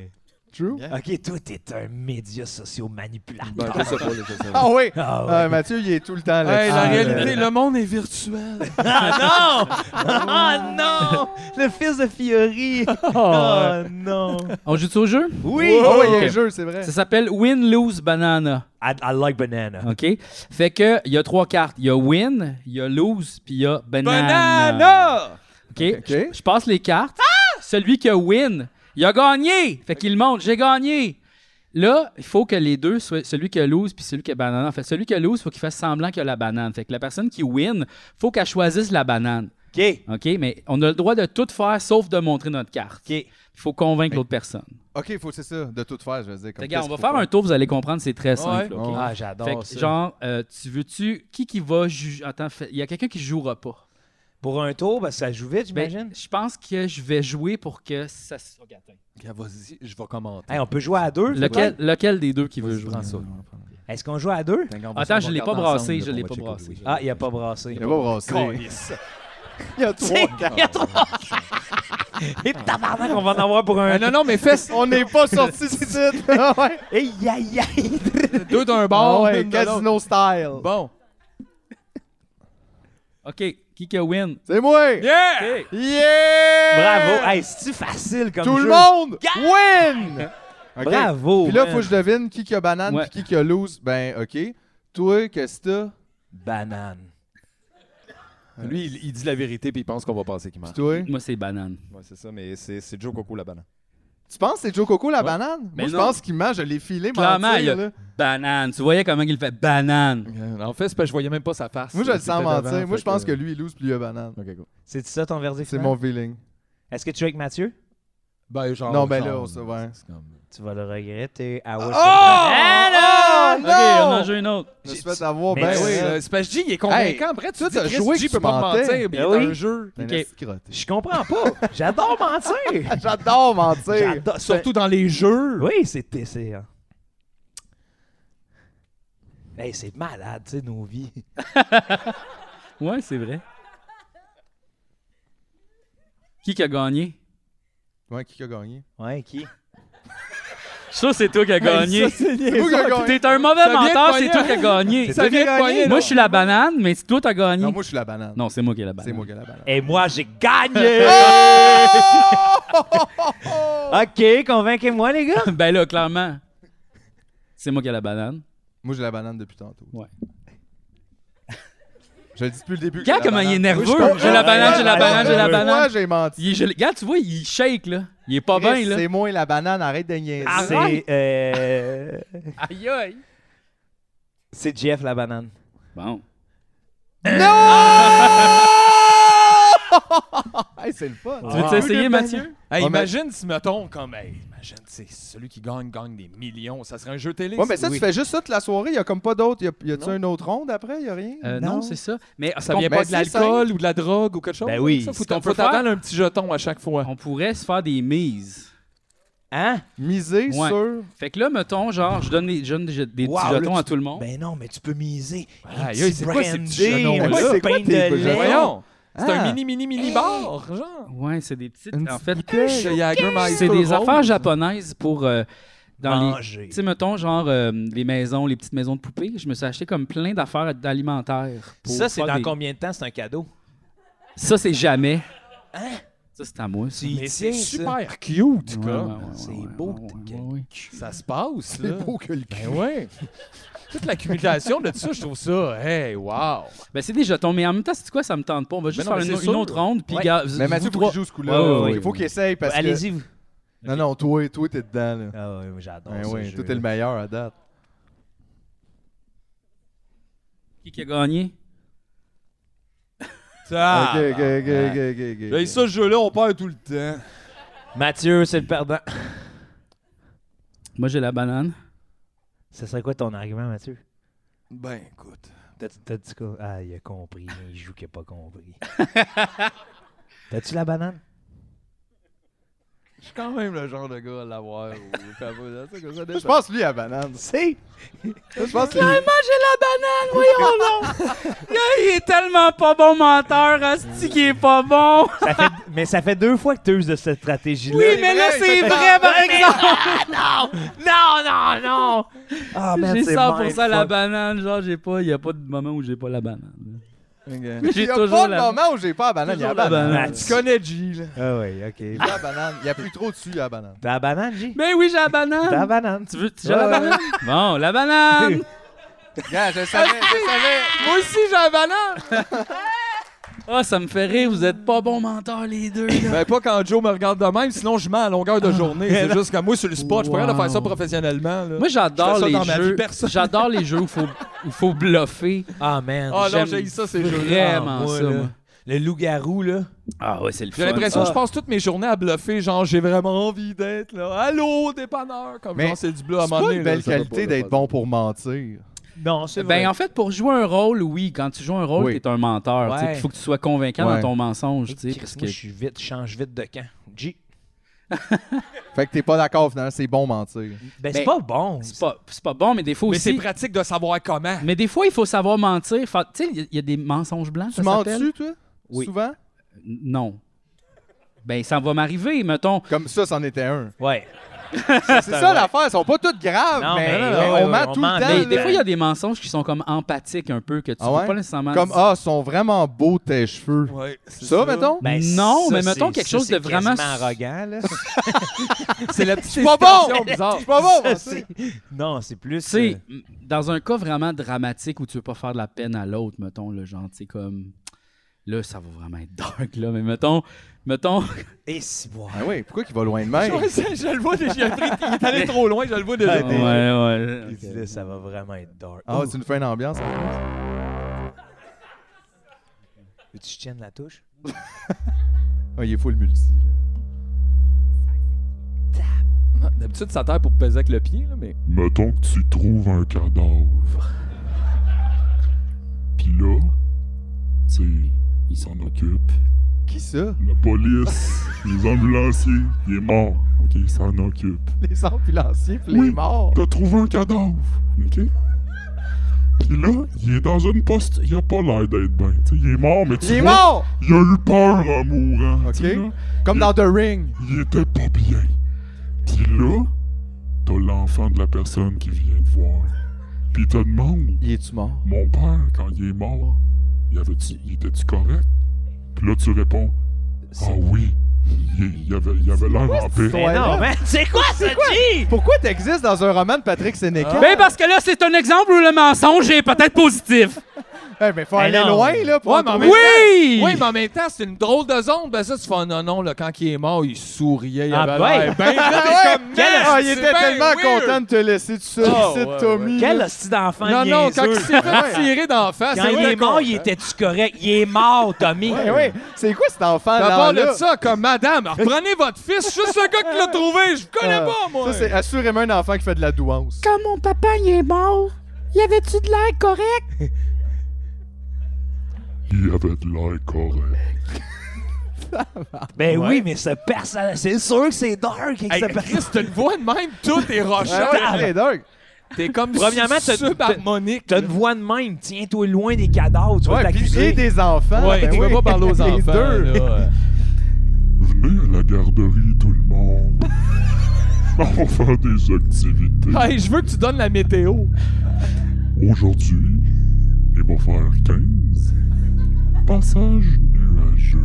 Speaker 3: True.
Speaker 8: Ok, toi, t'es un média socio manipulateur.
Speaker 3: je sais pas, Ah oui!
Speaker 8: Ah ouais.
Speaker 3: Ah, Mathieu, il est tout le temps là. euh,
Speaker 2: Hey, la
Speaker 8: Ah,
Speaker 2: réalité, le monde est virtuel.
Speaker 8: Ah non! Ah non! Le fils de Fiori! Ah non!
Speaker 1: Oh, On joue au jeu?
Speaker 3: Oui! Ah oui, il y a
Speaker 1: Ok.
Speaker 3: un jeu, c'est vrai.
Speaker 1: Ça s'appelle Win, Lose, Banana.
Speaker 8: I, I like banana.
Speaker 1: OK? Fait que, il y a trois cartes. Il y a Win, il y a Lose, puis il y a Banana.
Speaker 2: Banana!
Speaker 1: OK? Je- Je passe les cartes. Celui qui a Win, il a gagné. Fait qu'il monte. J'ai gagné. Là, il faut que les deux soient celui qui a lose puis celui qui a banana. En fait, celui qui a lose, il faut qu'il fasse semblant qu'il a la banane. Fait que la personne qui win, faut qu'elle choisisse la banane.
Speaker 8: Ok,
Speaker 1: OK? Mais on a le droit de tout faire sauf de montrer notre carte.
Speaker 8: ok.
Speaker 1: Il faut convaincre l'autre personne.
Speaker 3: Ok, faut c'est ça, de tout faire, je veux dire. Comme
Speaker 1: Regarde, on
Speaker 3: qu'est-ce
Speaker 1: va
Speaker 3: qu'il
Speaker 1: faire
Speaker 3: faut
Speaker 1: un tour, vous allez comprendre, c'est très simple.
Speaker 3: Ouais.
Speaker 1: OK?
Speaker 3: Ouais.
Speaker 8: Ah,
Speaker 1: Fait
Speaker 8: j'adore
Speaker 1: que,
Speaker 8: ça.
Speaker 1: genre, euh, tu veux-tu. Qui qui va juger. Attends, fait- il y a quelqu'un qui jouera pas.
Speaker 8: Pour un tour, ben, ça joue vite,
Speaker 1: Ben,
Speaker 8: j'imagine.
Speaker 1: je pense que je vais jouer pour que ça se. Regarde, attends.
Speaker 2: Vas-y, je vais commenter.
Speaker 8: Hey, on peut jouer à deux.
Speaker 1: Lequel, lequel des deux qui veut jouer?
Speaker 8: Est-ce qu'on joue à deux?
Speaker 1: Attends, je l'ai pas brassé, je l'ai pas brassé.
Speaker 8: Ah, il a pas brassé.
Speaker 3: Il a pas brassé. Il y a trois.
Speaker 8: Il y a trop. Et tabarnak, on va en avoir pour
Speaker 3: Ben,
Speaker 8: un.
Speaker 2: Euh, non, non, mais fais
Speaker 3: On n'est pas sorti du titre. Ah ouais.
Speaker 8: Hey, aïe, aïe.
Speaker 2: deux d'un
Speaker 3: Ah
Speaker 2: bord.
Speaker 3: ouais,
Speaker 2: une de l'autre.
Speaker 3: casino style.
Speaker 2: Bon.
Speaker 1: OK, qui que win?
Speaker 3: C'est moi.
Speaker 2: Yeah!
Speaker 3: Yeah!
Speaker 8: Bravo. Hey, c'est-tu facile comme
Speaker 3: Tout
Speaker 8: jeu?
Speaker 3: le monde win. Ok.
Speaker 8: Bravo.
Speaker 3: Puis là,
Speaker 8: man.
Speaker 3: faut que je devine qui qui a banane
Speaker 1: Ouais.
Speaker 3: puis qui qui a loose. Ben, ok. Toi, qu'est-ce que t'as?
Speaker 8: Banane.
Speaker 2: Lui, il, il dit la vérité puis il pense qu'on va passer qu'il ment.
Speaker 3: Toi.
Speaker 1: Moi, c'est banane.
Speaker 2: Ouais, c'est ça, mais c'est c'est Joe Coco la banane.
Speaker 3: Tu penses que c'est Joe Coco la banane?
Speaker 1: Mais
Speaker 3: Moi, je
Speaker 1: non.
Speaker 3: pense qu'il mange, je l'ai filé,
Speaker 1: Clairement,
Speaker 3: mentir,
Speaker 1: il a-
Speaker 3: là.
Speaker 1: Banane. Tu voyais comment il fait banane.
Speaker 2: en fait, c'est parce que je voyais même pas sa face.
Speaker 3: Moi, je le sens
Speaker 2: C'était
Speaker 3: mentir.
Speaker 2: devant,
Speaker 3: Moi,
Speaker 2: fait
Speaker 3: je pense que lui, il loose puis il a banane.
Speaker 2: Ok, go.
Speaker 8: C'est ça ton verdict?
Speaker 3: C'est
Speaker 8: final?
Speaker 3: mon feeling.
Speaker 8: Est-ce que tu es avec Mathieu?
Speaker 2: Ben, genre.
Speaker 3: Non, ben
Speaker 2: genre,
Speaker 3: là, on se voit.
Speaker 2: c'est comme-
Speaker 8: Tu vas le regretter. Ah ouais.
Speaker 2: Oh!
Speaker 3: Ah
Speaker 1: OK, on en joue une autre.
Speaker 3: Je me suis fait avoir,
Speaker 8: Mais
Speaker 3: ben
Speaker 8: tu-
Speaker 3: oui.
Speaker 8: euh,
Speaker 2: c'est parce que J, il est
Speaker 3: Hey,
Speaker 2: Après, tu
Speaker 3: toi,
Speaker 2: dis,
Speaker 3: t'as
Speaker 2: Chris,
Speaker 3: joué
Speaker 2: J
Speaker 3: que tu
Speaker 2: peut pas
Speaker 3: mentais.
Speaker 2: mentir, mais
Speaker 8: Ben
Speaker 2: il est
Speaker 8: oui.
Speaker 2: dans le jeu.
Speaker 3: T'es un
Speaker 1: Ok.
Speaker 3: esti crotté.
Speaker 8: Je comprends pas. J'adore mentir.
Speaker 3: J'adore mentir.
Speaker 8: J'adore.
Speaker 2: Ben, Surtout dans les jeux.
Speaker 8: Oui, c'est c'est. hein. Hey, c'est malade, tu sais, nos vies.
Speaker 1: Ouais, c'est vrai. Qui qui a gagné?
Speaker 3: Ouais, qui a gagné?
Speaker 8: Ouais, qui?
Speaker 1: Ça, c'est toi qui as gagné.
Speaker 3: C'est moi qui a gagné.
Speaker 1: T'es un mauvais
Speaker 2: Ça vient de
Speaker 1: menteur, c'est
Speaker 2: pogner.
Speaker 1: toi qui as gagné.
Speaker 2: Ça vient de pogner,
Speaker 1: Moi,
Speaker 2: là.
Speaker 1: je suis la banane, mais c'est toi qui as gagné.
Speaker 3: Non, moi, je suis la banane.
Speaker 1: Non, c'est moi qui ai la banane.
Speaker 3: C'est moi qui ai la banane.
Speaker 8: Et moi, j'ai gagné! ok, convainquez-moi, les gars.
Speaker 1: ben là, clairement, c'est moi qui ai la banane.
Speaker 3: Moi, j'ai la banane depuis tantôt.
Speaker 1: Ouais.
Speaker 3: Je le dis depuis le début. que
Speaker 1: Regarde
Speaker 3: j'ai la
Speaker 1: comment il est
Speaker 3: banane.
Speaker 1: nerveux. J'ai la banane, j'ai la banane, j'ai la
Speaker 3: Moi,
Speaker 1: banane.
Speaker 3: j'ai menti.
Speaker 1: Il est gelé. Regarde, tu vois, il shake, là. Il est pas bien,
Speaker 3: Chris,
Speaker 1: Ah, ben, là. Ah,
Speaker 3: C'est moi la banane, arrête de niaiser.
Speaker 8: C'est. euh,
Speaker 1: Aïe, aïe.
Speaker 8: c'est Jeff la banane.
Speaker 1: Bon.
Speaker 3: Hey, c'est le fun.
Speaker 1: Tu veux t'essayer, Mathieu?
Speaker 2: Hey,
Speaker 3: Ouais, mais-
Speaker 2: imagine si, mettons, comme, hey, imagine, c'est celui qui gagne, gagne des millions. Ça serait un jeu télé.
Speaker 3: Ouais, mais
Speaker 2: ça.
Speaker 3: ça, tu fais juste ça toute la soirée. Il y a comme pas d'autre. Y a- Y a-tu
Speaker 2: Non.
Speaker 3: une autre ronde après? Y a rien?
Speaker 1: Euh, non, c'est ça. Mais
Speaker 2: Ça vient pas de
Speaker 3: Ben, c'est
Speaker 2: l'alcool ou de la drogue ou quelque chose?
Speaker 8: Ben oui.
Speaker 2: Ça, faut
Speaker 1: Ce qu'on
Speaker 2: t'en-
Speaker 1: peut
Speaker 2: faut
Speaker 1: faire-
Speaker 2: t'attendre un petit jeton à chaque fois.
Speaker 1: On pourrait se faire des mises.
Speaker 8: Hein?
Speaker 3: Miser
Speaker 1: Ouais.
Speaker 3: sur.
Speaker 1: Fait que là, mettons, genre, je donne des, je donne des, des
Speaker 8: Wow,
Speaker 1: petits
Speaker 8: là,
Speaker 1: jetons
Speaker 8: tu
Speaker 1: à tout le monde.
Speaker 8: Ben non, mais tu peux miser.
Speaker 2: Ah,
Speaker 8: Un
Speaker 2: aïe,
Speaker 8: petit
Speaker 2: c'est quoi ces
Speaker 8: brandy,
Speaker 2: petits chenons,
Speaker 8: un
Speaker 2: là?
Speaker 8: petit
Speaker 3: C'est quoi
Speaker 8: pain
Speaker 3: tes
Speaker 8: de
Speaker 3: petits
Speaker 8: lait.
Speaker 3: chenons?
Speaker 2: Voyons! C'est
Speaker 3: Ah.
Speaker 2: un mini, mini, mini bar, genre.
Speaker 8: Ben.
Speaker 1: Ouais, c'est des petites.
Speaker 3: Une
Speaker 1: en
Speaker 3: petite
Speaker 1: fait,
Speaker 3: bouteille.
Speaker 2: C'est Jagermeister
Speaker 1: c'est des
Speaker 2: Rose.
Speaker 1: affaires japonaises pour euh, dans les.
Speaker 8: Manger.
Speaker 1: Tu sais, mettons, genre euh, les maisons, les petites maisons de poupées, je me suis acheté comme plein d'affaires alimentaires. pour
Speaker 8: Ça, c'est
Speaker 1: faire
Speaker 8: dans
Speaker 1: des-
Speaker 8: combien de temps? C'est un cadeau?
Speaker 1: Ça, c'est jamais. Hein? Ça, c'est à moi. ça.
Speaker 8: Tu y
Speaker 2: Mais c'est
Speaker 8: tiens, ça.
Speaker 2: super cute,
Speaker 1: Ouais,
Speaker 2: comme.
Speaker 1: ouais, ouais,
Speaker 8: C'est
Speaker 1: ouais,
Speaker 8: beau,
Speaker 1: ouais,
Speaker 8: t'es-
Speaker 1: ouais, ouais.
Speaker 2: Ça se passe, là.
Speaker 3: beau que le cul.
Speaker 2: Ben ouais. Toute l'accumulation de tout ça, je trouve ça, hey, wow.
Speaker 1: Ben, c'est des jetons, mais en même temps, c'est quoi, ça me tente pas. On va juste faire
Speaker 2: non, mais
Speaker 1: une,
Speaker 2: c'est
Speaker 1: une
Speaker 2: sûr.
Speaker 1: autre ronde, puis
Speaker 8: Ouais.
Speaker 1: gars,
Speaker 3: Mais
Speaker 1: vous
Speaker 3: Mathieu, faut
Speaker 1: trois-
Speaker 3: qu'il joue ce
Speaker 1: Ouais,
Speaker 3: coup-là.
Speaker 1: ouais, ouais.
Speaker 3: Il faut qu'il essaye parce que.
Speaker 8: Allez-y. vous.
Speaker 3: Non, non, toi, toi, t'es dedans, là.
Speaker 8: Ah oui, j'adore
Speaker 3: Ben
Speaker 8: ce
Speaker 3: oui,
Speaker 8: jeu.
Speaker 3: toi, t'es le meilleur à date.
Speaker 1: qui, qui a gagné? Ah,
Speaker 2: Ça.
Speaker 3: ok, ok, ok, ok, ok, ok.
Speaker 2: Ah. Ben, ça, ce jeu-là, on perd tout le temps.
Speaker 8: Mathieu, c'est le perdant.
Speaker 1: Moi, j'ai la banane.
Speaker 8: Ça serait quoi ton argument, Mathieu?
Speaker 2: Ben, écoute.
Speaker 8: T'as-tu t'as dit quoi? Ah, il a compris. mais Il joue qu'il a pas compris. T'as-tu la banane?
Speaker 2: Je suis quand même le genre de gars à l'avoir. ou pas, là, ça, comme ça,
Speaker 3: Je pense lui à banane.
Speaker 8: C'est!
Speaker 3: Je pense lui.
Speaker 1: Moi, j'ai la banane, voyons donc! il est tellement pas bon menteur, Asti, qui est pas bon!
Speaker 8: Ça fait- mais ça fait deux fois que tu uses de cette stratégie-là.
Speaker 1: Oui, mais là, c'est vrai, par exemple!
Speaker 8: Non, non, non! Ah, man,
Speaker 1: J'ai
Speaker 8: c'est
Speaker 1: 100% la
Speaker 8: mindfuck.
Speaker 1: banane, genre, j'ai pas, y a pas de moment où j'ai pas la banane.
Speaker 2: Tu
Speaker 1: J'ai
Speaker 3: Il y a
Speaker 1: toujours
Speaker 3: pas de
Speaker 1: la
Speaker 3: moment où j'ai pas la banane. Il y a
Speaker 1: Toujours
Speaker 3: la
Speaker 1: la
Speaker 3: banane.
Speaker 1: banane.
Speaker 8: Mathieu.
Speaker 2: connais Gilles.
Speaker 8: Ah oui, OK.
Speaker 3: Il y a la banane. Il y a plus trop dessus, il y a la banane.
Speaker 8: T'as la banane, J?
Speaker 2: Ben
Speaker 1: Mais oui, j'ai la
Speaker 8: T'as la
Speaker 1: banane!
Speaker 8: banane.
Speaker 1: Tu veux, tu j'ai la
Speaker 8: Ouais,
Speaker 1: banane? Bon, la banane!
Speaker 3: Gars, je savais, je savais.
Speaker 1: Moi aussi, j'ai la banane! Ah, ça me fait rire, vous êtes pas bons menteurs, les deux, là.
Speaker 2: Ben, pas quand Joe me regarde de même, sinon je mens à longueur de journée. C'est juste que moi, sur le spot, je pourrais
Speaker 1: Wow.
Speaker 2: faire ça professionnellement. là.
Speaker 1: Moi, j'adore
Speaker 2: Je fais ça
Speaker 1: les
Speaker 2: dans ma
Speaker 1: jeux.
Speaker 2: vie perso.
Speaker 1: J'adore les jeux où faut, où faut bluffer.
Speaker 8: Ah, man.
Speaker 2: Ah non,
Speaker 1: j'aime
Speaker 2: j'ai ça, ces jeux-là.
Speaker 1: Vraiment
Speaker 8: Ah, moi,
Speaker 1: ça,
Speaker 8: là.
Speaker 1: moi.
Speaker 8: Le loup-garou, là.
Speaker 1: Ah ouais, c'est le fun.
Speaker 2: J'ai l'impression
Speaker 1: ça.
Speaker 2: que je passe toutes mes journées à bluffer, genre j'ai vraiment envie d'être là. Allô, dépanneur! Comme
Speaker 3: Mais
Speaker 2: genre c'est du bleu à un
Speaker 3: C'est
Speaker 2: moment
Speaker 3: pas
Speaker 2: donné,
Speaker 3: une
Speaker 2: là,
Speaker 3: belle
Speaker 2: ça va pas,
Speaker 3: qualité
Speaker 2: là,
Speaker 3: d'être
Speaker 2: ça.
Speaker 3: bon pour mentir.
Speaker 8: Non, c'est
Speaker 1: Ben, en fait, pour jouer un rôle, oui, quand tu joues un rôle,
Speaker 3: Oui.
Speaker 1: t'es un menteur.
Speaker 8: Ouais.
Speaker 1: Il faut que tu sois convaincant
Speaker 3: Ouais.
Speaker 1: dans ton mensonge. tu sais,
Speaker 8: Chris,
Speaker 1: parce que...
Speaker 8: moi, je suis vite, je change vite de camp. J.
Speaker 3: Fait que t'es pas d'accord, finalement, c'est bon mentir.
Speaker 8: Ben, c'est
Speaker 1: Ben,
Speaker 8: pas bon.
Speaker 1: C'est pas, c'est pas bon, mais des fois
Speaker 2: Mais c'est
Speaker 1: aussi.
Speaker 2: pratique de savoir comment.
Speaker 1: Mais des fois, il faut savoir mentir. Fa- Tu sais, il y a- il y, a des mensonges blancs.
Speaker 3: Tu
Speaker 1: ça s'appelle?
Speaker 3: mens-tu, toi?
Speaker 1: Oui.
Speaker 3: Souvent?
Speaker 1: N- Non. Ben, ça va m'arriver, mettons.
Speaker 3: Comme ça, c'en était un.
Speaker 8: Ouais.
Speaker 3: C'est ça l'affaire, ils sont pas toutes graves,
Speaker 8: Non,
Speaker 3: mais,
Speaker 8: mais
Speaker 3: mais
Speaker 8: ouais, ouais,
Speaker 3: on ment
Speaker 8: ouais, on
Speaker 3: tout
Speaker 8: ment,
Speaker 3: le temps.
Speaker 1: Mais des
Speaker 3: là.
Speaker 1: fois, il y a des mensonges qui sont comme empathiques un peu, que tu
Speaker 3: ben. Ah
Speaker 1: peux
Speaker 3: ouais?
Speaker 1: pas nécessairement.
Speaker 3: Comme, ah, sont vraiment beaux tes cheveux.
Speaker 2: Ouais, c'est
Speaker 3: Ça, mettons?
Speaker 8: Ben,
Speaker 1: Non,
Speaker 8: ça,
Speaker 1: mais mettons
Speaker 8: c'est-
Speaker 1: quelque
Speaker 8: ça,
Speaker 1: chose
Speaker 8: c'est
Speaker 1: de vraiment-
Speaker 8: quasiment arrogant, là.
Speaker 2: C'est la petite
Speaker 3: C'est pas bon!
Speaker 2: expression bizarre.
Speaker 3: C'est pas bon!
Speaker 8: Ça,
Speaker 3: mentir.
Speaker 8: c'est- non, c'est plus.
Speaker 1: Tu sais,
Speaker 8: euh,
Speaker 1: m- dans un cas vraiment dramatique où tu veux pas faire de la peine à l'autre, mettons, le genre, tu sais, comme. Là, ça va vraiment être dark, là, mais mettons. Mettons.
Speaker 8: Et si, boire.
Speaker 3: Ah oui, pourquoi qu'il va loin de même?
Speaker 2: Ouais, ça, je le vois déjà. Il est allé trop loin, je le vois déjà.
Speaker 1: Ouais, ouais.
Speaker 8: Il dit là, ça va vraiment être dark.
Speaker 3: Ah,
Speaker 8: Ouh,
Speaker 3: tu nous fais une ambiance. hein?
Speaker 8: veux-tu que je tienne la touche?
Speaker 3: Ah, il est fou le multi. là.
Speaker 2: D'habitude, ça terre pour peser avec le pied, là, mais.
Speaker 9: Mettons que tu trouves un cadavre. Puis là, tu il s'en occupe.
Speaker 3: Qui ça?
Speaker 9: La police, les ambulanciers, il est mort. OK, il s'en occupe.
Speaker 3: Les ambulanciers pis les
Speaker 9: Oui.
Speaker 3: morts.
Speaker 9: T'as trouvé un cadavre. OK? Puis là, il est dans une poste. Il a pas l'air d'être bien. Tu sais, Il est mort, mais tu
Speaker 3: Il est
Speaker 9: vois,
Speaker 3: mort!
Speaker 9: il a eu peur en mourant.
Speaker 3: OK.
Speaker 9: tu sais, là.
Speaker 3: Comme dans The Ring.
Speaker 9: Il était pas bien. Puis là, t'as l'enfant de la personne qui vient te voir. Puis il te demande
Speaker 3: Il est-tu mort?
Speaker 9: Mon père, quand il est mort, il, avait il était-tu correct? Puis là, tu réponds, ah oui, il, il avait il avait l'air en paix.
Speaker 8: Mais non, mais c'est quoi ça, G?
Speaker 3: Pourquoi t'existes dans un roman de Patrick Sénéca?
Speaker 1: Ben, parce que là, c'est un exemple où le mensonge est peut-être positif.
Speaker 3: Eh, ben, faut
Speaker 8: Mais
Speaker 3: aller
Speaker 8: non.
Speaker 3: loin, là, pour
Speaker 2: Ouais,
Speaker 3: en
Speaker 2: mais en
Speaker 3: trouver-
Speaker 2: même
Speaker 1: Oui!
Speaker 2: Oui, mais en même temps, c'est une drôle de zone. Ben ça, tu fais un non, non, là, quand il est mort, il souriait, il
Speaker 8: Ah,
Speaker 2: avait
Speaker 8: ben.
Speaker 2: l'air bien. Là,
Speaker 3: Ah ouais?
Speaker 2: t'es comme, man,
Speaker 3: Ah, il
Speaker 2: c'est
Speaker 3: était
Speaker 2: bien
Speaker 3: tellement
Speaker 2: weird.
Speaker 3: content de te laisser tout seul,
Speaker 2: Oh,
Speaker 3: c'est
Speaker 2: ouais,
Speaker 3: Tommy. là.
Speaker 8: Quel hostie d'enfant
Speaker 2: Non, non, quand il
Speaker 8: niaiseux.
Speaker 2: s'est fait tirer d'en face,
Speaker 8: Quand il
Speaker 2: était
Speaker 8: est mort,
Speaker 2: content.
Speaker 8: il était-tu correct? Il est mort, Tommy.
Speaker 3: Ouais, Eh ouais. C'est quoi cet enfant
Speaker 2: À
Speaker 3: Ah, là?
Speaker 2: part de ça, comme madame, reprenez votre fils, c'est juste le gars qui l'a trouvé, je vous connais pas, moi.
Speaker 3: Euh, Ça, c'est assurément un enfant qui fait de la douance.
Speaker 1: Quand mon papa, il est mort, y avait-tu de l'air correct?
Speaker 9: Il avait de l'air correct.
Speaker 8: Ben oui, mais ce personnage, c'est sûr que c'est dark. avec
Speaker 2: Hey,
Speaker 8: ce
Speaker 2: Chris,
Speaker 8: personnage.
Speaker 2: t'as une voix de même, tout est rocheux.
Speaker 3: Ah ouais, c'est dingue.
Speaker 2: T'es comme
Speaker 8: Premièrement, t'as-
Speaker 2: subharmonique.
Speaker 8: T'as une voix de même. Tiens-toi loin des cadavres. Tu vas
Speaker 3: Ouais, puis et
Speaker 8: t'accuser.
Speaker 3: des enfants.
Speaker 2: Ouais,
Speaker 3: ben
Speaker 2: tu peux
Speaker 3: oui.
Speaker 2: pas parler aux
Speaker 3: Les
Speaker 2: enfants.
Speaker 3: deux.
Speaker 2: là, ouais.
Speaker 9: Venez à la garderie, tout le monde. On va faire des activités.
Speaker 2: Hey, je veux que tu donnes la météo.
Speaker 9: Aujourd'hui, il va faire 15. Passage nuageux.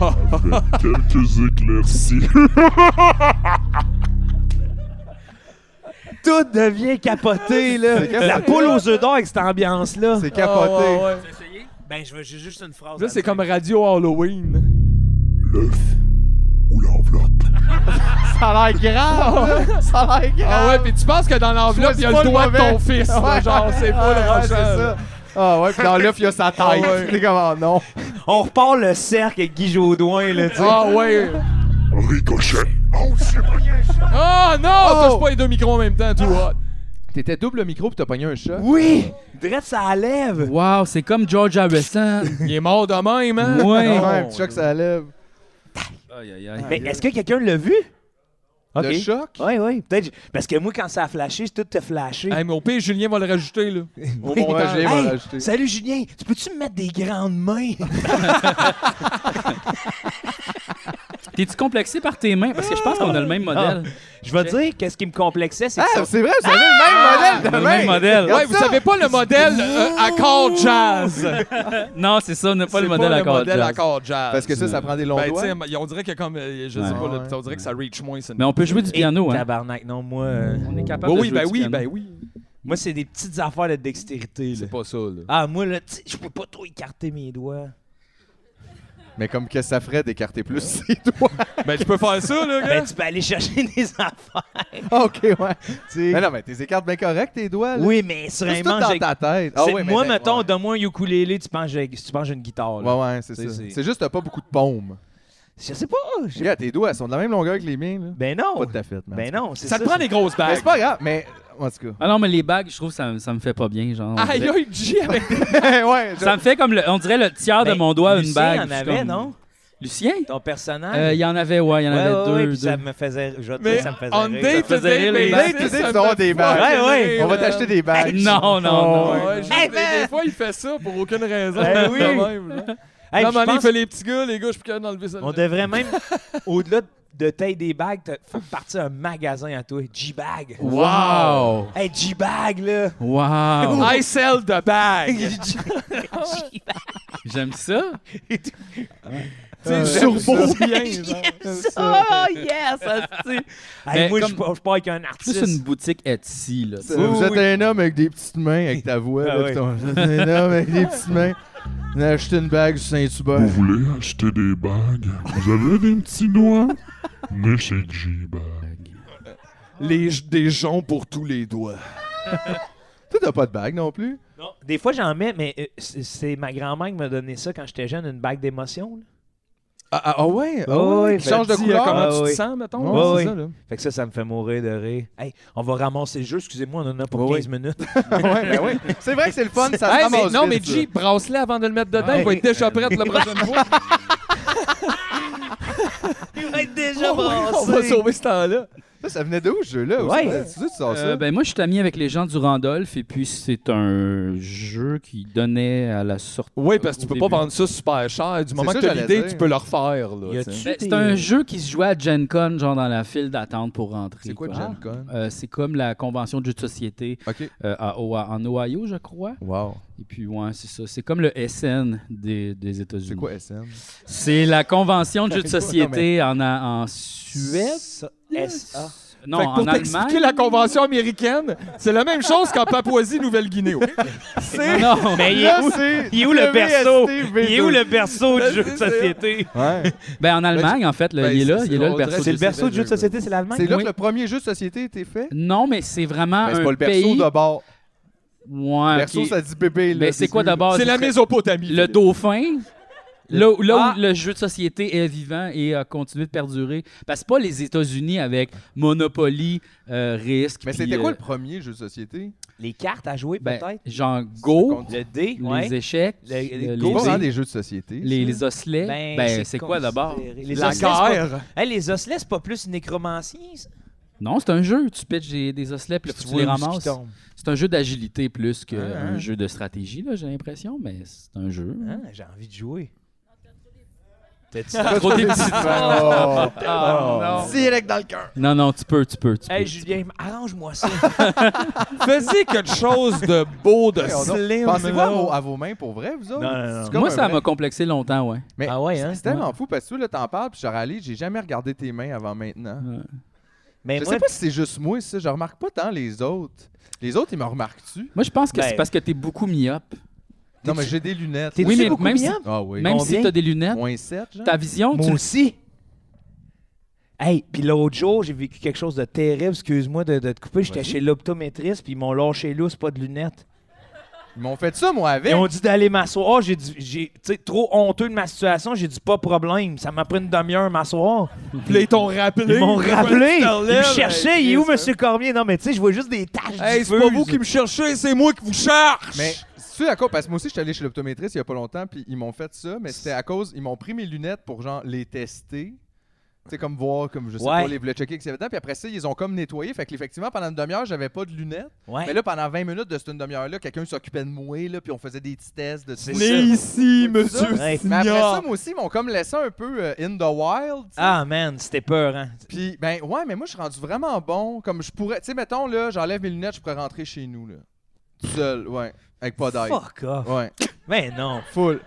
Speaker 9: Avec quelques éclaircies.
Speaker 8: Tout devient capoté, là.
Speaker 3: C'est capoté.
Speaker 8: La poule aux œufs d'or avec cette ambiance-là.
Speaker 3: C'est capoté.
Speaker 2: Ah, ouais, ouais.
Speaker 1: essayé?
Speaker 8: Ben, je veux- j'ai juste une phrase.
Speaker 2: Là,
Speaker 8: à
Speaker 2: c'est
Speaker 8: dire.
Speaker 2: comme Radio Halloween.
Speaker 9: L'œuf ou l'enveloppe.
Speaker 3: Ça a l'air grave! là. Ça a l'air grave!
Speaker 2: Ah ouais, puis tu penses que dans l'enveloppe, il y a le doigt de ton fils. là,
Speaker 3: Ouais.
Speaker 2: Genre, c'est pas
Speaker 3: Ah
Speaker 2: le
Speaker 3: ouais,
Speaker 2: machin,
Speaker 3: c'est
Speaker 2: là.
Speaker 3: ça. Ah ouais, puis dans l'œuf, il y a sa
Speaker 2: Ah
Speaker 3: tête.
Speaker 2: ouais.
Speaker 3: T'es comme, ah non.
Speaker 8: On repart le cercle avec Guy Jodoin, là, tu sais.
Speaker 2: Ah ouais.
Speaker 9: Ricochet. Oh, c'est vrai.
Speaker 2: Ah non,
Speaker 3: Oh!
Speaker 2: touche pas les deux micros en même temps, tout hot.
Speaker 3: T'étais double micro puis t'as pogné un chat.
Speaker 8: Oui! Drette sa lève!
Speaker 1: Wow, c'est comme George Harrison.
Speaker 2: Il est mort de même, hein?
Speaker 1: ouais.
Speaker 3: Ouais, un petit choc, ça lève.
Speaker 1: Aïe, aïe, aïe.
Speaker 8: Mais est-ce que quelqu'un l'a vu? OK. Ah,
Speaker 3: Le choc?
Speaker 8: Oui, oui. Peut-être. Parce que moi, quand ça a flashé, tout a flashé.
Speaker 2: Hey, mais au pire, Julien va le rajouter, là. Au
Speaker 3: Ouais,
Speaker 2: montage.
Speaker 3: je l'ai
Speaker 8: Hey,
Speaker 3: rajouté.
Speaker 8: salut Julien, tu peux-tu me mettre des grandes mains?
Speaker 1: T'es-tu complexé par tes mains? Parce que je pense qu'on a le même modèle.
Speaker 8: Je vais
Speaker 1: Check.
Speaker 8: dire, qu'est-ce qui me complexait, c'est que
Speaker 3: Ah,
Speaker 8: ça- Ah!
Speaker 3: c'est vrai, vous avez le même modèle
Speaker 1: On a
Speaker 3: de
Speaker 1: le
Speaker 3: main.
Speaker 1: même modèle.
Speaker 2: Ouais, vous
Speaker 3: ça.
Speaker 2: savez pas le modèle euh, accord jazz.
Speaker 1: Non, c'est ça, on n'a pas le modèle
Speaker 2: à
Speaker 1: à
Speaker 2: modèle
Speaker 1: jazz.
Speaker 2: accord jazz.
Speaker 3: Parce que ça, ça prend des longs
Speaker 2: ben,
Speaker 3: doigts.
Speaker 2: tu sais, on dirait que comme, euh, je
Speaker 1: Ouais.
Speaker 2: sais pas, là,
Speaker 3: Ouais.
Speaker 2: on dirait que ça reach moins. c'est une-
Speaker 1: Mais on peut jouer du
Speaker 8: Eh,
Speaker 1: piano, hein?
Speaker 8: Tabarnak, non, moi. euh,
Speaker 1: On est capable
Speaker 2: Ben
Speaker 1: de
Speaker 2: oui,
Speaker 1: jouer
Speaker 2: ben
Speaker 1: du
Speaker 2: oui,
Speaker 1: piano.
Speaker 2: ben oui.
Speaker 8: Moi, c'est des petites affaires de dextérité, là.
Speaker 2: C'est pas ça, là.
Speaker 8: Ah, moi, là, tu sais, je peux pas trop écarter mes doigts.
Speaker 3: Mais comme que ça ferait d'écarter plus ses doigts.
Speaker 2: Ben, tu peux faire ça, là, gars.
Speaker 8: Ben, tu peux aller chercher des affaires.
Speaker 3: Ah, ok, ouais.
Speaker 8: tu sais.
Speaker 3: Mais non, mais tes écartes bien correctes, tes doigts. Là.
Speaker 8: Oui, mais sur un
Speaker 3: c'est tout dans
Speaker 8: manche. avec-
Speaker 3: ta tête.
Speaker 8: C'est-
Speaker 3: ouais, mais
Speaker 8: moi,
Speaker 3: ben,
Speaker 8: mettons,
Speaker 3: ouais.
Speaker 8: donne-moi un ukulélé, tu penses que j'ai- tu penses que j'ai une guitare. là.
Speaker 3: Ouais, ouais, c'est
Speaker 8: C'est-
Speaker 3: ça.
Speaker 8: c'est-
Speaker 3: C'est juste, t'as pas beaucoup de paumes.
Speaker 8: Je sais pas. j'ai-
Speaker 3: Regarde, tes doigts, ils sont de la même longueur que les miens. Là.
Speaker 8: Ben non.
Speaker 3: Pas de ta fête, man.
Speaker 8: Ben non, c'est
Speaker 2: Ça te prend des grosses
Speaker 3: Mais
Speaker 2: bagues.
Speaker 3: c'est pas grave, mais en tout cas.
Speaker 1: Ah non, mais les bagues, je trouve que ça, ça me fait pas bien, genre.
Speaker 2: Aïe, aïe, G avec
Speaker 3: ouais, je-
Speaker 1: Ça me fait comme, le- on dirait le tiers de
Speaker 8: Ben,
Speaker 1: mon doigt, une
Speaker 8: Lucien
Speaker 1: bague.
Speaker 8: en
Speaker 1: Je suis
Speaker 8: avait,
Speaker 1: comme-
Speaker 8: non?
Speaker 1: Lucien?
Speaker 8: Ton personnage.
Speaker 1: Euh, Il y en avait, ouais, il y en
Speaker 8: Ouais,
Speaker 1: avait
Speaker 8: ouais,
Speaker 1: deux.
Speaker 8: ouais, puis
Speaker 1: deux.
Speaker 8: ça me faisait. Je vais te dire,
Speaker 2: Mais
Speaker 8: ça me faisait.
Speaker 2: on date
Speaker 8: rire.
Speaker 1: Ça
Speaker 2: to
Speaker 1: me faisait
Speaker 2: date,
Speaker 1: rire, les
Speaker 2: baby,
Speaker 1: bagues.
Speaker 2: ça
Speaker 3: Date to date,
Speaker 2: me
Speaker 3: tu vas avoir
Speaker 2: fait
Speaker 3: des bagues.
Speaker 2: fucking
Speaker 8: Ouais, ouais.
Speaker 2: rire,
Speaker 3: On va
Speaker 2: man.
Speaker 3: t'acheter des bagues.
Speaker 1: Ah, Non, non,
Speaker 2: Oh, Ouais,
Speaker 1: non.
Speaker 2: ouais, je-
Speaker 8: Hey,
Speaker 2: des,
Speaker 8: man.
Speaker 2: des fois, il fait ça pour aucune raison.
Speaker 8: Ben oui.
Speaker 2: de même, là.
Speaker 8: Hey,
Speaker 2: non,
Speaker 8: puis
Speaker 2: mais
Speaker 8: je
Speaker 2: il
Speaker 8: pense
Speaker 2: fait les petits gars, les gars, je suis plus capable d'enlever ça.
Speaker 8: On devrait même, au-delà de taille des bagues, te faire partir un magasin à toi. G-Bag.
Speaker 1: Wow!
Speaker 8: Hey, G-Bag, là.
Speaker 1: Wow!
Speaker 2: I sell the bag.
Speaker 1: J'aime ça.
Speaker 2: Tu sais,
Speaker 3: j'aime
Speaker 2: surbeau
Speaker 3: ça.
Speaker 2: bien, genre.
Speaker 8: Oh, yes! asti.
Speaker 1: Mais
Speaker 8: hey, moi,
Speaker 1: comme-
Speaker 8: je pars- je pars avec un
Speaker 1: Plus
Speaker 8: artiste.
Speaker 1: une boutique Etsy, là.
Speaker 3: Ça, Vous
Speaker 8: Oui,
Speaker 3: êtes
Speaker 8: oui.
Speaker 3: un homme avec des petites mains, avec ta voix.
Speaker 8: Ah
Speaker 3: là,
Speaker 8: oui.
Speaker 3: putain, Vous êtes un homme avec des petites mains. On a acheté une bague sur
Speaker 9: Vous
Speaker 3: Saint-Hubert.
Speaker 9: voulez acheter des bagues? Vous avez des petits doigts? Mais chez G-Bag.
Speaker 2: Les, des joncs pour tous les doigts.
Speaker 3: Toi, t'as pas de bague non plus?
Speaker 8: Non, des fois, j'en mets, mais euh, c'est- c'est ma grand-mère qui m'a donné ça quand j'étais jeune, une bague d'émotion. là.
Speaker 3: Ah, ah, ah ouais?
Speaker 1: Oh,
Speaker 8: Ah ouais,
Speaker 3: Tu changes de
Speaker 2: Dis, euh,
Speaker 3: couleur?
Speaker 2: comment
Speaker 8: Ah
Speaker 2: tu
Speaker 8: oui.
Speaker 2: te sens, mettons?
Speaker 3: Ouais,
Speaker 2: là,
Speaker 8: oui.
Speaker 2: c'est ça, là.
Speaker 8: Fait que ça, ça me fait mourir de rire. Hey, on va ramasser le jeu. Excusez-moi, on en a pour
Speaker 3: Ouais,
Speaker 8: 15 minutes.
Speaker 3: Ah ouais, ben ouais. C'est vrai que Ah, c'est le fun, ça se
Speaker 2: Hey, mais-
Speaker 3: ramasse
Speaker 2: non, mais
Speaker 3: vite, ça.
Speaker 2: G, brasse-le avant de le mettre dedans.
Speaker 8: Ouais.
Speaker 2: Il va être déjà prêt la prochaine fois.
Speaker 8: Il va être déjà
Speaker 2: Oh, On va sauver ce temps-là.
Speaker 3: Ça, ça venait de où, ce jeu-là?
Speaker 8: Ouais.
Speaker 3: C'est ça, tu sors ça?
Speaker 1: Euh, ben moi, je suis ami avec les gens du Randolph, et puis c'est un jeu qui donnait à la sortie.
Speaker 2: Oui, parce que tu
Speaker 1: Au
Speaker 2: peux
Speaker 1: début.
Speaker 2: pas vendre ça super cher. Du moment
Speaker 3: ça
Speaker 2: que tu as
Speaker 3: que j'allais
Speaker 2: l'idée,
Speaker 3: dire.
Speaker 2: tu peux le refaire. là,
Speaker 8: Y a-tu-
Speaker 2: tu sais.
Speaker 1: Ben, c'est
Speaker 8: T'es-
Speaker 1: un jeu qui se jouait à Gen Con, genre dans la file d'attente pour rentrer.
Speaker 3: C'est quoi,
Speaker 1: quoi.
Speaker 3: Gen Con?
Speaker 1: Euh, c'est comme la convention de jeux de société
Speaker 3: OK.
Speaker 1: euh, à Oa- en Ohio, je crois.
Speaker 3: Wow.
Speaker 1: Et puis, ouais, c'est ça. C'est comme le SN des, des États-Unis.
Speaker 3: C'est quoi SN?
Speaker 1: C'est la convention de jeux de
Speaker 3: C'est quoi? Non,
Speaker 1: société en, en Suède. Ah,
Speaker 8: S.A.
Speaker 1: Non,
Speaker 2: Fait que
Speaker 1: en
Speaker 2: pour t'expliquer
Speaker 1: Allemagne.
Speaker 2: la convention américaine, c'est la même chose qu'en Papouasie-Nouvelle-Guinée. ok?
Speaker 1: Non,
Speaker 8: Mais il est
Speaker 3: Là,
Speaker 8: où,
Speaker 3: c'est
Speaker 8: il est où le perso? Oh, Il est où le berceau du
Speaker 2: Ben,
Speaker 8: jeu de
Speaker 2: c'est ça.
Speaker 8: société?
Speaker 3: Ouais.
Speaker 1: ben, en Allemagne, en fait, là,
Speaker 2: ben,
Speaker 1: il est là,
Speaker 2: c'est-
Speaker 1: il est là le
Speaker 2: on dirait-
Speaker 1: berceau.
Speaker 2: C'est le
Speaker 1: de-
Speaker 2: berceau du jeu de société,
Speaker 8: c'est l'Allemagne?
Speaker 3: C'est là
Speaker 1: Oui.
Speaker 3: que le premier jeu de société a été fait?
Speaker 1: Non, mais c'est vraiment
Speaker 3: Ben,
Speaker 1: un
Speaker 3: c'est pas le perso
Speaker 1: pays.
Speaker 3: d'abord.
Speaker 1: Ouais,
Speaker 3: Perso,
Speaker 1: ok.
Speaker 3: ça dit bébé. là,
Speaker 1: Ben, c'est quoi
Speaker 3: début.
Speaker 1: d'abord
Speaker 2: c'est
Speaker 1: ce
Speaker 2: la
Speaker 1: serait
Speaker 2: Mésopotamie.
Speaker 1: Le dauphin. Là, où- là où
Speaker 8: Ah.
Speaker 1: le jeu de société est vivant et a continué de perdurer. Parce que c'est pas les États-Unis avec Monopoly, euh, Risk.
Speaker 3: Mais
Speaker 1: puis,
Speaker 3: c'était quoi
Speaker 1: euh,
Speaker 3: le premier jeu de société?
Speaker 8: Les cartes à jouer,
Speaker 1: ben,
Speaker 8: peut-être?
Speaker 1: Genre
Speaker 3: Ça
Speaker 1: Go,
Speaker 3: compte-
Speaker 8: Le dé,
Speaker 1: les
Speaker 8: ouais.
Speaker 1: échecs,
Speaker 8: Le- les
Speaker 1: euh,
Speaker 3: C'est pas vraiment
Speaker 1: les,
Speaker 3: des jeux de société.
Speaker 1: les,
Speaker 3: ça.
Speaker 1: les osselets. Ben,
Speaker 8: Ben,
Speaker 1: c'est quoi d'abord
Speaker 8: considéré- Les
Speaker 2: La
Speaker 8: osselets, c'est pas-
Speaker 2: guerre.
Speaker 8: Hey, les osselets, c'est pas plus nécromancien, ça?
Speaker 1: Non, c'est un jeu. Tu pitches des, des osselets puis là, faut que tu les ramasses. C'est un jeu d'agilité plus qu'un
Speaker 8: Ah, ah.
Speaker 1: jeu de stratégie, là, j'ai l'impression, mais c'est un jeu.
Speaker 8: J'ai envie de jouer. T'as-tu-
Speaker 1: Trop des petits-
Speaker 3: Oh.
Speaker 8: Ah, non.
Speaker 3: Direct dans le cœur.
Speaker 1: Non, non, tu peux, tu peux. Tu peux.
Speaker 8: Hey Julien, arrange-moi ça.
Speaker 2: Faisiez quelque chose de beau, de slim.
Speaker 3: Pensez-vous à,
Speaker 2: là.
Speaker 3: vos- à vos mains pour vrai, vous autres?
Speaker 8: Non, non, non.
Speaker 3: C'est comme
Speaker 1: Moi,
Speaker 3: un
Speaker 1: ça
Speaker 3: vrai-
Speaker 1: m'a complexé longtemps, ouais.
Speaker 3: Mais
Speaker 8: Ah ouais, hein?
Speaker 3: c'est tellement fou parce que toi, là, t'en parles, puis genre, Ali, j'ai jamais regardé tes mains avant maintenant.
Speaker 8: Mais
Speaker 3: je
Speaker 8: moi,
Speaker 3: sais pas si c'est juste moi, ça. Je remarque pas tant les autres. Les autres, ils me remarquent-tu?
Speaker 1: Moi, je pense que
Speaker 8: Ben-
Speaker 1: c'est parce que t'es beaucoup myope.
Speaker 3: Non, mais j'ai des lunettes.
Speaker 8: t'es-tu
Speaker 1: Oui, mais
Speaker 8: beaucoup
Speaker 1: même si-
Speaker 8: myope?
Speaker 3: Ah oui.
Speaker 1: Même si
Speaker 8: Combien?
Speaker 1: t'as des lunettes,
Speaker 3: Moins 7, genre.
Speaker 1: ta vision,
Speaker 8: Moi
Speaker 1: tu...
Speaker 8: aussi. Hey, puis l'autre jour, j'ai vécu quelque chose de terrible. Excuse-moi de, de te couper. J'étais
Speaker 3: Vas-y.
Speaker 8: chez l'optométriste, puis ils m'ont lâché là, c'est pas de lunettes.
Speaker 3: Ils m'ont fait ça, moi, avec.
Speaker 8: Ils ont dit d'aller m'asseoir. Oh, j'ai dit, j'ai, tu sais, trop honteux de ma situation, j'ai dit pas problème. Ça m'a pris une demi-heure à m'asseoir.
Speaker 2: Puis là, ils t'ont rappelé.
Speaker 8: Ils m'ont
Speaker 2: Pourquoi
Speaker 8: rappelé.
Speaker 2: tu te
Speaker 8: Ils me
Speaker 2: relèves?
Speaker 8: cherchaient.
Speaker 2: Hey,
Speaker 8: Il est où,
Speaker 2: Chris,
Speaker 8: Monsieur Cormier? Non, mais tu sais, je vois juste des taches.
Speaker 2: Hey, c'est pas
Speaker 8: diffuses.
Speaker 2: vous qui me cherchez, c'est moi qui vous cherche!
Speaker 3: Mais c'est à cause, parce que moi aussi, j'étais allé chez l'optométriste il y a pas longtemps, puis ils m'ont fait ça, mais c'était à cause, ils m'ont pris mes lunettes pour, genre, les tester. Tu sais, comme voir, comme je sais
Speaker 8: Ouais.
Speaker 3: pas, les bleus checker qu'il y avait dedans. Puis après ça, ils ont comme nettoyé. Fait que, effectivement, pendant une demi-heure, j'avais pas de lunettes.
Speaker 8: Ouais.
Speaker 3: Mais là, pendant 20 minutes de cette une demi-heure-là, quelqu'un s'occupait de moi, là, puis on faisait des petits tests de
Speaker 8: C'est
Speaker 3: ça.
Speaker 2: Venez ici,
Speaker 3: Oui,
Speaker 2: monsieur
Speaker 3: c'est
Speaker 8: ça. Ouais.
Speaker 3: Mais après ça,
Speaker 2: Signor.
Speaker 3: moi aussi, ils m'ont comme laissé un peu euh, in the wild. tu sais.
Speaker 8: Ah, man, c'était peur, hein?
Speaker 3: Puis, ben, ouais, mais moi, je suis rendu vraiment bon. Comme je pourrais. Tu sais, mettons, là, j'enlève mes lunettes, je pourrais rentrer chez nous, là. Tout seul, ouais. Avec pas d'aide.
Speaker 8: Fuck off.
Speaker 3: Ouais.
Speaker 8: Mais non.
Speaker 3: Full.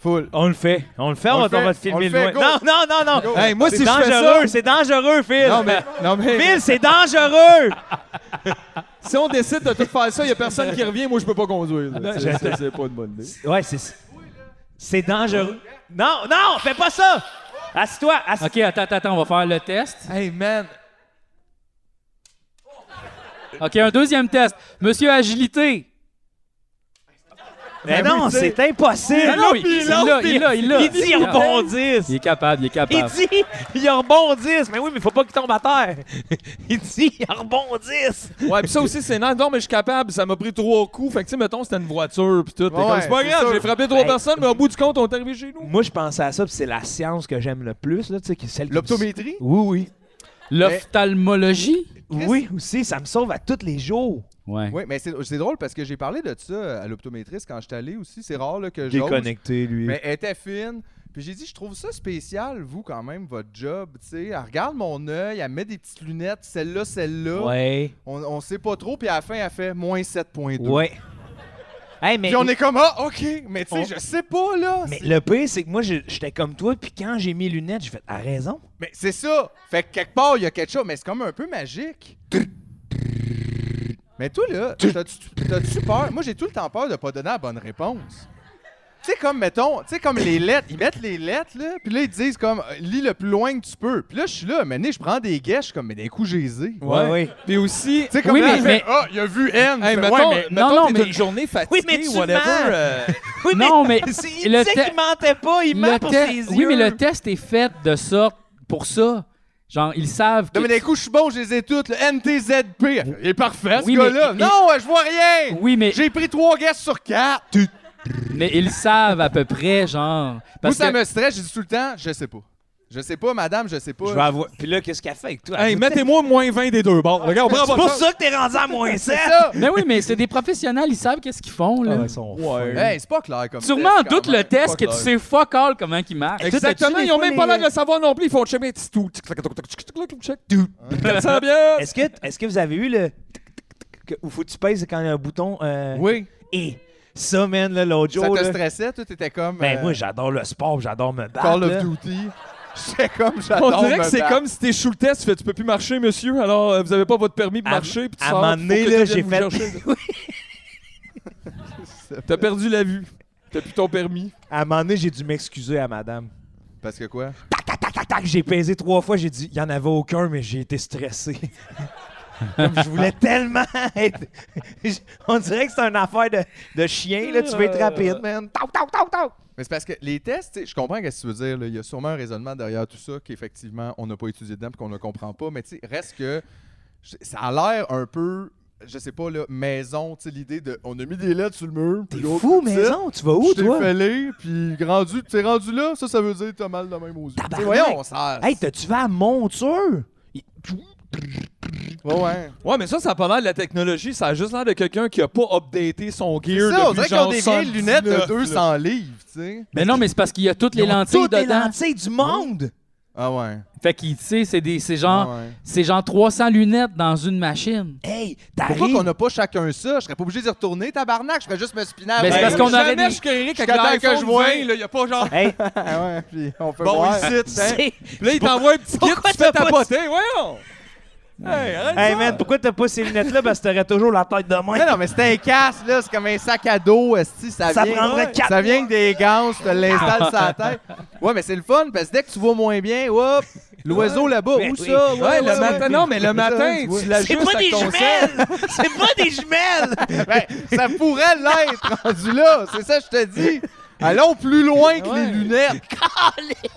Speaker 3: Full.
Speaker 8: On le fait. On le fait. On,
Speaker 3: On le
Speaker 8: va- on va te
Speaker 3: fait.
Speaker 8: filmer
Speaker 3: On le
Speaker 8: loin.
Speaker 3: fait, go.
Speaker 8: Non, non, non, non.
Speaker 3: Go.
Speaker 2: Hey, moi, si
Speaker 8: C'est
Speaker 2: je fais
Speaker 8: dangereux,
Speaker 2: ça,
Speaker 8: c'est dangereux, Phil.
Speaker 3: Non, mais. Non, mais.
Speaker 8: Phil, c'est dangereux!
Speaker 2: si on décide de tout faire ça, il n'y a personne qui revient, moi, je peux pas conduire. là. C'est c'est- c'est pas une bonne idée.
Speaker 8: Ouais, c'est. C'est dangereux. Non, non, fais pas ça! Assis-toi, assis
Speaker 1: OK, attends, attends, attends, on va faire le test.
Speaker 2: Hey, man!
Speaker 1: OK, un deuxième test. Monsieur Agilité.
Speaker 8: Mais non, c'est impossible!
Speaker 1: Ah non, il- il l'a, il l'a, il l'a.
Speaker 8: Il dit rebondisse!
Speaker 1: Il est capable, il est
Speaker 8: Il
Speaker 1: capable.
Speaker 8: dit il rebondisse! Mais oui, mais faut pas qu'il tombe à terre! Il dit il rebondisse!
Speaker 2: Ouais, pis ça aussi, c'est non, non, mais je suis capable. Ça m'a pris trois coups. Fait que, tu sais, mettons, c'était une voiture, pis tout. T'es
Speaker 3: Ouais,
Speaker 2: comme, c'est pas
Speaker 3: c'est
Speaker 2: grave,
Speaker 3: sûr.
Speaker 2: j'ai frappé trois
Speaker 8: Hey.
Speaker 2: personnes, mais au bout du compte, on est arrivé chez nous.
Speaker 8: Moi, je pensais à ça, puis c'est la science que j'aime le plus, là, tu sais, qui- celle qui-
Speaker 3: L'optométrie?
Speaker 8: Oui,
Speaker 1: L'ophtalmologie.
Speaker 8: oui. Oui, aussi, ça me sauve à tous les jours.
Speaker 1: Ouais.
Speaker 3: Oui, mais c'est c'est drôle parce que j'ai parlé de ça à l'optométriste quand j'étais allé aussi. C'est rare là, que je.
Speaker 8: Déconnecté, lui.
Speaker 3: Mais elle était fine. Puis j'ai dit, je trouve ça spécial, vous, quand même, votre job. Tu sais, elle regarde mon œil, elle met des petites lunettes, celle-là, celle-là.
Speaker 8: Ouais.
Speaker 3: On, on sait pas trop. Puis à la fin, elle fait moins 7,2.
Speaker 8: Ouais. Hey, mais
Speaker 3: Puis on est comme, ah, OK. Mais tu sais,
Speaker 8: On-
Speaker 3: je sais pas, là.
Speaker 8: Mais
Speaker 3: C'est-
Speaker 8: le pire, c'est que moi, je- j'étais comme toi, puis quand j'ai mes lunettes, j'ai fait « Ah, raison!
Speaker 3: Mais c'est ça. Fait que quelque part, il y a quelque chose, mais c'est comme un peu magique. Mais toi, là, t'as-tu t'as-tu peur? Moi, j'ai tout le temps peur de pas donner la bonne réponse. Tu sais, comme, mettons, tu sais, comme les lettres. Ils mettent les lettres, là, puis là, ils disent comme, euh, lis le plus loin que tu peux. Puis là, je suis là, maintenant, je prends des guêches, comme, mais d'un coup, j'ai zé. Tu
Speaker 8: Ouais, ouais.
Speaker 2: Pis aussi,
Speaker 3: sais, comme
Speaker 1: Oui,
Speaker 3: là,
Speaker 1: mais-
Speaker 3: elle
Speaker 1: mais-
Speaker 3: fait, ah, il a vu N.
Speaker 2: hey,
Speaker 3: Je fais,
Speaker 2: mettons,
Speaker 3: ouais,
Speaker 2: mettons,
Speaker 1: non,
Speaker 2: t'es
Speaker 1: mais-
Speaker 2: une journée fatiguée,
Speaker 8: Oui, mais tu
Speaker 2: whatever.
Speaker 8: mens.
Speaker 2: euh,
Speaker 8: Oui,
Speaker 1: Non, mais
Speaker 8: c'est- il
Speaker 1: le
Speaker 8: disait
Speaker 1: te-
Speaker 8: qu'il mentait pas, il ment
Speaker 1: Le
Speaker 8: pour
Speaker 1: te-
Speaker 8: ses
Speaker 1: Oui,
Speaker 8: yeux.
Speaker 1: mais le test est fait de sorte pour ça. Genre, ils savent que...
Speaker 3: Non, mais d'un coup, je suis bon, je les ai toutes, le NTZP. Elle fait, Il est parfait,
Speaker 1: Oui,
Speaker 3: ce gars-là.
Speaker 1: mais-
Speaker 3: Non, ouais, je vois rien.
Speaker 1: Oui, mais,
Speaker 3: J'ai pris trois guêches sur quatre.
Speaker 1: mais ils savent à peu près, genre... Parce
Speaker 3: Moi, ça
Speaker 1: que-
Speaker 3: me stresse, je dis tout le temps, je sais pas. Je sais pas, madame, je sais pas.
Speaker 8: Je vais avouer. Puis là, qu'est-ce qu'elle fait avec toi?
Speaker 2: Hey,
Speaker 8: Elle-
Speaker 2: mettez-moi moins 20 des deux bords. Regarde, on
Speaker 8: C'est
Speaker 2: prend
Speaker 8: pour
Speaker 2: pas
Speaker 8: ça que t'es rendu à moins 7!
Speaker 3: C'est ça!
Speaker 1: Mais oui, mais c'est des professionnels, ils savent qu'est-ce qu'ils font,
Speaker 8: Ah
Speaker 1: là.
Speaker 3: Hey, c'est pas clair comme
Speaker 1: Sûrement,
Speaker 3: test, quand
Speaker 1: doute le
Speaker 3: même.
Speaker 1: test
Speaker 3: Pas
Speaker 1: que tu sais
Speaker 3: clair.
Speaker 1: fuck all comment il marche.
Speaker 2: Exactement,
Speaker 8: T'as-tu
Speaker 2: ils ont
Speaker 8: des
Speaker 2: même pas
Speaker 8: fois les-
Speaker 2: l'air de le savoir non plus. Ils font check mes petits tout. Ça sent bien.
Speaker 8: Est-ce que, est-ce que vous avez eu le... tic, tic, tic, que- Où faut que tu pèses quand il y a un bouton... euh,
Speaker 3: Oui,
Speaker 8: Et ça, man, là, l'autre
Speaker 3: ça
Speaker 8: jour...
Speaker 3: te
Speaker 8: là,
Speaker 3: stressait, tout était comme.
Speaker 8: ben,
Speaker 3: euh,
Speaker 8: moi, j'adore le sport, j'adore me battre.
Speaker 3: Call
Speaker 8: là.
Speaker 3: of Duty. J'étais comme,
Speaker 2: On
Speaker 3: j'adore.
Speaker 2: dirait
Speaker 3: me
Speaker 2: que c'est
Speaker 3: battre.
Speaker 2: comme si t'es sous le test, tu fais tu peux plus marcher, monsieur, alors euh, vous avez pas votre permis de
Speaker 8: À-
Speaker 2: marcher. puis tu
Speaker 8: à un
Speaker 2: sors,
Speaker 8: moment
Speaker 2: faut
Speaker 8: donné,
Speaker 2: que
Speaker 8: là,
Speaker 2: quelqu'un
Speaker 8: j'ai
Speaker 2: vous
Speaker 8: fait-
Speaker 2: chercher. T'as perdu la vue. T'as plus ton permis.
Speaker 8: À un moment donné, j'ai dû m'excuser à madame.
Speaker 3: Parce que quoi?
Speaker 8: Tac, tac, tac, tac, tac, j'ai pesé trois fois, j'ai dit, il y en avait aucun, mais j'ai été stressé. Comme je voulais tellement être... Je- On dirait que c'est une affaire de, de chien, là, tu veux être rapide, man. Tau, tau, tau, tau.
Speaker 3: Mais c'est parce que les tests, tu sais, je comprends quest ce que tu veux dire. là. Il y a sûrement un raisonnement derrière tout ça qu'effectivement, on n'a pas étudié dedans et qu'on ne comprend pas. Mais tu sais, reste que je- ça a l'air un peu, je sais pas, là, maison. Tu sais, l'idée de on a mis des lettres sur le mur.
Speaker 8: T'es
Speaker 3: puis l'autre,
Speaker 8: fou,
Speaker 3: petite,
Speaker 8: maison, tu vas où,
Speaker 3: je t'ai
Speaker 8: toi?
Speaker 3: fait lire, puis rendu, t'es rendu là, ça, ça veut dire que t'as mal de même aux yeux.
Speaker 8: Tabarnak!
Speaker 3: T'sais, Voyons, ça.
Speaker 8: Hey, t'as-tu vas à Monture? Il-
Speaker 3: Ouais, ouais.
Speaker 2: Ouais, mais ça, ça a pas l'air de la technologie. Ça a juste l'air de quelqu'un qui a pas updaté son gear.
Speaker 3: Ça, on
Speaker 2: depuis
Speaker 3: dirait qu'ils
Speaker 2: genre
Speaker 3: ont des vieilles
Speaker 2: 79,
Speaker 3: lunettes
Speaker 2: là.
Speaker 3: de 200 livres, tu sais.
Speaker 1: Mais non, mais c'est parce qu'il y a toutes les
Speaker 8: Ils ont
Speaker 1: lentilles
Speaker 8: toutes les
Speaker 1: dedans.
Speaker 8: lentilles du monde!
Speaker 3: Ah ouais.
Speaker 1: Fait qu'il, tu sais, c'est des- c'est
Speaker 3: Ah
Speaker 1: genre,
Speaker 3: ouais.
Speaker 1: c'est genre 300 lunettes dans une machine.
Speaker 8: Hey,
Speaker 3: Pourquoi
Speaker 8: t'arrives...
Speaker 3: qu'on n'a pas chacun ça? Je serais pas obligé d'y retourner, tabarnak. Je ferais juste me spinner à
Speaker 1: Mais Ben, c'est
Speaker 3: la
Speaker 1: parce
Speaker 3: main.
Speaker 1: qu'on aurait
Speaker 2: Jamais
Speaker 1: des-
Speaker 2: jusqu'à Eric avec
Speaker 3: Jusqu'à temps que
Speaker 2: l'iPhone
Speaker 3: je vois.
Speaker 2: 20, là, y a pas genre...
Speaker 8: Hey,
Speaker 3: Ah ouais, puis on peut
Speaker 2: Bon, hein.
Speaker 3: voir.
Speaker 2: ici, tiens.
Speaker 8: c'est-
Speaker 2: Puis Là, il t'envoie un petit kit,
Speaker 8: Pourquoi
Speaker 2: tu te fais
Speaker 8: t'as pas dit-
Speaker 2: tapoter, voyons! Hey, arrête
Speaker 8: Hey
Speaker 2: ça.
Speaker 8: man, pourquoi t'as pas ces lunettes-là? Parce que t'aurais toujours la tête de
Speaker 3: Non,
Speaker 8: main.
Speaker 3: non, mais c'est un casque, là. C'est comme un sac à dos, esti, ça,
Speaker 8: Ça
Speaker 3: vient.
Speaker 8: prendrait quatre
Speaker 3: Ça vient que des gants, tu te l'installes sur la tête. Ouais, mais c'est le fun, parce que dès que tu vois moins bien, hop, l'oiseau là-bas,
Speaker 8: Mais
Speaker 3: où
Speaker 8: oui.
Speaker 3: ça?
Speaker 2: Ouais, le matin, non, mais le matin, tu
Speaker 8: C'est
Speaker 2: l'ajustes
Speaker 8: pas des
Speaker 2: avec ton sel.
Speaker 8: jumelles! C'est pas des jumelles!
Speaker 3: Ben, ça pourrait l'être rendu là, c'est ça que je te dis. Allons plus loin que
Speaker 2: Ouais.
Speaker 3: les lunettes.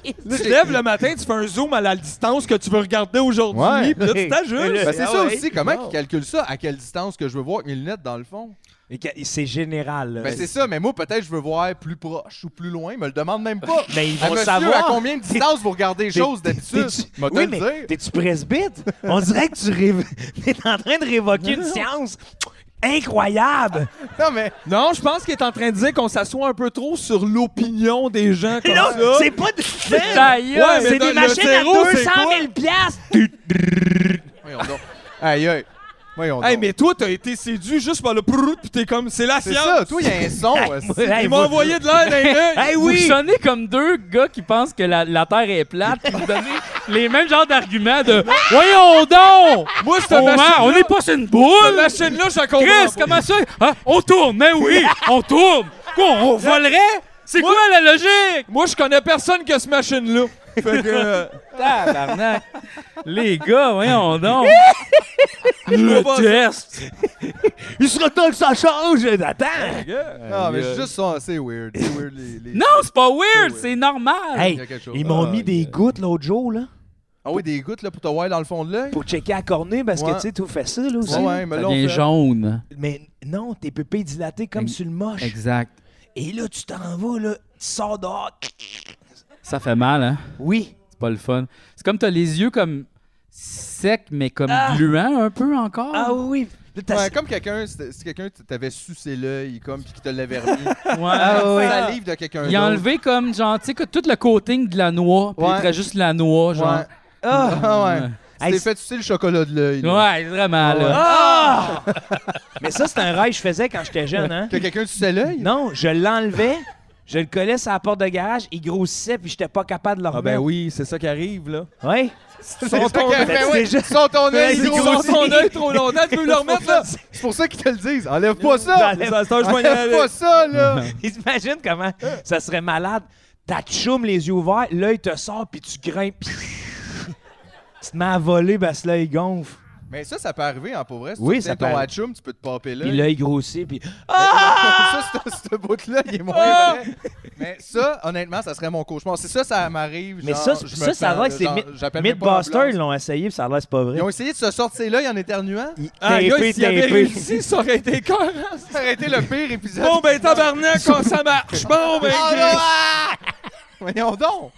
Speaker 2: Tu te lèves le matin, tu fais un zoom à la distance que tu veux regarder aujourd'hui,
Speaker 3: Ouais.
Speaker 2: puis là, tu t'ajustes.
Speaker 3: Ben, c'est
Speaker 8: Ah
Speaker 3: ça
Speaker 8: ouais.
Speaker 3: aussi, comment
Speaker 8: Wow.
Speaker 3: qu'ils calculent ça? À quelle distance que je veux voir avec mes lunettes dans le fond?
Speaker 8: Et que- C'est général. là.
Speaker 3: Ben c'est ça, mais moi peut-être je veux voir plus proche ou plus loin, ils me le demande même pas.
Speaker 8: Mais ils
Speaker 3: Ah,
Speaker 8: vont
Speaker 3: monsieur,
Speaker 8: savoir.
Speaker 3: à combien de distance vous regardez les
Speaker 8: T'es-
Speaker 3: choses
Speaker 8: t'es-
Speaker 3: d'habitude?
Speaker 8: t'es-tu-
Speaker 3: M'a te
Speaker 8: Oui,
Speaker 3: le
Speaker 8: mais
Speaker 3: dire.
Speaker 8: t'es-tu presbyte? On dirait que tu rév- t'es en train de révoquer une science incroyable.
Speaker 3: Non, mais
Speaker 2: Non, je pense qu'il est en train de dire qu'on s'assoit un peu trop sur l'opinion des gens
Speaker 3: Ah,
Speaker 2: comme
Speaker 8: Là,
Speaker 2: ça.
Speaker 8: c'est pas
Speaker 3: Ben,
Speaker 8: de
Speaker 1: Ta
Speaker 8: film!
Speaker 1: gueule!
Speaker 2: Ouais, mais
Speaker 8: C'est
Speaker 2: dans
Speaker 8: des
Speaker 2: le
Speaker 8: machines à
Speaker 2: zéro, c'est
Speaker 8: 200
Speaker 2: quoi?
Speaker 8: 000 piastres!
Speaker 3: Voyons donc. Aïe, aïe. Voyons
Speaker 2: Hey,
Speaker 3: donc.
Speaker 2: mais toi, t'as été séduit juste par le prout, puis t'es comme, c'est la
Speaker 3: C'est
Speaker 2: science.
Speaker 3: ça, toi, il y a un son. aussi.
Speaker 8: Hey,
Speaker 2: Il m'a
Speaker 8: moi-
Speaker 2: envoyé de l'air dans les yeux.
Speaker 8: Hey
Speaker 1: Vous
Speaker 8: oui!
Speaker 1: sonnez comme deux gars qui pensent que la, la Terre est plate, puis vous donnez les mêmes genres d'arguments de « Voyons donc!
Speaker 2: Moi, cette
Speaker 1: On,
Speaker 2: machine-là,
Speaker 1: meurt, on est pas sur une
Speaker 2: cette
Speaker 1: boule!
Speaker 2: machine-là, je la comprends
Speaker 1: Chris,
Speaker 2: pas.
Speaker 1: comment ça? Hein? On tourne! Mais oui, on tourne! Quoi, on volerait? C'est quoi la logique?
Speaker 2: Moi, je connais personne que cette machine-là. Fait que, euh,
Speaker 1: Tabarnak! Les gars, voyons donc!
Speaker 2: vois pas
Speaker 1: Le
Speaker 2: ça.
Speaker 1: test!
Speaker 8: Il sera temps que ça change! Attends!
Speaker 2: yeah.
Speaker 3: Non, Ah, mais c'est juste ça, c'est weird. C'est weird, les- les-
Speaker 1: Non, c'est pas weird, c'est normal!
Speaker 8: Hey,
Speaker 3: Il y a quelque chose.
Speaker 8: ils m'ont
Speaker 3: Ah,
Speaker 8: mis des
Speaker 3: yeah.
Speaker 8: gouttes l'autre jour, là,
Speaker 3: Ah oui, des gouttes là, pour te voir dans le fond de l'œil?
Speaker 8: pour checker à cornée, parce que,
Speaker 3: Ouais.
Speaker 8: tu sais, tout fait ça, là, aussi.
Speaker 3: Ouais, ouais, mais
Speaker 1: Ça
Speaker 3: là, on
Speaker 1: devient
Speaker 3: fait-
Speaker 1: jaune.
Speaker 8: Mais non, tes pupilles dilatées comme
Speaker 3: Ben,
Speaker 1: Ex-
Speaker 8: sur le moche.
Speaker 1: Exact.
Speaker 8: Et là, tu t'en vas, là, tu sors dehors.
Speaker 1: Ça fait mal, hein?
Speaker 8: Oui.
Speaker 1: C'est pas le fun. C'est comme t'as les yeux comme secs, mais comme gluants un peu encore.
Speaker 8: Ah oui. Là, t'as-
Speaker 3: Ouais, comme quelqu'un, c'était- si quelqu'un t- t'avait sucé l'œil, comme, puis qui te l'avait remis.
Speaker 1: Ouais.
Speaker 8: Ah
Speaker 3: La livre de quelqu'un
Speaker 1: Il a
Speaker 3: d'autre.
Speaker 1: enlevé comme, genre, tu sais, que tout le coating de la noix, puis il
Speaker 3: Ouais.
Speaker 1: était juste la noix, genre.
Speaker 3: Ouais. Ah ouais.
Speaker 8: Hey,
Speaker 3: Tu t'es fait sucer le chocolat de l'œil. là.
Speaker 1: Ouais, vraiment, là.
Speaker 8: Ah! Mais ça, c'est un rêve que je faisais quand j'étais jeune, hein?
Speaker 3: Que quelqu'un suçait l'œil?
Speaker 8: Non, je l'enlevais, je le collais sur la porte de garage, il grossissait, puis j'étais pas capable de le
Speaker 2: Ah
Speaker 8: remettre.
Speaker 2: ben oui, c'est ça qui arrive, là.
Speaker 8: Oui.
Speaker 3: C'est
Speaker 2: Son
Speaker 3: ça
Speaker 2: ton-
Speaker 3: que-
Speaker 8: Mais
Speaker 3: ben
Speaker 8: c'est
Speaker 3: oui,
Speaker 8: déjà-
Speaker 3: Son ton
Speaker 8: Mais
Speaker 3: œil,
Speaker 8: c'est
Speaker 2: Il
Speaker 3: gros.
Speaker 2: sort
Speaker 8: grossit.
Speaker 2: son œil trop longtemps, tu veux le remettre, là?
Speaker 3: C'est pour ça qu'ils te le disent. Enlève pas Ah, ça!
Speaker 8: Enlève-
Speaker 2: Ça, ça, je m'en
Speaker 3: Enlève
Speaker 8: ben,
Speaker 2: allais.
Speaker 3: pas ça, là!
Speaker 8: Imagine comment
Speaker 3: Euh.
Speaker 8: ça serait malade. T'as tchoum les yeux ouverts, l'œil te sort, puis tu grimpes. puis- tu te mets à voler parce que l'œil gonfle.
Speaker 3: Mais ça, ça peut arriver, en pour vrai. Si
Speaker 8: Oui,
Speaker 3: tu
Speaker 8: ça
Speaker 3: tiens
Speaker 8: peut
Speaker 3: ton
Speaker 8: arriver.
Speaker 3: hatchoum, tu peux te pomper
Speaker 8: Puis
Speaker 3: l'œil.
Speaker 8: l'œil grossit, puis...
Speaker 3: Ça, ce- ce bout-là, il est moins
Speaker 2: Ah!
Speaker 3: vrai. Mais ça, honnêtement, ça serait mon cauchemar. C'est ça, ça m'arrive.
Speaker 8: Mais
Speaker 3: genre,
Speaker 8: ça,
Speaker 3: je me
Speaker 8: ça, ça
Speaker 3: sens,
Speaker 8: va que c'est
Speaker 3: genre,
Speaker 8: Myth-
Speaker 3: j'appelle même pas
Speaker 8: Mythbusters,
Speaker 3: l'ambulance.
Speaker 8: ils l'ont essayé, puis ça a l'air, c'est pas vrai.
Speaker 3: Ils ont essayé de se sortir l'œil en éternuant.
Speaker 2: Ah,
Speaker 8: Tapé,
Speaker 2: gars, s'il avait
Speaker 8: tapé.
Speaker 2: réussi, ça aurait été cœur.
Speaker 3: Ça aurait été le pire épisode.
Speaker 2: Bon, ben, tabarnak, quand ça marche. Bon, ben,
Speaker 3: Ah,
Speaker 2: Chris.
Speaker 3: non, ah! Voyons donc!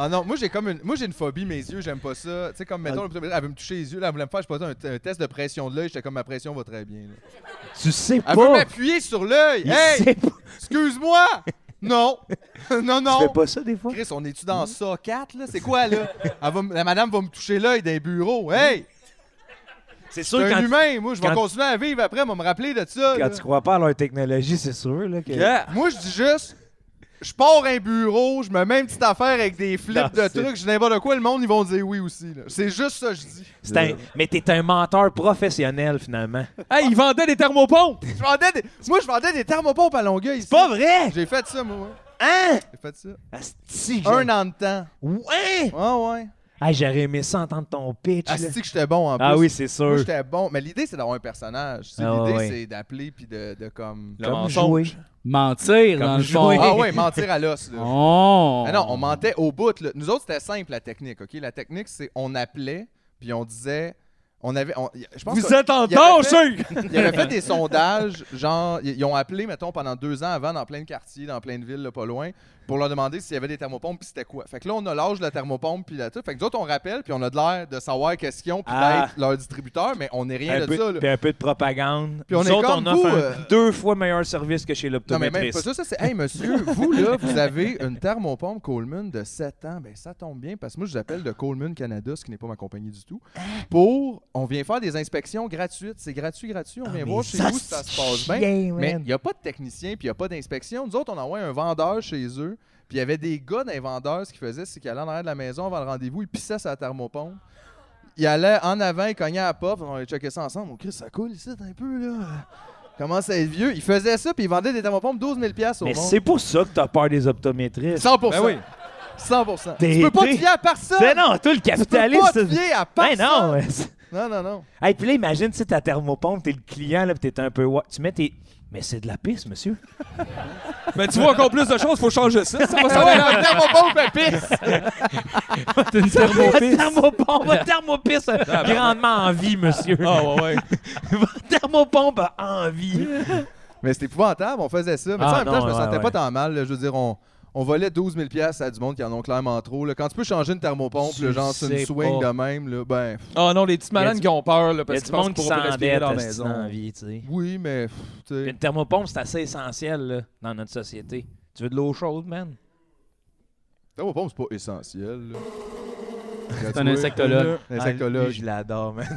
Speaker 3: Ah non, moi j'ai comme une moi j'ai une phobie mes yeux, j'aime pas ça. Tu sais comme mettons
Speaker 8: Ah.
Speaker 3: elle veut me toucher les yeux, là elle voulait me faire je sais pas un, t- un test de pression de l'œil, j'étais comme ma pression va très bien. là.
Speaker 8: Tu sais
Speaker 3: Elle veut
Speaker 8: pas.
Speaker 3: m'appuyer sur l'œil.
Speaker 8: Il
Speaker 3: Ah, Hey,
Speaker 8: sait pas.
Speaker 3: excuse-moi. Non. non
Speaker 8: Tu fais
Speaker 3: non.
Speaker 8: pas ça des fois?
Speaker 3: Chris, on est tu dans ça 4 là, c'est quoi là Elle va m- La madame va me toucher l'œil d'un bureau. Hey,
Speaker 8: C'est sûr
Speaker 3: c'est un
Speaker 8: quand,
Speaker 3: humain, moi je vais
Speaker 8: quand-
Speaker 3: continuer à vivre après, elle va me rappeler de ça. là.
Speaker 8: quand tu crois pas à leur technologie, c'est sûr là, que...
Speaker 2: Yeah.
Speaker 3: Moi, je dis juste, je pars un bureau, je me mets une petite affaire avec des flips
Speaker 8: Non,
Speaker 3: de
Speaker 8: c'est-
Speaker 3: trucs, je dis n'importe quoi, le monde, ils vont dire oui aussi. là. C'est juste ça, que je dis.
Speaker 8: C'est un- Mais t'es un menteur professionnel, finalement.
Speaker 2: Hey, il vendait des thermopompes.
Speaker 3: Je vendais des- Moi, je vendais des thermopompes à Longueuil. ici.
Speaker 8: vrai!
Speaker 3: J'ai fait ça, moi. ouais.
Speaker 8: Hein?
Speaker 3: J'ai fait ça.
Speaker 8: Asti, j'ai-
Speaker 3: Un an de temps. Ouais,
Speaker 8: Ouais!
Speaker 3: ouais.
Speaker 8: Hey, J'aurais aimé ça entendre ton pitch, là.
Speaker 3: Asti que j'étais bon, en plus.
Speaker 8: Ah oui, c'est sûr.
Speaker 3: Moi, j'étais bon. Mais l'idée, c'est d'avoir un personnage. Tu sais,
Speaker 8: Ah,
Speaker 3: l'idée,
Speaker 8: ouais.
Speaker 3: c'est d'appeler puis de, de comme...
Speaker 2: Le
Speaker 8: Comme
Speaker 2: mensonge.
Speaker 8: jouer.
Speaker 1: Mentir, dans le fond.
Speaker 8: jouer.
Speaker 3: Ah ouais, mentir à l'os, là.
Speaker 1: Oh!
Speaker 3: Ah non, on mentait au bout. là. Nous autres, c'était simple, la technique, OK? La technique, c'est on appelait, puis on disait... On avait... on- je pense
Speaker 2: Vous
Speaker 3: que-
Speaker 2: êtes en
Speaker 3: il avait fait-
Speaker 2: danger.
Speaker 3: Ils avaient fait des sondages, genre, ils ils ont appelé, mettons, pendant deux ans avant, dans plein de quartiers, dans plein de villes, là, pas loin. pour leur demander s'il y avait des thermopompes puis c'était quoi. Fait que là, on a l'âge de la thermopompe puis la tout. Fait que nous autres, on rappelle puis on a de l'air de savoir qu'est-ce qu'ils ont puis
Speaker 8: Ah.
Speaker 3: d'être leur distributeur, mais on n'est rien
Speaker 8: Un
Speaker 3: de
Speaker 8: peu,
Speaker 3: ça. là.
Speaker 8: puis un peu de propagande.
Speaker 3: Puis on
Speaker 8: Nous
Speaker 3: est
Speaker 8: autres,
Speaker 3: comme
Speaker 8: on offre
Speaker 3: vous,
Speaker 8: un
Speaker 3: euh,
Speaker 8: deux fois meilleur service que chez
Speaker 3: Non, mais même pas
Speaker 8: l'optométriste.
Speaker 3: ça, ça c'est. Hey, monsieur, vous, là, vous avez une thermopompe Coleman de 7 ans. Ben, ça tombe bien parce que moi, je vous appelle de Coleman Canada, ce qui n'est pas ma compagnie du tout.
Speaker 8: Ah.
Speaker 3: Pour. On vient faire des inspections gratuites. C'est gratuit, gratuit. On vient
Speaker 8: Ah,
Speaker 3: voir chez vous si ça se passe bien. Mais il n'y a pas de technicien, puis il n'y a pas d'inspection. Nous autres, on envoie un vendeur chez eux. Puis il y avait des gars d'un vendeur, ce qu'ils faisaient, c'est qu'ils allaient en arrière de la maison avant le rendez-vous, ils pissaient sa thermopompe. Ils allaient en avant, ils cognaient à la porte, on allait checker ça ensemble. Oh, Chris, ça coule ici un peu, là. Commence à être vieux. Ils faisaient ça, puis ils vendaient des thermopompes 12 000 piastres au
Speaker 8: Mais
Speaker 3: monde.
Speaker 8: c'est pour ça que t'as peur des optométristes.
Speaker 3: 100
Speaker 2: Ben oui.
Speaker 3: 100
Speaker 8: T'es-
Speaker 3: Tu peux pas te
Speaker 8: t'es-
Speaker 3: fier à personne.
Speaker 8: Mais non, tout le
Speaker 3: Tu peux
Speaker 8: capitaliste.
Speaker 3: pas te fier à
Speaker 8: Ben
Speaker 3: personne. non,
Speaker 8: non.
Speaker 3: non, non.
Speaker 8: Hey, puis là, imagine, tu sais, ta thermopompe, t'es le client, là, puis t'es un peu. wa- Tu mets tes. Mais c'est de la pisse, monsieur.
Speaker 2: Mais tu vois encore plus de choses, faut changer ça. Ça va
Speaker 3: Ah ouais,
Speaker 2: s'arrêter.
Speaker 3: la thermopompe, elle pisse.
Speaker 1: T'es une
Speaker 8: Votre
Speaker 1: thermopiste.
Speaker 8: thermopompe, votre thermopiste a
Speaker 2: ben.
Speaker 8: grandement en vie, monsieur.
Speaker 2: Ah ouais, ouais.
Speaker 8: Votre thermopompe a envie.
Speaker 3: Mais c'était épouvantable, on faisait ça. Mais
Speaker 8: Ah
Speaker 3: tu sais, en même temps,
Speaker 8: non,
Speaker 3: je me
Speaker 8: ouais,
Speaker 3: sentais
Speaker 8: ouais.
Speaker 3: pas tant mal. là. Je veux dire, on, on volait 12 000 pièces à du monde qui en ont clairement trop. là. Quand tu peux changer une thermopompe,
Speaker 8: Tu
Speaker 3: là, genre c'est
Speaker 8: sais
Speaker 3: une swing
Speaker 8: pas.
Speaker 3: de même, là, ben pff,
Speaker 2: Ah non, les petites malades qui ont peur là,
Speaker 8: Il y a
Speaker 2: parce
Speaker 8: du
Speaker 2: qu'ils pensent
Speaker 8: monde qui
Speaker 2: qu'ils pourront plus respirer
Speaker 8: s'endette
Speaker 2: dans la
Speaker 8: esti, dans
Speaker 2: maison.
Speaker 8: la vie, tu sais.
Speaker 3: oui, mais pff, tu sais.
Speaker 8: Puis Une thermopompe, c'est assez essentiel là, dans notre société. Tu veux de l'eau chaude, man?
Speaker 3: thermopompe, c'est pas essentiel. là.
Speaker 1: C'est un insectologue.
Speaker 3: Un
Speaker 8: Ah, lui,
Speaker 3: insectologue.
Speaker 8: je l'adore, man.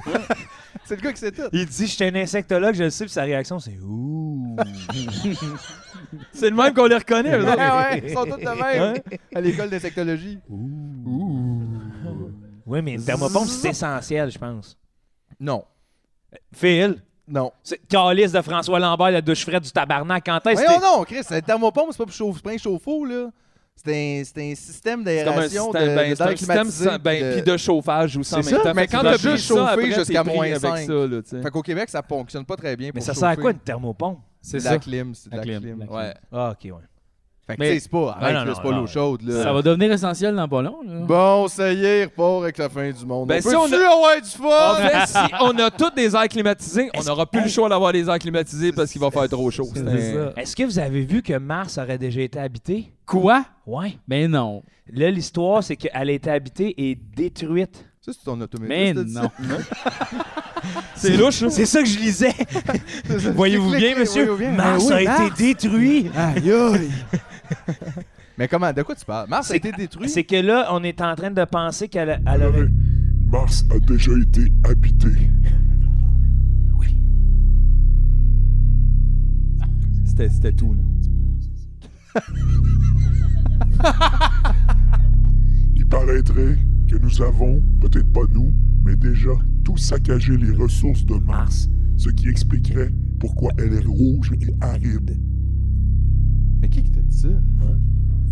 Speaker 3: C'est le gars qui sait tout.
Speaker 8: Il dit, je suis un insectologue, je le sais, puis sa réaction, c'est ouh.
Speaker 2: C'est le même qu'on les reconnaît. eux
Speaker 3: Ouais,
Speaker 2: autres.
Speaker 3: ouais, ils sont tous de même à l'école d'insectologie.
Speaker 8: Oui, mais une thermopompe, c'est essentiel, je pense.
Speaker 3: Non,
Speaker 8: Phil,
Speaker 3: non.
Speaker 8: c'est calice de François Lambert, la douche froide du tabarnak. Quand est-ce
Speaker 3: Voyons
Speaker 8: que
Speaker 3: non, Chris, la thermopompe, c'est pas pour chauffer, c'est pas un chauffe-eau, là. C'est un, c'est un système
Speaker 2: C'est comme un
Speaker 3: d'aération de,
Speaker 2: système, ben,
Speaker 3: de-
Speaker 2: c'est un
Speaker 3: d'air
Speaker 2: système
Speaker 3: climatisé,
Speaker 2: sans- ben,
Speaker 3: de-
Speaker 2: puis de chauffage aussi en
Speaker 3: C'est
Speaker 2: même
Speaker 3: ça,
Speaker 2: temps.
Speaker 3: mais
Speaker 2: Fait que
Speaker 3: quand
Speaker 2: tu
Speaker 3: t'as
Speaker 2: dois
Speaker 3: juste chauffé
Speaker 2: après,
Speaker 3: jusqu'à
Speaker 2: t'es pris
Speaker 3: moins
Speaker 2: avec
Speaker 3: cinq.
Speaker 2: ça, là, tu sais.
Speaker 3: Fait qu'au Québec, ça fonctionne pas très bien pour
Speaker 8: Mais ça sert à
Speaker 3: chauffer.
Speaker 8: quoi une thermopompe?
Speaker 1: C'est
Speaker 3: de la
Speaker 1: ça.
Speaker 3: clim, c'est de
Speaker 1: La
Speaker 3: la, clim.
Speaker 1: clim, la clim.
Speaker 3: Ouais.
Speaker 8: Ah, ok, ouais.
Speaker 3: Fait que
Speaker 1: Mais-
Speaker 3: tu sais, c'est pas, arrête,
Speaker 8: Ah, non,
Speaker 3: là, c'est pas
Speaker 8: non,
Speaker 3: l'eau
Speaker 8: non.
Speaker 3: chaude, là.
Speaker 1: Ça va devenir essentiel dans pas long. là.
Speaker 3: Bon, ça y est, il repart avec la fin du monde.
Speaker 2: Ben,
Speaker 3: on
Speaker 2: si
Speaker 3: peut
Speaker 2: on a-
Speaker 3: avoir du
Speaker 2: En
Speaker 3: fun!
Speaker 2: fait, si on a tous des airs climatisés, on n'aura plus le choix d'avoir des airs climatisés parce qu'il va faire trop chaud.
Speaker 1: C'est
Speaker 2: C'est-
Speaker 1: ça.
Speaker 8: Ben, Est-ce que vous avez vu que Mars aurait déjà été habité?
Speaker 1: Quoi?
Speaker 8: Ouais.
Speaker 1: Mais non.
Speaker 8: Là, l'histoire, c'est qu'elle a été habitée et détruite.
Speaker 3: Ça, c'est ton
Speaker 1: Mais
Speaker 3: automatisme. t'as dit ça?
Speaker 1: non.
Speaker 2: C'est louche, là.
Speaker 8: C'est ça que je lisais. Voyez-vous
Speaker 3: C'est
Speaker 8: bien,
Speaker 3: cliqué,
Speaker 8: monsieur?
Speaker 3: hein? voyez-vous bien.
Speaker 8: Mars
Speaker 3: Ben
Speaker 8: a
Speaker 3: oui,
Speaker 8: été détruit. Ah,
Speaker 3: Aïe, aïe. Mais comment, de quoi tu parles? Mars a
Speaker 8: C'est-
Speaker 3: été détruit?
Speaker 8: C'est que là, on est en train de penser qu'elle a- elle aurait.
Speaker 9: Mars a déjà été habité.
Speaker 2: C'était c'était tout, là.
Speaker 9: Il paraîtrait que nous avons, peut-être pas nous, mais déjà tout saccagé les ressources de Mars, ce qui expliquerait pourquoi elle est rouge et aride.
Speaker 3: Mais qui qui t'a dit ça?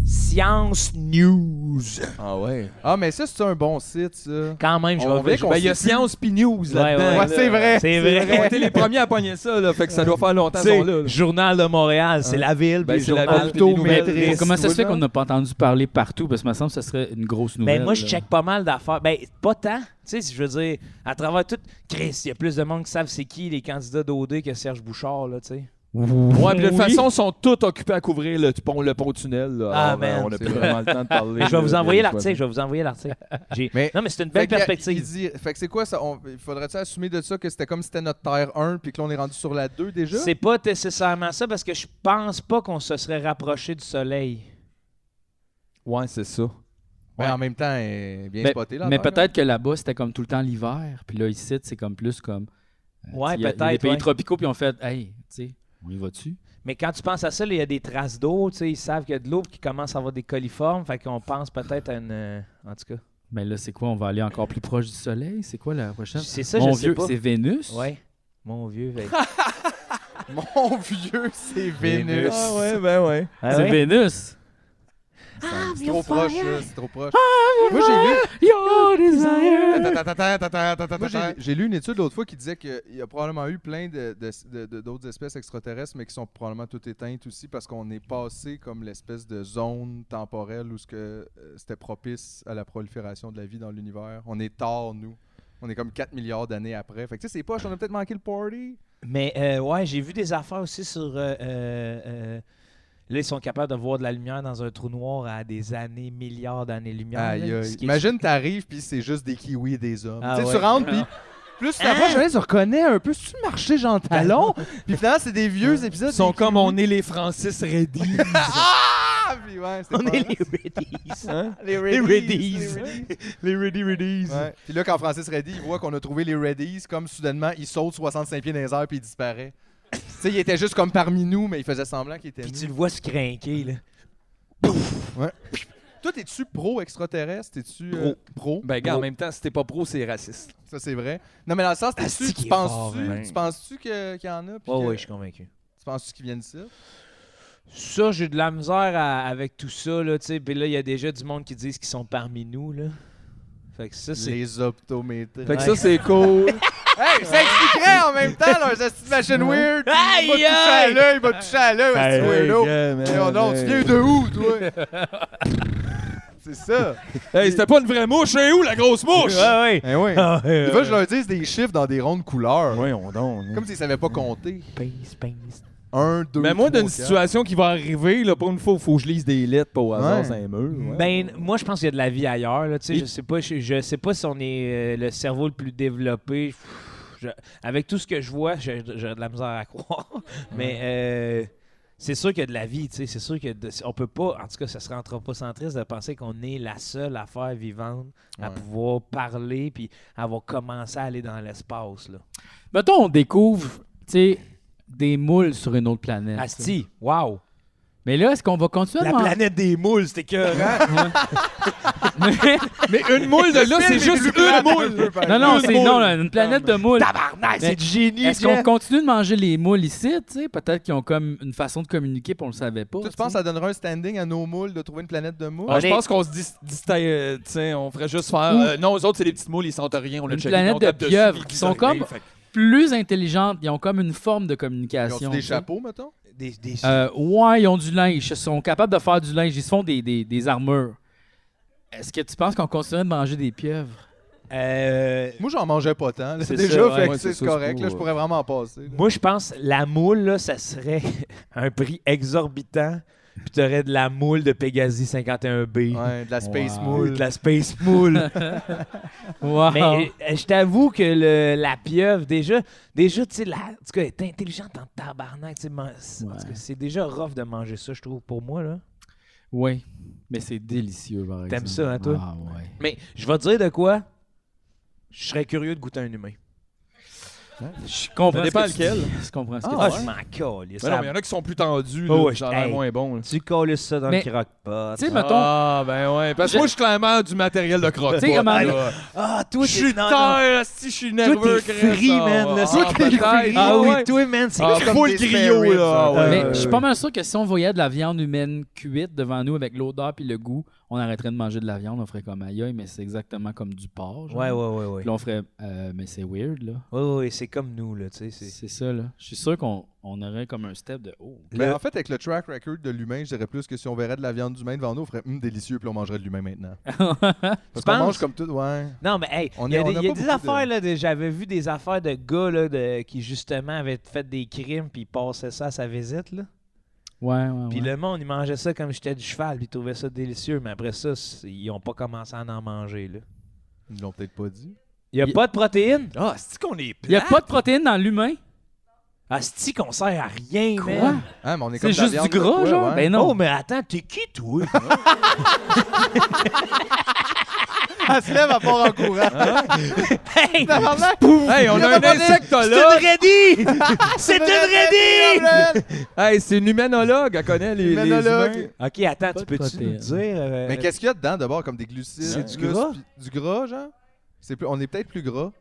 Speaker 8: Science News.
Speaker 3: Ah ouais. Ah, mais ça, c'est un bon site, ça.
Speaker 8: Quand même, je
Speaker 3: On
Speaker 8: vais
Speaker 3: voulait
Speaker 8: je-
Speaker 3: qu'on
Speaker 2: Ben, il y a
Speaker 3: sait plus.
Speaker 2: Science P News
Speaker 8: Ouais,
Speaker 2: là-dedans.
Speaker 3: Ouais, c'est vrai.
Speaker 8: C'est vrai.
Speaker 2: On
Speaker 3: Ben,
Speaker 2: était les premiers à pogner ça, là. Fait que ça doit faire longtemps
Speaker 8: Tu
Speaker 2: qu'ils
Speaker 8: sais,
Speaker 2: sont là. là.
Speaker 8: Journal de Montréal, c'est la ville.
Speaker 2: Ben,
Speaker 8: puis
Speaker 2: c'est la
Speaker 8: journal-
Speaker 2: ville, puis les nouvelles.
Speaker 8: Automatrice.
Speaker 1: Comment ça se fait qu'on n'a pas entendu parler partout? Parce que me semble que ce serait une grosse nouvelle.
Speaker 8: Ben, moi, je
Speaker 1: là.
Speaker 8: check pas mal d'affaires. Ben, pas tant. Tu sais, si je veux dire, à travers tout. Chris, il y a plus de monde qui savent c'est qui les candidats d'OD que Serge Bouchard, là, tu sais.
Speaker 2: Ouais, puis de
Speaker 1: Oui.
Speaker 2: toute façon, ils sont tous occupés à couvrir le pont, le pont tunnel. Là.
Speaker 8: Ah,
Speaker 2: Alors,
Speaker 8: man.
Speaker 2: On a plus vraiment le temps de parler.
Speaker 8: Mais je vais
Speaker 2: là,
Speaker 8: vous
Speaker 2: de-
Speaker 8: envoyer
Speaker 2: de-
Speaker 8: l'article. Je vais vous envoyer l'article. Ah. J'ai-
Speaker 3: Mais-
Speaker 8: Non, mais c'est une
Speaker 3: Fait
Speaker 8: belle
Speaker 3: qu'il y a-
Speaker 8: perspective.
Speaker 3: il dit- fait que c'est quoi ça? On- il Faudrait-tu assumer de ça que c'était comme si c'était notre Terre 1 puis que là, on est rendu sur la 2 déjà?
Speaker 8: C'est pas nécessairement ça parce que je pense pas qu'on se serait rapproché du soleil.
Speaker 2: Ouais, c'est ça.
Speaker 3: Ouais, en même temps, elle est bien
Speaker 1: Mais,
Speaker 3: spotée, là.
Speaker 1: Ben, mais
Speaker 3: Terre, là.
Speaker 1: peut-être que là-bas, c'était comme tout le temps l'hiver. Puis là, ici, c'est comme plus comme. euh,
Speaker 8: Ouais,
Speaker 1: tu sais, il y a- il y a
Speaker 8: peut-être,
Speaker 1: des pays
Speaker 8: ouais.
Speaker 1: tropicaux, puis on fait, hey, tu sais, on y va-tu?
Speaker 8: Mais quand tu penses à ça, là, il y a des traces d'eau, tu sais, ils savent qu'il y a de l'eau puis qu'ils commencent à avoir des coliformes, fait qu'on pense peut-être à une euh, en tout cas.
Speaker 1: Mais là, c'est quoi? On va aller encore plus proche du soleil? C'est quoi la prochaine?
Speaker 8: C'est ça,
Speaker 1: Mon
Speaker 8: je sais
Speaker 1: vieux,
Speaker 8: pas.
Speaker 1: c'est Vénus?
Speaker 8: Ouais. Mon vieux. ben-
Speaker 3: Mon vieux, c'est Vénus.
Speaker 2: Ah, ouais, ben ouais.
Speaker 8: Ah
Speaker 1: C'est
Speaker 8: ouais?
Speaker 1: Vénus!
Speaker 3: C'est trop proche, là, c'est trop proche. Moi, j'ai lu...
Speaker 1: Your desire!
Speaker 3: Moi, j'ai- j'ai lu une étude l'autre fois qui disait qu'il y a probablement eu plein de- de- de- d'autres espèces extraterrestres, mais qui sont probablement toutes éteintes aussi parce qu'on est passé comme l'espèce de zone temporelle où ce que, euh, c'était propice à la prolifération de la vie dans l'univers. On est tard, nous. On est comme 4 milliards d'années après. Fait que tu sais, c'est poche, on a peut-être manqué le party.
Speaker 8: Mais euh, ouais, j'ai vu des affaires aussi sur euh, euh, euh, Là, ils sont capables de voir de la lumière dans un trou noir à des années, milliards d'années-lumière.
Speaker 3: Aïe,
Speaker 8: là,
Speaker 3: aïe.
Speaker 8: ce qui est-
Speaker 3: Imagine, t'arrives, puis c'est juste des kiwis et des hommes.
Speaker 8: Ah
Speaker 3: tu sais, tu
Speaker 8: ouais. Hein?
Speaker 3: rentres, puis plus tu t'approches, jamais tu reconnais un peu. C'est-tu le marché Jean Talon? puis finalement, c'est des vieux épisodes.
Speaker 2: Ils sont
Speaker 3: des
Speaker 2: comme on est les Francis Reddy.
Speaker 3: Ah, puis ouais, c'est
Speaker 8: On
Speaker 3: pas
Speaker 8: est
Speaker 3: mal.
Speaker 8: les Reddies.
Speaker 3: les
Speaker 8: les
Speaker 3: Reddies,
Speaker 8: Reddies.
Speaker 3: les Reddies.
Speaker 8: les Reddy Reddies.
Speaker 3: Ouais. Puis là, quand Francis Reddy, il voit qu'on a trouvé les Reddies, comme soudainement, il saute 65 pieds dans les airs, puis il disparaît. tu sais, il était juste comme parmi nous, mais il faisait semblant qu'il était
Speaker 8: Puis tu
Speaker 3: nous.
Speaker 8: le vois se crinquer, là.
Speaker 3: Toi, t'es-tu pro-extraterrestre? T'es-tu euh, pro?
Speaker 2: ben,
Speaker 8: Oh.
Speaker 2: gars, en même temps, si t'es pas pro, c'est raciste.
Speaker 3: Ça, c'est vrai. Non, mais dans le sens, t'es-tu-
Speaker 8: Asti
Speaker 3: tu
Speaker 8: qu'il est fort,
Speaker 3: penses-tu
Speaker 8: hein.
Speaker 3: tu penses-tu que- qu'il y en a? puis
Speaker 8: Ouais,
Speaker 3: que-
Speaker 8: ouais, je suis convaincu.
Speaker 3: Tu penses-tu qu'ils viennent d'ici?
Speaker 8: Ça, j'ai de la misère à- avec tout ça, là, tu sais. Puis là, il y a déjà du monde qui disent qu'ils sont parmi nous, là. Fait que ça, c'est...
Speaker 3: Les optométristes.
Speaker 2: Fait que ça, c'est cool.
Speaker 3: Hey, ça expliquerait en même temps, là, un esti de machine weird.
Speaker 8: Aïe,
Speaker 3: Il va te toucher à
Speaker 8: aïe.
Speaker 3: l'œil, il va te toucher à l'œil, esti de weirdo. Eh, oh non, tu viens de où, toi? c'est ça.
Speaker 2: hey, c'était pas une vraie mouche. Et où, la grosse mouche?
Speaker 8: Ouais, ouais.
Speaker 3: Eh oui.
Speaker 8: Ah, ouais,
Speaker 3: Ils
Speaker 8: ouais.
Speaker 2: euh,
Speaker 3: veulent que je leur dise des chiffres dans des rondes couleurs.
Speaker 2: on
Speaker 8: hein.
Speaker 2: donne.
Speaker 3: Comme s'ils savaient pas compter.
Speaker 8: Pince, pince.
Speaker 3: Un, deux,
Speaker 2: Mais moi,
Speaker 3: trois,
Speaker 2: d'une
Speaker 3: quatre.
Speaker 2: situation qui va arriver, là, pour une fois, il faut que je lise des lettres pas au hasard,
Speaker 3: Ouais.
Speaker 2: c'est un mur. ouais.
Speaker 8: Ben, moi, je pense qu'il y a de la vie ailleurs. Là, tu sais,
Speaker 2: Et-
Speaker 8: je sais pas, je, je sais pas si on est euh, le cerveau le plus développé. Pff, je- avec tout ce que je vois, j'ai j'ai de la misère à croire. Mais euh, c'est sûr qu'il y a de la vie. tu sais, C'est sûr que de- on peut pas. En tout cas, ça serait anthropocentriste de penser qu'on est la seule affaire vivante à
Speaker 3: Ouais.
Speaker 8: pouvoir parler puis avoir commencé à aller dans l'espace. là.
Speaker 1: Mettons, on découvre, tu sais, des moules sur une autre planète.
Speaker 8: Asti, wow!
Speaker 1: Mais là, est-ce qu'on va continuer à
Speaker 8: Ah, La
Speaker 1: demander-
Speaker 8: planète des moules, c'était que.
Speaker 2: Mais une moule de là, c'est juste une moule.
Speaker 1: Non, non,
Speaker 2: Une
Speaker 1: c'est
Speaker 2: moule.
Speaker 1: non, là, une planète de moules.
Speaker 8: Tabarnak,
Speaker 1: Mais
Speaker 8: c'est du génie!
Speaker 1: Est-ce
Speaker 8: Jeff.
Speaker 1: qu'on continue de manger les moules ici, tu sais? Peut-être qu'ils ont comme une façon de communiquer, puis on le savait pas.
Speaker 3: Toi, tu
Speaker 1: sais.
Speaker 3: penses que ça donnerait un standing à nos moules de trouver une planète de moules?
Speaker 2: Ah, je pense qu'on se dis- distingue, euh, tu sais, on ferait juste faire. euh, non, eux autres, c'est des petites moules, ils sentent rien, on le
Speaker 1: Une
Speaker 2: check.
Speaker 1: planète
Speaker 2: on tape
Speaker 1: de
Speaker 2: dessus,
Speaker 1: pieuvres
Speaker 2: ils
Speaker 1: qui sont
Speaker 2: disent rien,
Speaker 1: comme-
Speaker 2: fait que-
Speaker 1: Plus intelligentes, ils ont comme une forme de
Speaker 3: Ils ont
Speaker 1: communication.
Speaker 3: des
Speaker 1: tu sais.
Speaker 3: chapeaux, mettons?
Speaker 8: Des- des-
Speaker 1: Euh, ouais, ils ont du linge. Ils sont capables de faire du linge. Ils se font des, des, des armures. Est-ce que tu penses qu'on continue de manger des pieuvres?
Speaker 8: euh,
Speaker 3: Moi, j'en mangeais pas tant. là,
Speaker 8: C'est
Speaker 3: déjà,
Speaker 8: ça, ouais.
Speaker 3: fait que
Speaker 2: Ouais,
Speaker 3: c'est euh,
Speaker 2: c'est ça, c'est
Speaker 3: correct.
Speaker 2: pour,
Speaker 3: Là, je pourrais vraiment en passer. là.
Speaker 8: Moi, je pense la moule, là, ça serait un prix exorbitant. Puis tu aurais de la moule de Pegasi 51B.
Speaker 3: Ouais, de la space
Speaker 1: Wow.
Speaker 3: moule.
Speaker 8: De la Space Moule.
Speaker 1: Wow.
Speaker 8: Mais euh, je t'avoue que le- la pieuvre, déjà, déjà tu sais, la- en tout cas, elle est intelligente en tabarnak. tu sais, man- c'est- en tout cas, C'est déjà rough de manger ça, je trouve, pour moi. Là.
Speaker 1: Oui, mais c'est délicieux, par exemple.
Speaker 8: T'aimes ça, hein, toi?
Speaker 1: Ah, ouais.
Speaker 8: Mais je vais te dire de quoi. Je serais curieux de goûter un humain.
Speaker 1: Je comprends ce
Speaker 2: Ça
Speaker 1: que
Speaker 2: dépend
Speaker 1: tu
Speaker 2: lequel.
Speaker 1: dis. Je comprends ce que
Speaker 8: Ah,
Speaker 1: tu
Speaker 8: je
Speaker 1: dis.
Speaker 8: m'en calisse.
Speaker 2: Ben non, mais il y en a qui sont plus tendus, là,
Speaker 8: Oh, ouais,
Speaker 2: puis j'en ai
Speaker 8: hey.
Speaker 2: moins bon. là.
Speaker 8: Tu colles ça dans
Speaker 1: Mais-
Speaker 8: le croque-pot.
Speaker 1: Tu sais, mettons,
Speaker 2: Ah, ben ouais. Parce que
Speaker 1: Je-
Speaker 2: moi, je suis clairement du matériel de croque.
Speaker 1: Tu sais, comment-
Speaker 8: Ah, toi,
Speaker 2: Je
Speaker 8: t'es-
Speaker 2: suis
Speaker 8: non, non.
Speaker 2: terre, si je suis
Speaker 8: Toi,
Speaker 2: nerveux.
Speaker 8: t'es
Speaker 2: Chris,
Speaker 8: free,
Speaker 2: ah,
Speaker 8: man, là,
Speaker 2: ah,
Speaker 8: toi, t'es
Speaker 2: peut-être.
Speaker 3: free.
Speaker 2: Ah oui.
Speaker 8: toi, man, c'est
Speaker 2: Ah,
Speaker 3: comme
Speaker 2: full
Speaker 3: des
Speaker 2: griot,
Speaker 3: spare ribs,
Speaker 2: là.
Speaker 3: hein.
Speaker 2: ouais.
Speaker 1: Mais
Speaker 3: Euh,
Speaker 1: je suis pas mal sûr que si on voyait de la viande humaine cuite devant nous avec l'odeur puis le goût, on arrêterait de manger de la viande, on ferait comme aïe aïe, mais c'est exactement comme du porc. genre.
Speaker 8: Ouais, ouais, ouais, ouais.
Speaker 1: Puis là, on ferait, euh, mais c'est weird, là.
Speaker 8: Ouais, ouais, ouais, c'est comme nous, là, tu sais. c'est-
Speaker 1: C'est ça, là. Je suis sûr qu'on on aurait comme un step de oh.
Speaker 3: Mais
Speaker 8: Le-
Speaker 3: en fait, avec le track record de l'humain, je dirais plus que si on verrait de la viande d'humain devant nous, on ferait hum, délicieux, puis on mangerait de l'humain maintenant. Parce qu'on
Speaker 8: penses?
Speaker 3: mange comme tout, ouais.
Speaker 8: Non, mais hey,
Speaker 3: On
Speaker 8: il y a
Speaker 3: est-
Speaker 8: des,
Speaker 3: on a
Speaker 8: il y
Speaker 3: pas
Speaker 8: a des
Speaker 3: beaucoup de-
Speaker 8: affaires, là, de- j'avais vu des affaires de gars, là, de, qui justement avaient fait des crimes, puis ils passaient ça à sa visite, là.
Speaker 1: Ouais, ouais,
Speaker 8: Puis
Speaker 1: ouais.
Speaker 8: le monde, il mangeait ça comme j'étais du cheval, puis ils trouvaient ça délicieux, mais après ça, c'est- ils ont pas commencé à en manger, là.
Speaker 3: Ils l'ont peut-être pas dit.
Speaker 8: Il y a
Speaker 1: Il-
Speaker 8: pas de protéines?
Speaker 2: Ah, c'est qu'on est
Speaker 1: Il n'y a pas de protéines dans l'humain.
Speaker 8: Asti qu'on sert à rien,
Speaker 1: Quoi?
Speaker 8: man.
Speaker 3: Ah, mais on est comme
Speaker 1: C'est
Speaker 3: de la
Speaker 1: juste du
Speaker 3: viande,
Speaker 1: gras,
Speaker 3: ouais,
Speaker 1: genre?
Speaker 3: ouais.
Speaker 1: Ben
Speaker 8: Oh,
Speaker 1: non.
Speaker 8: mais attends, t'es qui, toi?
Speaker 3: Elle se lève à part en courant.
Speaker 1: Ah
Speaker 8: hey!
Speaker 3: Tabarnak!
Speaker 2: Hey, on
Speaker 3: Il y
Speaker 2: a
Speaker 3: a
Speaker 2: un
Speaker 3: pas de-
Speaker 8: C'est
Speaker 2: insectologue.
Speaker 8: une ready! C'est une ready!
Speaker 2: Hey, c'est une humanologue. Elle connaît les, les
Speaker 3: Humanologue.
Speaker 2: humains.
Speaker 8: Ok,
Speaker 1: Pas
Speaker 8: attends, tu
Speaker 1: de
Speaker 8: peux-tu nous
Speaker 1: protéines.
Speaker 8: dire. euh,
Speaker 3: Mais qu'est-ce qu'il y a dedans, d'abord, comme des glucides?
Speaker 8: C'est du
Speaker 3: plus-
Speaker 8: gras?
Speaker 3: Du gras, genre? C'est plus- On est peut-être plus gras.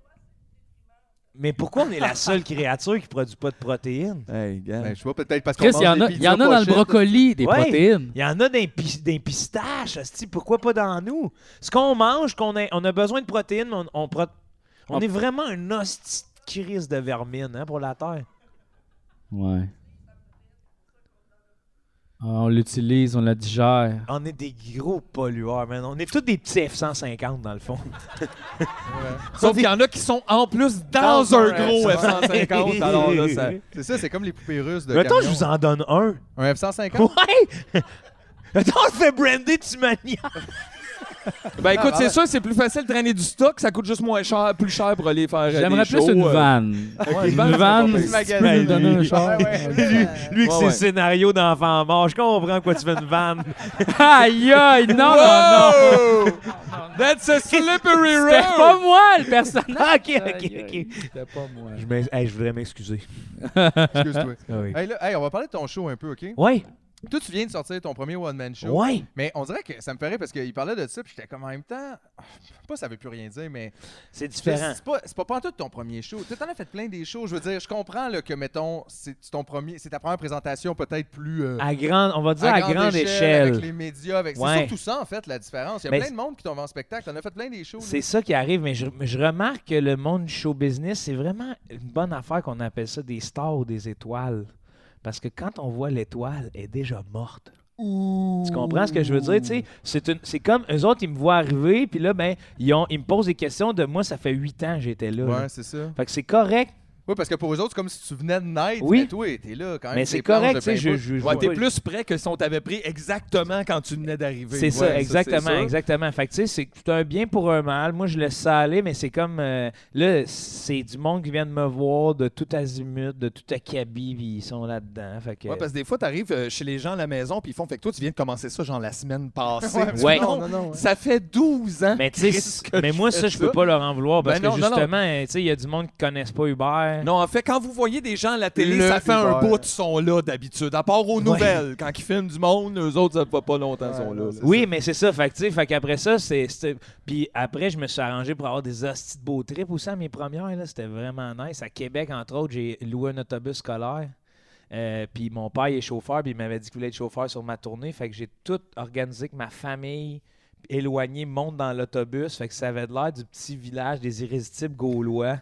Speaker 8: mais pourquoi on est la seule créature qui produit pas de protéines?
Speaker 2: Hey, gars.
Speaker 3: Ben, je sais pas, peut-être parce qu'on
Speaker 1: Chris,
Speaker 3: mange
Speaker 1: il y en
Speaker 3: des
Speaker 1: a, il y en a
Speaker 3: pizzas
Speaker 1: dans le
Speaker 3: pochettes.
Speaker 1: brocoli des
Speaker 8: Ouais.
Speaker 1: protéines.
Speaker 8: Il y en a d'un pistache, hostie, pourquoi pas dans nous? Ce qu'on mange, qu'on a, on a besoin de protéines, mais on, on, pro- on
Speaker 1: On-
Speaker 8: est vraiment un hostie de crise de vermine hein, pour la Terre.
Speaker 1: Ouais. Ah, on l'utilise, on la digère.
Speaker 8: On est des gros pollueurs, man. On est tous des petits F-150, dans le fond.
Speaker 2: Sauf qu'il y en a qui sont en plus dans,
Speaker 8: Dans
Speaker 2: un
Speaker 8: un
Speaker 2: gros
Speaker 8: F-150.
Speaker 2: F-150. Alors là, ça.
Speaker 3: C'est ça, c'est comme les poupées russes de
Speaker 8: Mettons, je
Speaker 3: camion.
Speaker 8: vous en donne un.
Speaker 3: Un F-150?
Speaker 8: Ouais! Attends, on se fait brander tu maniaque.
Speaker 2: Ben écoute,
Speaker 3: Ah,
Speaker 2: c'est
Speaker 3: ouais.
Speaker 2: sûr, c'est plus facile de traîner du stock, ça coûte juste moins cher, plus cher pour aller faire. euh,
Speaker 1: J'aimerais
Speaker 2: des
Speaker 1: plus
Speaker 2: shows,
Speaker 1: une
Speaker 2: euh.
Speaker 1: vanne.
Speaker 2: Ouais,
Speaker 1: Une vanne,
Speaker 2: c'est
Speaker 1: si
Speaker 2: pas
Speaker 1: tu
Speaker 2: pire.
Speaker 1: peux nous donner un
Speaker 8: lui.
Speaker 1: char.
Speaker 3: Ah
Speaker 8: Lui, Oh, lui que
Speaker 2: Ouais,
Speaker 8: ses
Speaker 2: ouais.
Speaker 8: scénarios d'enfant mort, je comprends quoi tu fais une vanne.
Speaker 1: Aïe, aïe, non, non, non.
Speaker 2: Oh, That's a slippery
Speaker 1: C'était pas
Speaker 2: road!
Speaker 1: moi, le personnage.
Speaker 8: Ah, ok, ok,
Speaker 1: Aïe, aïe.
Speaker 8: ok.
Speaker 1: C'était pas moi.
Speaker 8: Je, m'ex- hey, je voudrais m'excuser.
Speaker 3: Excuse-toi.
Speaker 8: Oui.
Speaker 3: Hey, là, hey, on va parler de ton show un peu, OK?
Speaker 8: Ouais,
Speaker 3: Toi, tu viens de sortir ton premier one-man show.
Speaker 8: ouais.
Speaker 3: Mais on dirait que ça me ferait parce qu'il parlait de ça, puis j'étais comme en même temps. Je sais pas, ça veut plus rien dire, mais.
Speaker 8: C'est différent.
Speaker 3: C'est pas, c'est pas pantoute ton premier show. Tu en as fait plein des shows. Je veux dire, je comprends là, que, mettons, c'est ton premier, c'est ta première présentation peut-être plus. euh,
Speaker 8: À grande, on va dire à, grande, échelle.
Speaker 3: Avec les médias, avec...
Speaker 8: Ouais.
Speaker 3: c'est surtout ça, en fait, la différence. Il y a
Speaker 8: Mais
Speaker 3: plein
Speaker 8: c'est-
Speaker 3: de monde qui tombe en spectacle. T'en as fait plein des shows. là.
Speaker 8: C'est ça qui arrive, mais je, mais je remarque que le monde du show business, c'est vraiment une bonne affaire qu'on appelle ça des stars ou des étoiles. Parce que quand on voit l'étoile, elle est déjà morte. Tu comprends ce que je veux dire? tu sais? C'est une- c'est comme eux autres, ils me voient arriver, puis là, ben, ils, ont- ils me posent des questions de moi, ça fait huit ans que j'étais là. là.
Speaker 3: Ouais, c'est ça.
Speaker 8: Fait que c'est correct,
Speaker 3: Oui, parce que pour eux autres, c'est comme si tu venais de naître.
Speaker 8: Oui.
Speaker 3: Mais toi, t'es là quand même.
Speaker 8: mais
Speaker 3: tes
Speaker 8: c'est
Speaker 3: planches
Speaker 8: correct.
Speaker 3: de
Speaker 8: tu sais,
Speaker 3: pain
Speaker 8: je,
Speaker 3: bouche.
Speaker 8: je- je
Speaker 2: Ouais,
Speaker 8: vois-
Speaker 2: t'es plus près que si on t'avait pris exactement quand tu venais d'arriver.
Speaker 8: C'est
Speaker 2: Ouais,
Speaker 8: ça,
Speaker 2: c'est
Speaker 8: exactement,
Speaker 2: sûr.
Speaker 8: exactement. Fait que, tu sais, c'est c'est un bien pour un mal. Moi, je le sais aller, mais c'est comme. euh, là, c'est du monde qui vient de me voir de tout azimut, de tout acabit, puis ils sont là-dedans. Fait que.
Speaker 2: Ouais, parce que des fois, t'arrives euh, chez les gens à la maison, puis ils font fait que toi, tu viens de commencer ça, genre la semaine passée. Tu dis,
Speaker 8: Ouais.
Speaker 2: Non,
Speaker 3: Non, non, non, ouais.
Speaker 2: Ça fait 12 ans.
Speaker 8: mais tu sais,
Speaker 2: Chris,
Speaker 8: c'est-
Speaker 2: que
Speaker 8: mais moi,
Speaker 2: fais
Speaker 8: ça, je peux pas leur en vouloir parce
Speaker 2: Ben non,
Speaker 8: que
Speaker 2: non, non.
Speaker 8: justement, euh, tu sais, il y a du monde qui connaissent pas Uber.
Speaker 2: Non, en fait, quand vous voyez des gens à la télé,
Speaker 3: Le
Speaker 2: ça fait un
Speaker 3: Uber.
Speaker 2: bout, ils sont là d'habitude. À part aux nouvelles, quand ils filment du monde, eux autres, ça va pas longtemps, ils sont là. là.
Speaker 8: Oui, mais c'est ça. Fait que, tu sais, fait qu'après ça, c'est. c'était- Puis après, je me suis arrangé pour avoir des hosties de beaux trips aussi à mes premières. Là. C'était vraiment nice. À Québec, entre autres, j'ai loué un autobus scolaire. Euh, puis mon père il est chauffeur, puis il m'avait dit qu'il voulait être chauffeur sur ma tournée. Fait que j'ai tout organisé que ma famille éloignée monte dans l'autobus. Fait que ça avait de l'air du petit village des irrésistibles gaulois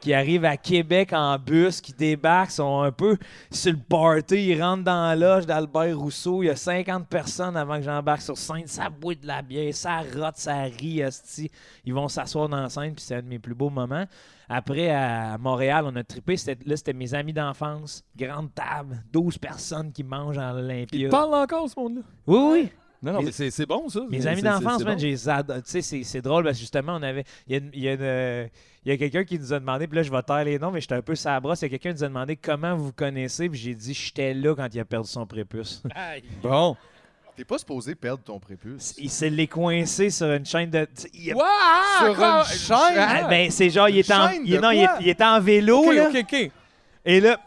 Speaker 8: qui arrivent à Québec en bus, qui débarquent, sont un peu sur le party, ils rentrent dans la loge d'Albert Rousseau, il y a 50 personnes avant que j'embarque sur scène, ça boit de la bière, ça rote, ça rit, hostie. Ils vont s'asseoir dans la scène, puis c'est un de mes plus beaux moments. Après, à Montréal, on a trippé, C'était- là, c'était mes amis d'enfance, grande table, 12 personnes qui mangent en
Speaker 2: Ils
Speaker 8: Olympia.
Speaker 2: te parlent encore, ce monde-là.
Speaker 8: Oui, oui.
Speaker 2: Non, non, mais c'est c'est bon, ça.
Speaker 8: Mes
Speaker 2: C'est-
Speaker 8: amis
Speaker 2: c'est-
Speaker 8: d'enfance,
Speaker 2: c'est
Speaker 8: man,
Speaker 2: bon.
Speaker 8: j'ai adoré. Tu sais, c'est- c'est drôle parce que justement, on avait. Il y a, une- il y a une, euh, il y a quelqu'un qui nous a demandé, puis là, je vais taire les noms, mais j'étais un peu sur la brosse. Il y a quelqu'un qui nous a demandé comment vous vous connaissez, puis j'ai dit, j'étais là quand il a perdu son prépuce.
Speaker 2: Ah. Bon.
Speaker 3: T'es pas supposé perdre ton prépuce.
Speaker 8: il s'est les coincé sur une chaîne de. tu sais, il a-
Speaker 2: Wow!
Speaker 3: Sur
Speaker 2: quoi?
Speaker 3: une chaîne?
Speaker 8: Ah, ben, c'est genre, il était en,
Speaker 3: chaîne
Speaker 8: il-
Speaker 3: de
Speaker 8: non, il,
Speaker 3: quoi?
Speaker 8: il était en vélo,
Speaker 2: Ok,
Speaker 8: là,
Speaker 2: ok, ok.
Speaker 8: et là,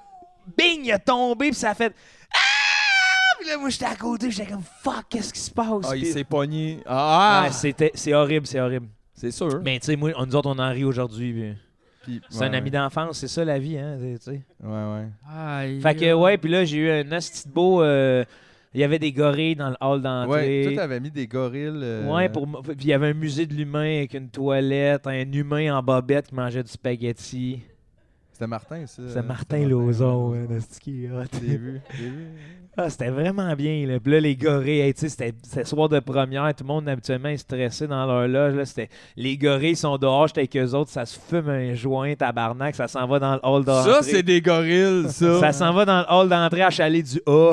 Speaker 8: bing, il a tombé, puis ça a fait. Ah! Puis là, moi, j'étais à côté, j'étais comme, fuck, qu'est-ce qui se passe?
Speaker 2: Ah, il
Speaker 8: Puis-
Speaker 2: s'est pogné. Ah! ben,
Speaker 8: Ouais, c'était- c'est horrible, c'est horrible.
Speaker 2: c'est sûr.
Speaker 8: Mais tu sais, moi, on- nous autres, on en rit aujourd'hui. puis-
Speaker 3: Puis-
Speaker 8: C'est
Speaker 3: ouais,
Speaker 8: un ami
Speaker 3: ouais.
Speaker 8: d'enfance, c'est ça la vie, hein, tu sais.
Speaker 3: Ouais, ouais.
Speaker 1: Aïe,
Speaker 8: Fait que
Speaker 1: aïe.
Speaker 8: ouais, puis là j'ai eu un asti de beau. euh, Il y avait des gorilles dans le hall
Speaker 3: Ouais,
Speaker 8: d'entrée.
Speaker 3: toi, t'avais mis des gorilles. euh,
Speaker 8: Ouais, pour m- puis il y avait un musée de l'humain avec une toilette, un humain en bobette qui mangeait du spaghetti.
Speaker 3: C'était Martin, Euh, ça.
Speaker 8: C'est Martin Lozon, hein, asti qui est hot.
Speaker 3: J'ai vu, j'ai vu.
Speaker 8: Ah, c'était vraiment bien. Là. Puis là, les gorilles, hey, tu sais, c'était c'était soir de première. Tout le monde, habituellement, est stressé dans leur loge. Là. C'était- Les gorilles sont dehors, j'étais avec eux autres. Ça se fume un joint, tabarnak. Ça s'en va dans le hall d'entrée.
Speaker 2: Ça, c'est des gorilles, ça.
Speaker 8: Ça s'en va dans le hall d'entrée à Chalet du A.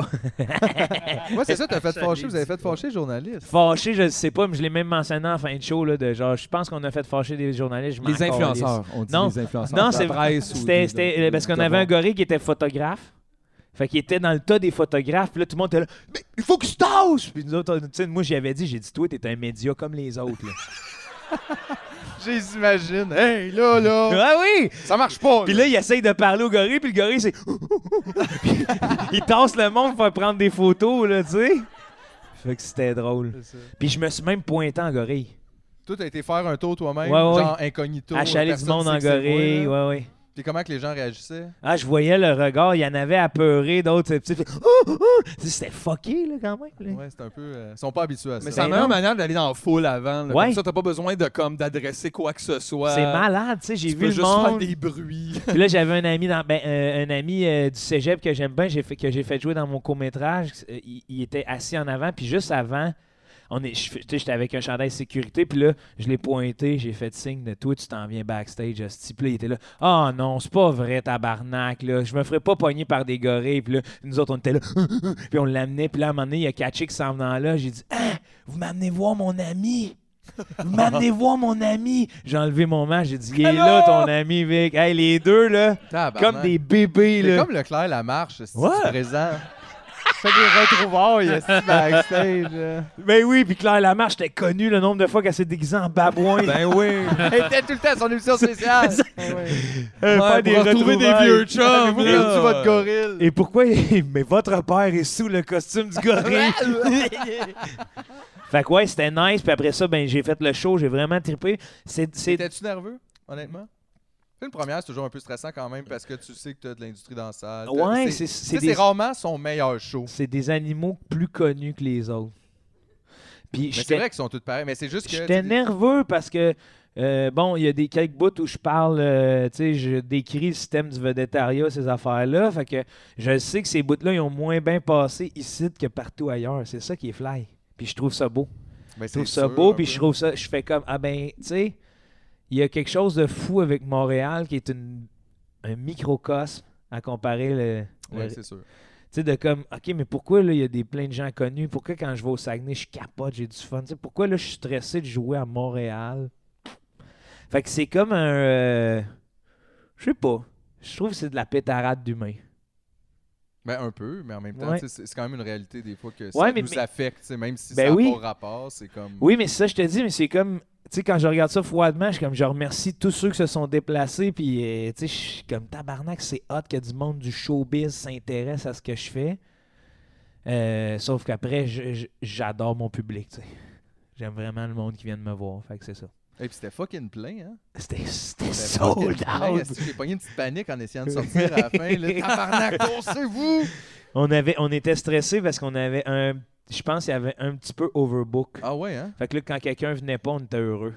Speaker 3: Moi, c'est ça, t'as fait fâcher. Vous avez fait fâcher le journaliste.
Speaker 8: Fâché, je ne sais pas, mais je l'ai même mentionné en fin de show. Là, de genre, je pense qu'on a fait fâcher des journalistes. je m'en
Speaker 2: Les influenceurs, on dit
Speaker 8: Non.
Speaker 2: les influenceurs.
Speaker 8: Non,
Speaker 2: de la
Speaker 8: c'est-
Speaker 2: presse ou
Speaker 8: C'était,
Speaker 2: des-
Speaker 8: c'était-
Speaker 2: de-
Speaker 8: euh, parce qu'on
Speaker 2: de
Speaker 8: avait un
Speaker 2: voir.
Speaker 8: gorille qui était photographe. Fait qu'il était dans le tas des photographes. Puis là, tout le monde était là. Mais il faut que je tasse! Puis nous autres, on- tu sais, moi, j'y avais dit, j'ai dit, toi, t'es un média comme les autres. là.
Speaker 3: J'imagine. Hey, là, là.
Speaker 8: ah oui!
Speaker 3: ça marche pas.
Speaker 8: Puis là, il essaye de parler au gorille, puis le gorille, c'est. Puis il tasse le monde pour prendre des photos, là, tu sais. Fait que c'était drôle.
Speaker 3: C'est ça.
Speaker 8: Puis je me suis même pointé en gorille.
Speaker 3: Toi, t'as été faire un tour toi-même,
Speaker 8: Ouais, ouais.
Speaker 3: genre incognito. euh,
Speaker 8: à Chalet du
Speaker 3: personne
Speaker 8: Monde
Speaker 3: sait
Speaker 8: en
Speaker 3: que c'est moi,
Speaker 8: gorille,
Speaker 3: là.
Speaker 8: ouais, ouais.
Speaker 3: Puis comment que les gens réagissaient?
Speaker 8: Ah, je voyais le regard, il y en avait apeuré, d'autres, tu sais, fait, Oh, oh! Tu sais, c'était fucké, là, quand même. là.
Speaker 3: Ouais, c'est un peu. euh, ils sont pas habitués à ça.
Speaker 2: Mais c'est la
Speaker 8: Ben
Speaker 2: meilleure
Speaker 8: non.
Speaker 2: manière d'aller dans le full avant. là.
Speaker 8: Ouais.
Speaker 2: Comme ça, t'as pas besoin de comme d'adresser quoi que ce soit.
Speaker 8: C'est malade, tu sais, j'ai
Speaker 2: Tu
Speaker 8: vu
Speaker 2: peux
Speaker 8: le
Speaker 2: juste
Speaker 8: monde.
Speaker 2: faire des bruits.
Speaker 8: Puis là, j'avais un ami, dans, ben, euh, un ami euh, du cégep que j'aime bien, j'ai fait, que j'ai fait jouer dans mon court-métrage. Euh, Il, il était assis en avant, puis juste avant, on est, je fais- tu sais, j'étais avec un chandail sécurité, puis là, je l'ai pointé, j'ai fait signe de toi, tu t'en viens backstage, hostie. Puis là, il était là, ah non, c'est pas vrai, tabarnak, là, je me ferais pas pogner par des gorilles. Puis là, nous autres, on était là, puis on l'amenait, puis là, à un moment donné, il a catché qui s'en venant là, j'ai dit, ah, vous m'amenez voir mon ami! Vous m'amenez voir mon ami! J'ai enlevé mon masque, j'ai dit, il est là ton ami, Vic. Hey, les deux, là,
Speaker 3: Tabarnak.
Speaker 8: comme des bébés,
Speaker 3: C'est
Speaker 8: là.
Speaker 3: comme Leclerc la marche, c'est
Speaker 8: Ouais.
Speaker 3: présent. Fais des retrouvailles, esti, backstage. euh.
Speaker 8: Ben oui, puis Claire Lamarche, t'es connu le nombre de fois qu'elle s'est déguisée en babouin.
Speaker 2: ben oui.
Speaker 3: Elle était tout le temps à son émission spéciale.
Speaker 8: Euh,
Speaker 2: Ouais,
Speaker 8: faire
Speaker 2: pour retrouver des
Speaker 8: retrouvailles.
Speaker 2: vieux chums.
Speaker 3: Vous
Speaker 2: là.
Speaker 3: tu votre gorille.
Speaker 8: Et pourquoi? Mais votre père est sous le costume du gorille. fait que ouais, c'était nice. Puis après ça, ben j'ai fait le show, j'ai vraiment trippé. C'est, c'est-
Speaker 3: Étais-tu nerveux, honnêtement? C'est Une première, c'est toujours un peu stressant quand même parce que tu sais que tu as de l'industrie dans la salle. T'as-
Speaker 8: Ouais,
Speaker 3: c'est
Speaker 8: c'est- c'est
Speaker 3: tu sais,
Speaker 8: des-
Speaker 3: c'est rarement son meilleur show.
Speaker 8: c'est des animaux plus connus que les autres. Puis
Speaker 3: Mais c'est
Speaker 8: j'étais,
Speaker 3: vrai qu'ils sont tous pareils, mais c'est juste que.
Speaker 8: j'étais nerveux parce que, euh, bon, il y a des quelques bouts où je parle, euh, tu sais, je décris le système du vedettariat, ces affaires-là. Fait que je sais que ces bouts-là, ils ont moins bien passé ici que partout ailleurs. C'est ça qui est fly. Puis je trouve ça beau.
Speaker 3: Ben,
Speaker 8: Je trouve
Speaker 3: c'est
Speaker 8: ça
Speaker 3: sûr,
Speaker 8: beau,
Speaker 3: un
Speaker 8: puis
Speaker 3: peu.
Speaker 8: je trouve ça. Je fais comme, ah ben, tu sais, il y a quelque chose de fou avec Montréal qui est une, un microcosme à comparer le. le-
Speaker 3: Ouais,
Speaker 8: tu
Speaker 3: c'est sûr.
Speaker 8: sais, de comme, ok, mais pourquoi là, il y a des, plein de gens connus? Pourquoi quand je vais au Saguenay, je capote, j'ai du fun? Tu sais, pourquoi là, je suis stressé de jouer à Montréal? Fait que c'est comme un. euh, je sais pas. Je trouve que c'est de la pétarade d'humain.
Speaker 3: Ben, un peu, mais en même temps,
Speaker 8: Ouais.
Speaker 3: tu sais, c'est c'est quand même une réalité des fois que
Speaker 8: Ouais,
Speaker 3: ça
Speaker 8: mais-
Speaker 3: nous
Speaker 8: mais-
Speaker 3: affecte, tu sais, même si
Speaker 8: Ben
Speaker 3: ça n'a
Speaker 8: oui.
Speaker 3: pas rapport, c'est comme.
Speaker 8: Oui, mais ça, je te dis, mais c'est comme. Tu sais, quand je regarde ça froidement, je, suis comme, je remercie tous ceux qui se sont déplacés. Puis, euh, tu sais, je suis comme tabarnak, c'est hot que du monde du showbiz s'intéresse à ce que je fais. Euh, sauf qu'après, je- je- j'adore mon public, tu sais. J'aime vraiment le monde qui vient de me voir. Fait que c'est ça.
Speaker 3: Et puis c'était fucking plein, hein?
Speaker 8: C'était c'était
Speaker 3: C'était fucking
Speaker 8: sold
Speaker 3: plein,
Speaker 8: out.
Speaker 3: esti, J'ai pogné une petite panique en essayant de sortir à la fin. Là, tabarnak, foncez-vous!
Speaker 8: On, avait, on était stressé parce qu'on avait un. Je pense qu'il y avait un petit peu overbook.
Speaker 3: Ah ouais, hein?
Speaker 8: Fait que là, quand quelqu'un venait pas, on était heureux.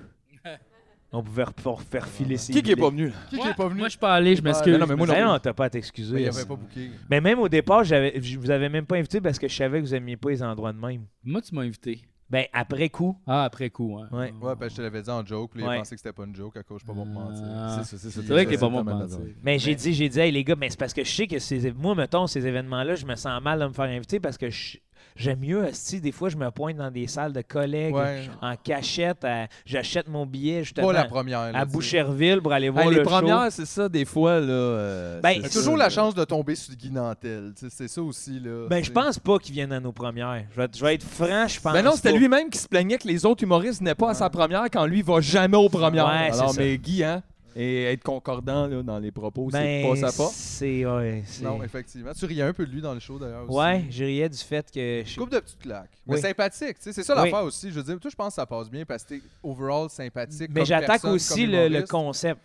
Speaker 8: On pouvait rep- faire filer ses
Speaker 2: Qui qui est
Speaker 8: billets.
Speaker 2: pas venu? là?
Speaker 3: Qui
Speaker 1: Moi,
Speaker 3: qui est pas venu?
Speaker 1: Moi, je suis pas allé, je m'excuse.
Speaker 2: Ah, non, mais moi,
Speaker 8: Ben
Speaker 2: non.
Speaker 8: non, t'as pas à
Speaker 3: Mais il
Speaker 8: t'excuser.
Speaker 3: avait pas booké.
Speaker 8: Mais même au départ, j'avais, je vous avais même pas invité parce que je savais que vous aimiez pas les endroits de même.
Speaker 1: Moi, tu m'as invité.
Speaker 8: Ben, après coup,
Speaker 1: Ah, après coup, hein.
Speaker 8: Ouais.
Speaker 3: Ouais, parce que je te l'avais dit en joke, là,
Speaker 8: Ouais.
Speaker 3: il pensait que c'était pas une joke, à cause je suis pas bon pour
Speaker 1: Ah.
Speaker 3: mentir. C'est ça, ça,
Speaker 1: C'est vrai que t'es pas
Speaker 3: exactement
Speaker 1: bon pour
Speaker 3: ma
Speaker 1: mentir.
Speaker 3: raison.
Speaker 8: mais
Speaker 2: Ben.
Speaker 8: j'ai dit, j'ai dit, hey les gars, mais c'est parce que je sais que ces, moi, mettons, ces événements-là, je me sens mal de me faire inviter parce que je- j'aime mieux, si des fois, je me pointe dans des salles de collègues
Speaker 3: Ouais.
Speaker 8: en cachette, à- j'achète mon billet justement
Speaker 3: Pas la première. là,
Speaker 8: à
Speaker 3: tu sais.
Speaker 8: Boucherville pour aller voir
Speaker 2: Hey,
Speaker 8: le
Speaker 2: les
Speaker 8: show.
Speaker 2: premières, c'est ça, des fois. là. euh,
Speaker 8: Ben,
Speaker 2: c'est
Speaker 3: T'as
Speaker 8: c'est-
Speaker 3: toujours la chance de tomber sur Guy Nantel, tu sais, c'est ça aussi, là.
Speaker 8: Ben,
Speaker 3: tu
Speaker 8: je
Speaker 3: sais.
Speaker 8: pense pas qu'ils viennent à nos premières. Je vais, je vais être franc, je pense
Speaker 2: Ben non, c'était
Speaker 8: pas.
Speaker 2: lui-même qui se plaignait que les autres humoristes n'étaient pas à sa première quand lui va jamais aux premières.
Speaker 8: Ouais, c'est
Speaker 2: Alors,
Speaker 8: ça.
Speaker 2: mais Guy, hein, et être concordant là, dans les propos,
Speaker 8: Ben,
Speaker 2: c'est pas ça pas.
Speaker 8: c'est... Ouais, c'est-
Speaker 3: Non, effectivement. Tu riais un peu de lui dans le show, d'ailleurs, aussi.
Speaker 8: ouais je riais du fait que... je-
Speaker 3: Coupe de petites claques. Mais
Speaker 8: Oui.
Speaker 3: sympathique, tu sais, c'est ça
Speaker 8: Oui.
Speaker 3: l'affaire aussi. Je veux dire, toi, je pense que ça passe bien parce que t'es overall sympathique.
Speaker 8: Mais
Speaker 3: comme
Speaker 8: j'attaque
Speaker 3: personne,
Speaker 8: aussi
Speaker 3: comme
Speaker 8: le, le
Speaker 3: humoriste.
Speaker 8: concept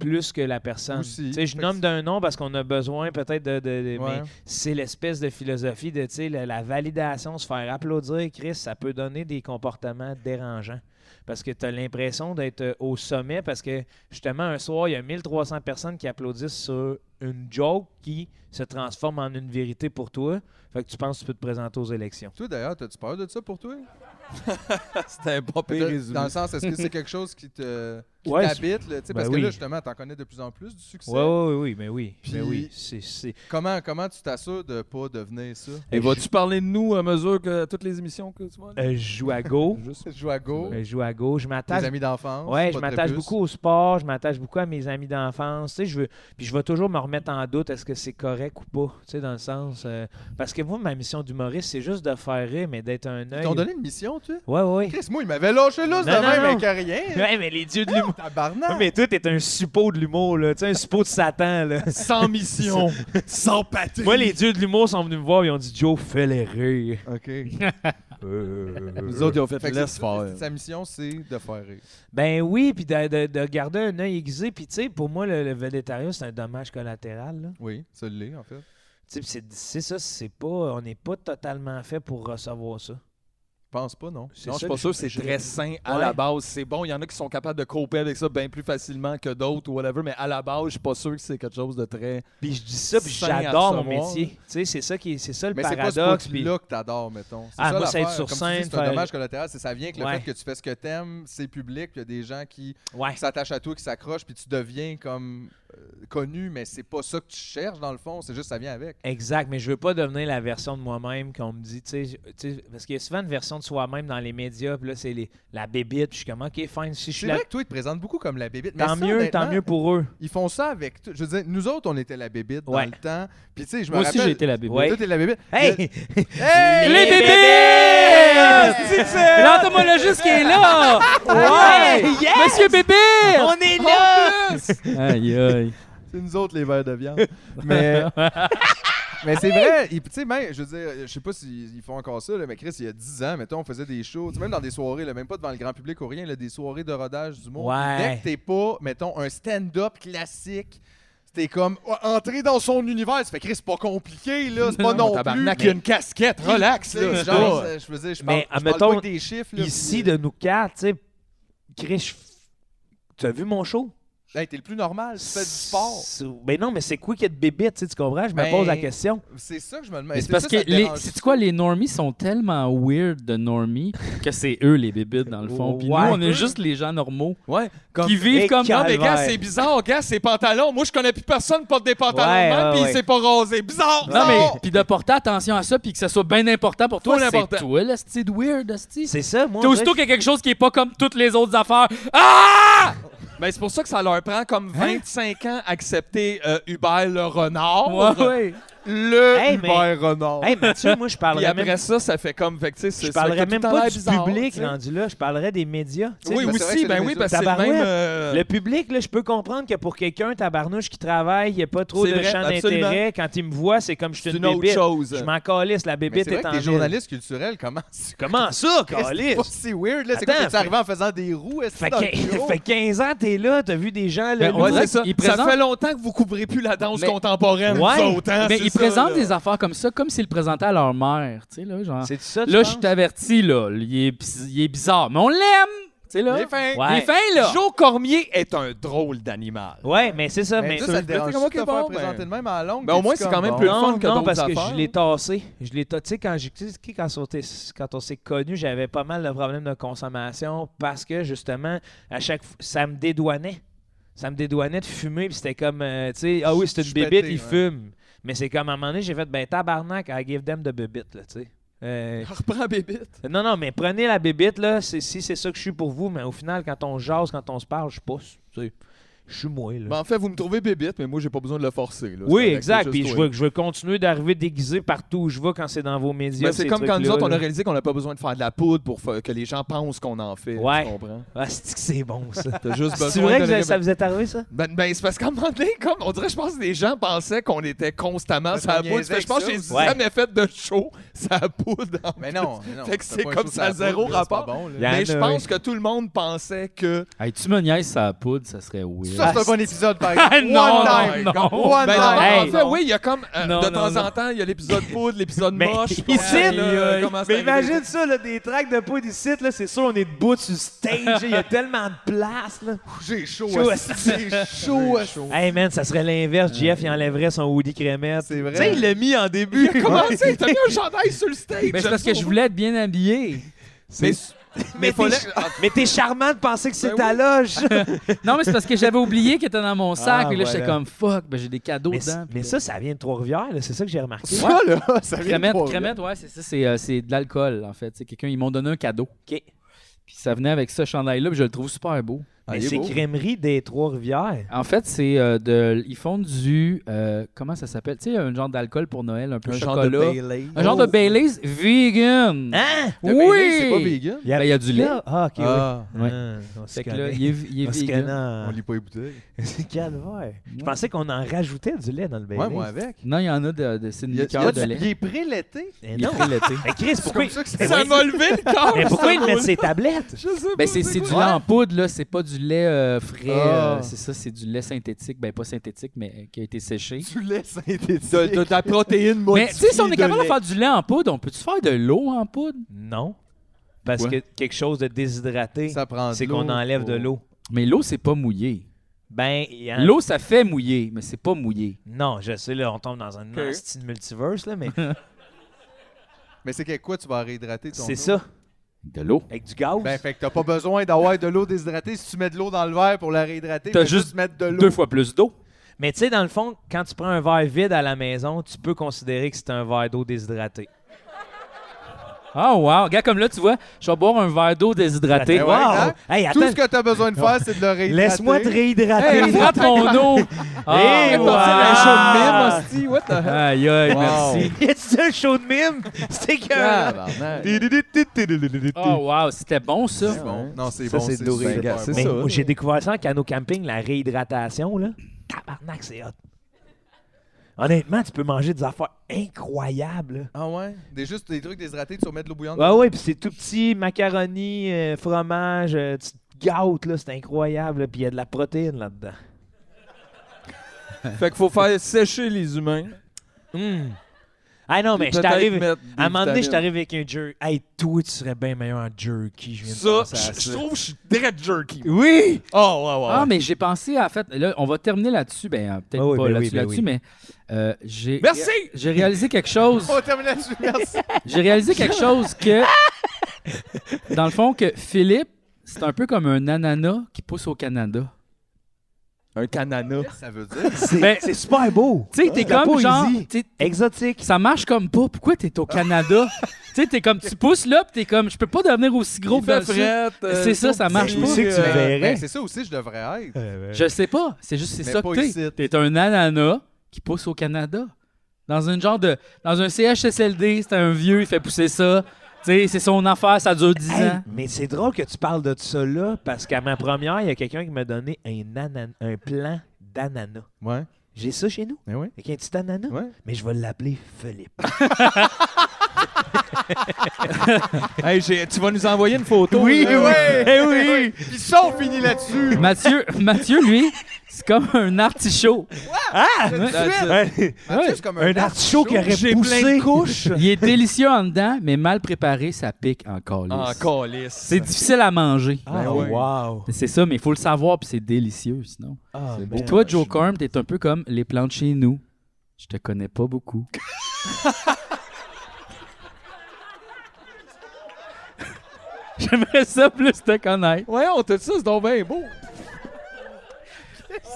Speaker 8: plus que la personne.
Speaker 3: Aussi.
Speaker 8: Tu sais, je
Speaker 3: Fait
Speaker 8: nomme
Speaker 3: que-
Speaker 8: d'un nom parce qu'on a besoin peut-être de. de- de-
Speaker 3: Ouais.
Speaker 8: Mais c'est l'espèce de philosophie de tu sais, la, la validation, se faire applaudir, Chris, ça peut donner des comportements dérangeants. Parce que tu as l'impression d'être euh, au sommet parce que justement, un soir, il y a 1300 personnes qui applaudissent sur une joke qui se transforme en une vérité pour toi. Fait que tu penses que tu peux te présenter aux élections.
Speaker 3: Toi, d'ailleurs, t'as-tu peur de ça pour toi?
Speaker 2: C'était un pas pire résumé.
Speaker 3: Dans le sens, est-ce que c'est quelque chose qui te qui
Speaker 8: Ouais,
Speaker 3: t'habite? là, tu sais,
Speaker 8: Ben
Speaker 3: parce que
Speaker 8: oui.
Speaker 3: là, justement, t'en connais de plus en plus du succès.
Speaker 8: Oui, oui, oui, mais oui.
Speaker 3: Puis-
Speaker 8: mais oui. C'est- c'est-
Speaker 3: Comment, comment tu t'assures de pas devenir ça?
Speaker 2: Et vas-tu parler de nous à mesure que toutes les émissions que tu vois? là?
Speaker 8: Euh, je joue à Go.
Speaker 2: Juste-
Speaker 3: Je joue à Go,
Speaker 8: Euh, Je joue à gauche. Je
Speaker 3: tes
Speaker 8: m'attache.
Speaker 3: amis d'enfance.
Speaker 8: Ouais, je
Speaker 3: pas de
Speaker 8: m'attache
Speaker 3: prépuce.
Speaker 8: beaucoup au sport, je m'attache beaucoup à mes amis d'enfance. Tu sais, je veux, puis je vais toujours me remettre en doute est-ce que c'est correct ou pas. Tu sais, dans le sens, euh, parce que moi, ma mission d'humoriste, c'est juste de faire rire, mais d'être un
Speaker 3: Ils
Speaker 8: œil.
Speaker 3: t'ont donné une mission, tu sais?
Speaker 8: Ouais, ouais.
Speaker 3: Chris, moi, il m'avait lâché là, de
Speaker 8: Non, non,
Speaker 3: même
Speaker 8: non.
Speaker 3: avec rien.
Speaker 8: Ouais, mais les dieux de l'humour. Ouais,
Speaker 3: Tabarnak!
Speaker 8: mais toi, t'es un suppôt de l'humour, là. Tu sais, un suppôt de Satan, là.
Speaker 2: Sans mission, sans patrie.
Speaker 8: Moi, les dieux de l'humour sont venus me voir, ils ont dit Joe, fais les rires.
Speaker 3: OK.
Speaker 2: Nous autres, ils ont fait,
Speaker 3: Fait que
Speaker 2: laisse
Speaker 3: c'est-
Speaker 2: faire.
Speaker 3: Sa mission, c'est de faire rire.
Speaker 8: Ben oui, puis de, de- de garder un œil aiguisé. Puis, tu sais, pour moi, le, le végétariat, c'est un dommage collatéral. là.
Speaker 3: Oui, ça l'est, en fait.
Speaker 8: Tu sais, puis c'est- c'est ça, c'est pas, on n'est pas totalement fait pour recevoir ça.
Speaker 3: Je pense pas, non.
Speaker 8: C'est
Speaker 2: Non, je suis
Speaker 8: ça,
Speaker 2: pas
Speaker 8: le-
Speaker 2: sûr que c'est
Speaker 8: je-
Speaker 2: très sain à
Speaker 8: Ouais.
Speaker 2: la base. C'est bon, il y en a qui sont capables de coper avec ça bien plus facilement que d'autres ou whatever, mais à la base, je suis pas sûr que c'est quelque chose de très.
Speaker 8: Puis je dis ça, puis
Speaker 2: Sain à
Speaker 8: j'adore mon
Speaker 2: recevoir.
Speaker 8: métier. Tu sais, c'est ça qui, est- c'est ça le
Speaker 3: Mais c'est pas
Speaker 8: paradoxe.
Speaker 3: ce
Speaker 8: puis-
Speaker 3: là que t'adores, mettons. C'est
Speaker 8: Ah,
Speaker 3: ça
Speaker 8: moi, c'est être
Speaker 3: l'affaire.
Speaker 8: sur
Speaker 3: Comme tu
Speaker 8: scène,
Speaker 3: dis, C'est un
Speaker 8: faire-
Speaker 3: dommage collatéral. C'est ça vient avec le
Speaker 8: Ouais.
Speaker 3: fait que tu fais ce que t'aimes, c'est public, puis il y a des gens qui
Speaker 8: Ouais.
Speaker 3: qui s'attachent à toi, qui s'accrochent, puis tu deviens comme euh, connu, mais c'est pas ça que tu cherches dans le fond. C'est juste que ça vient avec.
Speaker 8: Exact, mais je veux pas devenir la version de moi-même qu'on me dit, tu sais, je- tu sais, parce qu'il y a souvent une version de soi-même dans les médias, puis là, c'est les- la bébite, puis je suis comme, OK, fine, si je suis
Speaker 3: C'est
Speaker 8: la...
Speaker 3: vrai que toi, ils te présentent beaucoup comme la bébite. mais ça,
Speaker 8: Tant mieux, tant
Speaker 3: honnêtement,
Speaker 8: mieux pour eux.
Speaker 3: Ils font ça avec. tout. Je veux dire, nous autres, on était la bébite
Speaker 8: Ouais.
Speaker 3: dans le temps. Puis tu sais, je me
Speaker 1: Moi aussi, j'ai
Speaker 3: rappelle-
Speaker 1: été la bébé.
Speaker 8: Ouais.
Speaker 3: Toi, t'es la bébite.
Speaker 8: Hey!
Speaker 3: Le- Hey!
Speaker 1: Les
Speaker 8: bébés!
Speaker 1: bébés! L'entomologiste qui est là! Ouais! Monsieur bébé!
Speaker 8: On est là!
Speaker 1: Aïe, aïe.
Speaker 3: C'est nous autres les verres de viande. Mais, mais c'est vrai, ils- tu sais, même, je veux dire, je sais pas s'ils ils font encore ça, là, mais Chris, il y a 10 ans, mettons, on faisait des shows, tu sais, même dans des soirées, là, même pas devant le grand public ou rien, là, des soirées de rodage du monde.
Speaker 8: Ouais.
Speaker 3: Dès que t'es pas, mettons, un stand-up classique, c'était comme oh, entrer dans son univers. Ça fait Chris, c'est pas compliqué, là, c'est pas non, plus.
Speaker 2: Tabarnak, il y a une casquette, relax,
Speaker 3: Tu sais,
Speaker 2: là. c'est
Speaker 3: genre,
Speaker 2: pas-
Speaker 3: je veux dire, je parle,
Speaker 8: Mais,
Speaker 3: je parle
Speaker 8: admettons,
Speaker 3: pas avec des chiffres. Là,
Speaker 8: Ici,
Speaker 3: puis-
Speaker 8: de nous quatre, tu sais, Chris, je- tu as vu mon show?
Speaker 3: Hey, t'es le plus normal, tu fais du sport.
Speaker 8: Sou- Ben non, mais c'est quoi qu'il y a de bébite, tu sais, tu comprends? Je me
Speaker 3: Ben,
Speaker 8: pose la question.
Speaker 3: C'est ça que je me demande.
Speaker 1: Mais
Speaker 3: Et
Speaker 1: c'est
Speaker 3: ça,
Speaker 1: parce
Speaker 3: ça
Speaker 1: que,
Speaker 3: te
Speaker 1: les,
Speaker 3: dérange
Speaker 1: sais-tu quoi, les normies sont tellement weird de normies que c'est eux les bébites dans le fond. Puis
Speaker 8: Ouais.
Speaker 1: nous, on est juste les gens normaux
Speaker 2: Ouais,
Speaker 1: qui vivent
Speaker 8: Et
Speaker 1: comme Ah,
Speaker 8: qui-
Speaker 2: Non, mais gars,
Speaker 8: Calvaire.
Speaker 2: c'est bizarre, gars, ces pantalons. Moi, je connais plus personne qui porte des pantalons
Speaker 8: Ouais,
Speaker 2: de même,
Speaker 8: ouais,
Speaker 2: puis
Speaker 8: ouais.
Speaker 2: il s'est pas rasé. Bizarre!
Speaker 1: Non,
Speaker 2: bizarre.
Speaker 1: mais puis de porter attention à ça puis que ça soit bien important pour toi,
Speaker 2: Trop
Speaker 1: c'est
Speaker 2: important.
Speaker 1: toi le style weird, style.
Speaker 8: C'est ça, moi.
Speaker 1: T'as
Speaker 8: on
Speaker 1: aussitôt
Speaker 8: dirait
Speaker 1: qu'il y a quelque chose qui est pas comme toutes les autres affaires. Ah!
Speaker 2: Ben, c'est pour ça que ça leur prend comme
Speaker 8: Hein?
Speaker 2: 25 ans accepter euh, Hubert le renard.
Speaker 1: ouais.
Speaker 2: Le
Speaker 8: Hey, mais-
Speaker 2: Hubert renard.
Speaker 8: que- Hey, Mathieu, moi, je
Speaker 2: Puis
Speaker 8: parlerais
Speaker 2: après
Speaker 8: même,
Speaker 2: ça, ça fait comme. Fait que, tu sais, c'est- ça
Speaker 8: je
Speaker 2: fait
Speaker 8: parlerais
Speaker 2: tout
Speaker 8: même
Speaker 2: le temps
Speaker 8: pas
Speaker 2: l'air
Speaker 8: du
Speaker 2: bizarre,
Speaker 8: public
Speaker 2: tu sais.
Speaker 8: rendu là, je parlerais des médias. tu sais.
Speaker 2: Oui,
Speaker 3: Ben, c'est vrai que
Speaker 2: aussi,
Speaker 3: c'est
Speaker 2: ben
Speaker 3: des
Speaker 2: oui,
Speaker 3: médias.
Speaker 2: parce que c'est le
Speaker 8: Tabarouette.
Speaker 2: même. euh,
Speaker 8: Le public, là, je peux comprendre que pour quelqu'un, tabarnouche, qui travaille, il n'y a pas trop
Speaker 2: C'est
Speaker 8: de
Speaker 2: vrai,
Speaker 8: champs
Speaker 2: absolument.
Speaker 8: d'intérêt. Quand il me voit, c'est comme je suis
Speaker 2: C'est
Speaker 8: une,
Speaker 2: une autre
Speaker 8: bébite.
Speaker 2: chose.
Speaker 8: Je m'en calisse, la
Speaker 3: Mais
Speaker 8: bébite
Speaker 3: c'est vrai
Speaker 8: est,
Speaker 3: que
Speaker 8: en
Speaker 3: les
Speaker 8: ville.
Speaker 3: journalistes culturels, comment c'est
Speaker 8: Comment ça,
Speaker 3: c'est pas
Speaker 8: calisse?
Speaker 3: si weird là, c'est quoi
Speaker 8: Attends,
Speaker 3: t'es arrivé en faisant des roues est-ce
Speaker 8: Fait,
Speaker 3: que dans
Speaker 8: que-
Speaker 3: le bureau?
Speaker 8: fait 15 ans, t'es là, t'as vu des gens. Là,
Speaker 1: Ben, on
Speaker 8: nous-
Speaker 2: ouais,
Speaker 1: dirait
Speaker 2: c'est ça.
Speaker 1: qu'il
Speaker 2: Ça
Speaker 1: présente-
Speaker 2: fait longtemps que vous couvrez plus la danse
Speaker 1: Mais-
Speaker 2: contemporaine.
Speaker 8: Ouais.
Speaker 2: vous autres, hein,
Speaker 1: Mais
Speaker 2: c'est
Speaker 1: ils
Speaker 2: ça,
Speaker 1: présentent
Speaker 2: là.
Speaker 1: des affaires comme ça comme s'ils le présentaient à leur mère, tu sais là, genre.
Speaker 8: C'est ça, tu
Speaker 1: Là,
Speaker 8: penses?
Speaker 1: je t'avertis là, il est, biz- il est bizarre, mais on l'aime, tu sais là.
Speaker 3: Il est fin.
Speaker 1: Il
Speaker 8: Ouais.
Speaker 1: est fin là.
Speaker 2: Joe Cormier est un drôle d'animal.
Speaker 8: Ouais, mais c'est ça. Mais,
Speaker 3: mais Ben, ça, ça te dérange
Speaker 2: comme,
Speaker 3: pas
Speaker 2: ok,
Speaker 3: de te
Speaker 2: bon,
Speaker 3: faire
Speaker 2: ben-
Speaker 3: présenter de même à la longue
Speaker 2: Ben, au
Speaker 3: t'es-tu
Speaker 2: moins, c'est
Speaker 3: comme
Speaker 2: quand même
Speaker 3: bon?
Speaker 2: plus le
Speaker 8: non,
Speaker 2: fun que
Speaker 8: non,
Speaker 2: d'autres
Speaker 8: parce que
Speaker 2: affaires.
Speaker 8: je l'ai tassé. Je l'ai tassé. Tu sais, quand, j'ai- tu sais, quand on s'est- quand on s'est connus, j'avais pas mal de problèmes de consommation parce que, justement, à chaque fois, ça me dédouanait. Ça me dédouanait de fumer, puis c'était comme, euh, tu sais, ah oui, c'est
Speaker 3: Je
Speaker 8: une
Speaker 3: suis
Speaker 8: bébite,
Speaker 3: pété,
Speaker 8: il
Speaker 3: ouais.
Speaker 8: fume. Mais c'est comme, à un moment donné, j'ai fait, ben tabarnak, I give them de bébite, là, tu sais. Euh,
Speaker 2: Reprends Bébite.
Speaker 8: non, non, mais prenez la bébite, là, c'est- si c'est ça que je suis pour vous, mais au final, quand on jase, quand on se parle, je pousse, tu sais. Je suis moi, là.
Speaker 2: Ben, en fait, vous me trouvez Bébite, mais moi, j'ai pas besoin de le forcer. là.
Speaker 8: Oui,
Speaker 2: C'est
Speaker 8: exact.
Speaker 2: juste
Speaker 8: Puis je
Speaker 2: toi.
Speaker 8: veux, je veux continuer d'arriver déguisé partout où je vais quand c'est dans vos médias.
Speaker 2: Ben, c'est
Speaker 8: ces
Speaker 2: comme quand nous
Speaker 8: trucs-là,
Speaker 2: autres, on
Speaker 8: là.
Speaker 2: a réalisé qu'on n'a pas besoin de faire de la poudre pour fa- que les gens pensent qu'on en fait.
Speaker 8: Ouais.
Speaker 2: Tu comprends?
Speaker 8: Ah, c'est que c'est bon, ça.
Speaker 2: T'as juste besoin
Speaker 8: c'est vrai
Speaker 2: de
Speaker 8: que
Speaker 2: les-
Speaker 8: ça- ça vous est arrivé, ça?
Speaker 2: Ben, ben, c'est parce qu'à un moment donné, comme, on dirait, je pense que les gens pensaient qu'on était constamment
Speaker 3: Ben,
Speaker 2: sur la
Speaker 3: on
Speaker 2: poudre.
Speaker 3: niaisait
Speaker 2: Fait que je
Speaker 3: avec
Speaker 2: pense
Speaker 3: ça
Speaker 2: que j'ai
Speaker 3: aussi.
Speaker 8: Ouais.
Speaker 2: jamais fait de show sur la poudre. en
Speaker 3: mais non, mais non
Speaker 2: Fait que
Speaker 3: t'as
Speaker 2: c'est
Speaker 3: pas un
Speaker 2: comme
Speaker 3: show
Speaker 2: ça,
Speaker 3: sur la
Speaker 2: zéro
Speaker 3: poudre, là, c'est pas
Speaker 2: rapport.
Speaker 3: bon, là.
Speaker 8: Y a-
Speaker 2: Mais je
Speaker 8: Yann,
Speaker 2: pense que tout le monde pensait que.
Speaker 1: Hey, tu me niaises sa poudre, ça serait weird.
Speaker 3: ça c'est un bon épisode par exemple Oh
Speaker 1: Ah, non,
Speaker 3: one time
Speaker 1: non, non.
Speaker 3: one
Speaker 2: Ben,
Speaker 3: time
Speaker 2: non,
Speaker 8: Hey.
Speaker 2: en fait, oui, il y a comme. euh,
Speaker 1: Non,
Speaker 2: de
Speaker 1: non,
Speaker 2: temps
Speaker 1: non.
Speaker 2: en temps, il y a l'épisode poudre, l'épisode
Speaker 8: Mais
Speaker 2: moche.
Speaker 8: ici,
Speaker 2: puis on sait, là,
Speaker 8: euh,
Speaker 2: comment c'est
Speaker 8: mais
Speaker 2: arrivé.
Speaker 8: imagine ça, là, des tracks de poudre ici, là, c'est sûr, on est debout sur le stage, il y a tellement de place, là.
Speaker 3: j'ai chaud
Speaker 8: Chaud,
Speaker 3: asti, j'ai chaud asti.
Speaker 8: Hey, man, ça serait l'inverse. JF, il enlèverait son hoodie crémette.
Speaker 3: C'est vrai.
Speaker 8: Tu sais, il l'a mis en début.
Speaker 2: Comment ça? T'as mis un chandail sur le stage.
Speaker 1: Mais c'est parce que je voulais être bien habillé.
Speaker 2: Mais,
Speaker 8: Mais, t'es,
Speaker 2: fallait-
Speaker 8: mais t'es charmant de penser que c'est
Speaker 2: Ben
Speaker 8: ta
Speaker 2: oui.
Speaker 8: loge.
Speaker 1: Non, mais c'est parce que j'avais oublié qu'il était dans mon sac.
Speaker 8: Ah,
Speaker 1: et là,
Speaker 8: voilà.
Speaker 1: j'étais comme fuck, ben j'ai des cadeaux
Speaker 8: mais,
Speaker 1: dedans.
Speaker 8: mais ça, ça vient de Trois-Rivières, là, c'est ça que j'ai remarqué.
Speaker 3: ça là ça vient de
Speaker 1: Crémette,
Speaker 3: pas, là.
Speaker 1: crémette, ouais, c'est ça, c'est, euh, c'est de l'alcool en fait. C'est quelqu'un, ils m'ont donné un cadeau.
Speaker 8: OK.
Speaker 1: Puis ça venait avec ce chandail-là, puis je le trouve super beau.
Speaker 3: Ah,
Speaker 8: Mais
Speaker 3: il est
Speaker 8: c'est
Speaker 3: beau.
Speaker 8: Crèmerie des Trois-Rivières.
Speaker 1: En fait, c'est euh, de. Ils font du. euh, comment ça s'appelle? Tu sais, un genre d'alcool pour Noël, un peu chocolat.
Speaker 8: Bailey.
Speaker 1: un genre de Baileys vegan.
Speaker 8: Hein?
Speaker 3: Le
Speaker 1: oui!
Speaker 3: Baileys, Oh. c'est pas vegan.
Speaker 1: Ben, il y a du lait.
Speaker 8: Ah, ok,
Speaker 3: Ah,
Speaker 8: oui.
Speaker 1: ouais.
Speaker 8: Ah, on se
Speaker 1: Fait que
Speaker 8: connaît.
Speaker 1: là, il est, il est
Speaker 8: On se
Speaker 1: vegan.
Speaker 8: connaît.
Speaker 3: On lit pas les bouteilles.
Speaker 8: C'est calvaire. Je pensais qu'on en rajoutait du lait dans le Baileys.
Speaker 3: Ouais, moi avec.
Speaker 1: Non, il y en a de. de c'est une
Speaker 3: Il y a, il y a
Speaker 1: liqueur de
Speaker 3: du-
Speaker 1: lait.
Speaker 3: il est pré-laité.
Speaker 8: Mais
Speaker 1: Il est
Speaker 8: non.
Speaker 1: prélaité.
Speaker 8: Mais Chris,
Speaker 3: C'est
Speaker 8: pourquoi,
Speaker 3: comme ça que
Speaker 8: Mais
Speaker 3: ça
Speaker 2: Ça m'a levé le corps!
Speaker 8: mais pourquoi ils
Speaker 2: ça,
Speaker 8: mettent
Speaker 2: moi.
Speaker 8: ses tablettes?
Speaker 2: Je sais
Speaker 1: Ben,
Speaker 2: pas,
Speaker 1: c'est, c'est du
Speaker 2: quoi.
Speaker 1: lait en poudre, là. C'est pas du lait euh, frais.
Speaker 3: Ah.
Speaker 1: euh, c'est ça, c'est du lait synthétique. Ben, pas synthétique, mais euh, qui a été séché.
Speaker 3: du lait synthétique.
Speaker 2: De, de- de la protéine
Speaker 1: Mais,
Speaker 2: modifiée.
Speaker 1: tu sais, si on est
Speaker 2: de
Speaker 1: capable de
Speaker 2: lait.
Speaker 1: faire du lait en poudre, on peut-tu faire de l'eau en poudre?
Speaker 8: Non. Parce
Speaker 3: Quoi?
Speaker 8: que quelque chose de déshydraté,
Speaker 3: Ça prend de
Speaker 8: c'est
Speaker 3: l'eau
Speaker 8: qu'on enlève de
Speaker 3: pour-
Speaker 8: l'eau. Oh.
Speaker 1: Mais l'eau, c'est pas mouillé.
Speaker 8: Ben, il y a-
Speaker 1: L'eau, ça fait mouiller, mais c'est pas mouillé.
Speaker 8: Non, je sais, là, on tombe dans un nasty de multiverse, là, mais
Speaker 3: Mais c'est avec quoi tu vas réhydrater ton
Speaker 8: c'est
Speaker 3: eau?
Speaker 8: ça.
Speaker 1: De l'eau.
Speaker 8: Avec du gaz.
Speaker 3: Ben, fait que t'as pas besoin d'avoir de l'eau déshydratée. Si tu mets de l'eau dans le verre pour la réhydrater,
Speaker 1: T'as
Speaker 3: fais
Speaker 1: juste
Speaker 3: mettre de l'eau.
Speaker 1: Deux fois plus d'eau.
Speaker 8: Mais tu sais, dans le fond, quand tu prends un verre vide à la maison, tu peux considérer que c'est un verre d'eau déshydratée.
Speaker 1: Ah, wow. Regarde, comme là, tu vois, je vais boire un verre d'eau déshydraté.
Speaker 3: Ben
Speaker 8: ouais. Wow!
Speaker 3: exact.
Speaker 8: Hey,
Speaker 3: Tout
Speaker 8: attends.
Speaker 3: ce que t'as besoin de faire, c'est de le réhydrater.
Speaker 8: Laisse-moi te réhydrater.
Speaker 1: Hey, frappe mon eau!
Speaker 8: Eh,
Speaker 1: Ah,
Speaker 8: ouais.
Speaker 1: Ah.
Speaker 3: de mime, hostie. What the hell?
Speaker 1: Aïe, aïe,
Speaker 3: Wow.
Speaker 1: merci.
Speaker 8: C'est un show de mime. C'est que. euh,
Speaker 3: Tabarnak.
Speaker 1: Oh, wow, c'était bon, ça.
Speaker 3: C'est bon. Non, c'est
Speaker 8: Ça,
Speaker 3: bon.
Speaker 8: c'est de l'eau
Speaker 3: super
Speaker 8: réhydrate.
Speaker 3: bon.
Speaker 8: Mais j'ai découvert ça en canot camping, la réhydratation, là. Tabarnak, c'est hot. Honnêtement, tu peux manger des affaires incroyables.
Speaker 3: Ah ouais? Des, juste des trucs déshydratés, tu remets de l'eau bouillante.
Speaker 8: Ah Ouais, ouais, puis c'est tout petit, macaroni, euh, fromage, euh, tu te gâtes, là, c'est incroyable. là, Puis il y a de la protéine là-dedans.
Speaker 2: Fait qu'il faut faire sécher les humains.
Speaker 8: Hum. Ah non, mais je
Speaker 2: Peut-être
Speaker 8: t'arrive.
Speaker 2: mettre des
Speaker 8: À un moment donné, je
Speaker 2: vitamines.
Speaker 8: t'arrive avec un jerky. Hey, toi, tu serais bien meilleur en jerky. Je viens de
Speaker 2: Ça,
Speaker 8: penser à
Speaker 2: je- je
Speaker 8: ça.
Speaker 2: trouve que je suis direct jerky.
Speaker 8: Oui!
Speaker 2: Oh, ouais, ouais.
Speaker 1: Ah,
Speaker 2: ouais.
Speaker 1: mais j'ai pensé, en fait, là, on va terminer là-dessus. Ben, euh, peut-être
Speaker 8: Ah oui,
Speaker 1: pas
Speaker 8: ben
Speaker 1: là-dessus,
Speaker 8: oui, ben
Speaker 1: là-dessus,
Speaker 8: oui.
Speaker 1: mais euh, j'ai.
Speaker 2: Merci!
Speaker 1: J'ai réalisé quelque chose.
Speaker 3: On termine là-dessus, merci.
Speaker 1: J'ai réalisé quelque chose que. Dans le fond, que Philippe, c'est un peu comme un ananas qui pousse au Canada.
Speaker 2: Un canana.
Speaker 3: ça veut dire?
Speaker 8: C'est
Speaker 1: Ben-
Speaker 8: c'est super beau!
Speaker 1: Tu sais, t'es
Speaker 8: La
Speaker 1: comme genre.
Speaker 8: poésie.
Speaker 1: t'sais,
Speaker 8: Exotique!
Speaker 1: Ça marche comme pas. Pourquoi t'es au Canada? tu sais, t'es comme. Tu pousses là, pis t'es comme. Je peux pas devenir aussi gros
Speaker 2: Gros
Speaker 1: que dans le sud.
Speaker 2: fait frette. euh,
Speaker 1: C'est ça, ça marche
Speaker 8: pas. C'est que tu verrais.
Speaker 3: Ben, c'est ça aussi, je devrais être.
Speaker 8: ben,
Speaker 1: Je sais pas. C'est juste, c'est
Speaker 3: Mais
Speaker 1: ça
Speaker 3: pas
Speaker 1: que t'es.
Speaker 3: ici.
Speaker 1: T'es un ananas qui pousse au Canada. Dans un genre de. Dans un CHSLD, c'est un vieux, il fait pousser ça. Tu sais, c'est son affaire, ça dure 10
Speaker 8: Hey,
Speaker 1: ans.
Speaker 8: mais c'est drôle que tu parles de ça là, parce qu'à ma première, il y a quelqu'un qui m'a donné un, anan- un plan d'ananas.
Speaker 3: Ouais.
Speaker 8: J'ai ça chez nous,
Speaker 3: Mais oui.
Speaker 8: avec un petit ananas,
Speaker 3: Ouais.
Speaker 8: mais je vais l'appeler Philippe.
Speaker 2: Hey, j'ai- tu vas nous envoyer une photo.
Speaker 3: Oui,
Speaker 2: là.
Speaker 3: oui.
Speaker 1: Eh oui!
Speaker 3: Ils sont finis là-dessus.
Speaker 1: Mathieu, Mathieu, lui, c'est comme un artichaut.
Speaker 3: Mathieu, c'est comme
Speaker 8: Un artichaut qui aurait
Speaker 2: J'ai plein
Speaker 8: poussé.
Speaker 2: de couches.
Speaker 1: Il est délicieux en dedans, mais mal préparé, ça pique encore.
Speaker 2: En Ah, calice.
Speaker 1: C'est difficile à manger.
Speaker 8: Ah,
Speaker 2: Ben oui.
Speaker 8: wow!
Speaker 1: C'est ça, mais il faut le savoir, puis c'est délicieux sinon.
Speaker 8: Ah,
Speaker 3: C'est beau.
Speaker 1: Puis
Speaker 8: man.
Speaker 1: toi, Joe Corm, t'es un peu comme les plantes chez nous. Je te connais pas beaucoup. J'aimerais ça plus te connaître.
Speaker 2: Ouais, on te dit ça, c'est donc bien beau.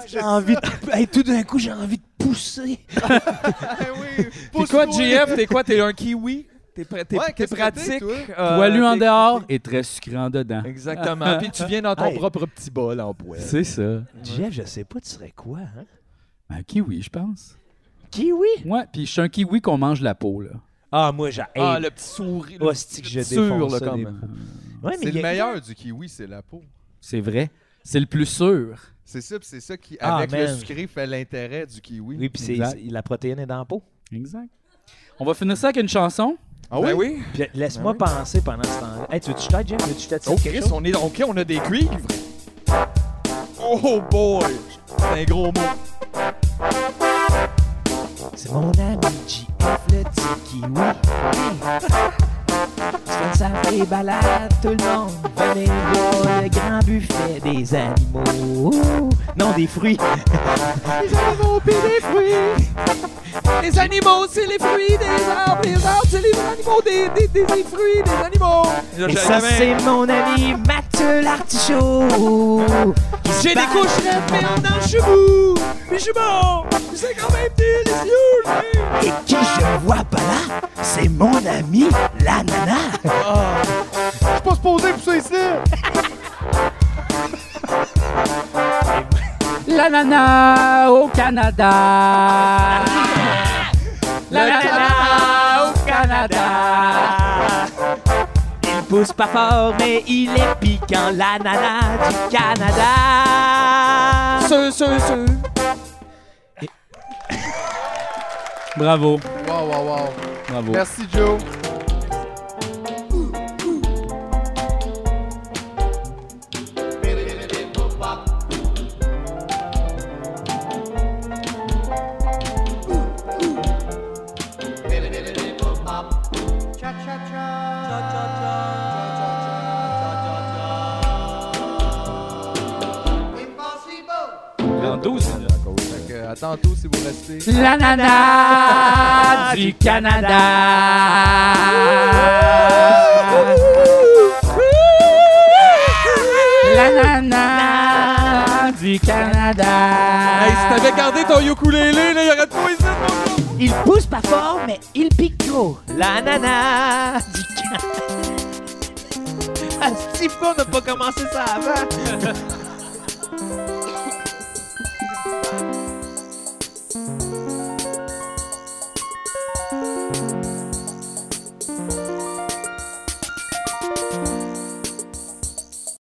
Speaker 8: J'ai envie de... Hey, tout d'un coup, j'ai envie de pousser.
Speaker 2: T'es quoi, GF? T'es quoi? T'es un kiwi? T'es pr- t'es-
Speaker 3: Ouais,
Speaker 2: t'es
Speaker 3: qu'est-ce que t'es,
Speaker 2: pratique?
Speaker 3: toi?
Speaker 2: euh,
Speaker 1: Poilu en
Speaker 2: t'es-
Speaker 1: dehors et très sucré en dedans.
Speaker 2: Exactement. Puis tu viens dans ton
Speaker 8: Hey.
Speaker 2: propre petit bol en poêle.
Speaker 1: C'est ça.
Speaker 8: Jeff, je sais pas, tu serais quoi, hein?
Speaker 1: Un kiwi, je pense.
Speaker 8: Kiwi?
Speaker 1: Ouais, puis je suis un kiwi qu'on mange la peau, là.
Speaker 8: Ah, moi, j'ai...
Speaker 2: Ah, le petit sourire. le
Speaker 8: Hostie que je
Speaker 2: petit sûr,
Speaker 8: défonce
Speaker 2: là,
Speaker 8: ça,
Speaker 2: comme.
Speaker 8: des- Ouais, mais
Speaker 3: C'est
Speaker 8: il y
Speaker 3: le
Speaker 8: a-
Speaker 3: meilleur du kiwi, c'est la peau.
Speaker 1: C'est vrai. C'est le plus sûr.
Speaker 3: C'est ça, pis c'est ça qui,
Speaker 8: Ah,
Speaker 3: avec le
Speaker 8: man.
Speaker 3: sucré, fait l'intérêt du kiwi.
Speaker 8: Oui, puis c'est-
Speaker 1: Exact.
Speaker 8: c'est- la protéine est dans la peau.
Speaker 1: Exact. On va finir ça avec une chanson.
Speaker 3: Ah
Speaker 2: Ben
Speaker 3: oui?
Speaker 2: oui.
Speaker 8: Puis laisse-moi penser pendant ce temps-là. Hey, tu veux-tu que je t'aide, Jeff? Veux-tu que je t'attire
Speaker 2: Oh, Chris,
Speaker 8: quelque chose?
Speaker 2: on est. OK, on a des cuivres. Oh, boy. C'est un gros mot.
Speaker 8: C'est mon ami JF, le petit kiwi. Tu fais une sacrée balade, tout le monde. Venez voir le grand buffet des animaux. Non, des fruits.
Speaker 2: Les animaux, puis les fruits. Les animaux, c'est les fruits des arbres. Les arbres, c'est les animaux, des, des, des, des fruits des animaux.
Speaker 8: Et ça, c'est mon ami Mathieu l'artichaut. qui se
Speaker 2: J'ai des
Speaker 8: bat-
Speaker 2: coucherettes, mais on a un chevou. Mais je suis bon. C'est quand même délicieux, lui.
Speaker 8: Et qui je vois pas là, c'est mon ami l'ananas.
Speaker 3: Je suis pas supposé pour ça ici!
Speaker 1: l'ananas au Canada.
Speaker 8: L'ananas au Canada. Il pousse pas fort, mais il est piquant, l'ananas du Canada.
Speaker 2: Ce, ce, ce.
Speaker 1: Bravo,
Speaker 3: Wow, wow, wow.
Speaker 1: bravo.
Speaker 3: Merci, Joe.
Speaker 1: En 12 minutes.
Speaker 3: Fait que, à tantôt si vous restez.
Speaker 1: L'ananas du
Speaker 2: Ah.
Speaker 1: Canada. L'ananas du Canada.
Speaker 2: Hey, si t'avais gardé ton ukulélé, là, il y aurait de quoi ici.
Speaker 8: Il pousse pas fort, mais il pique trop, l'ananas du Canada. Asti, on n'a pas commencé ça avant.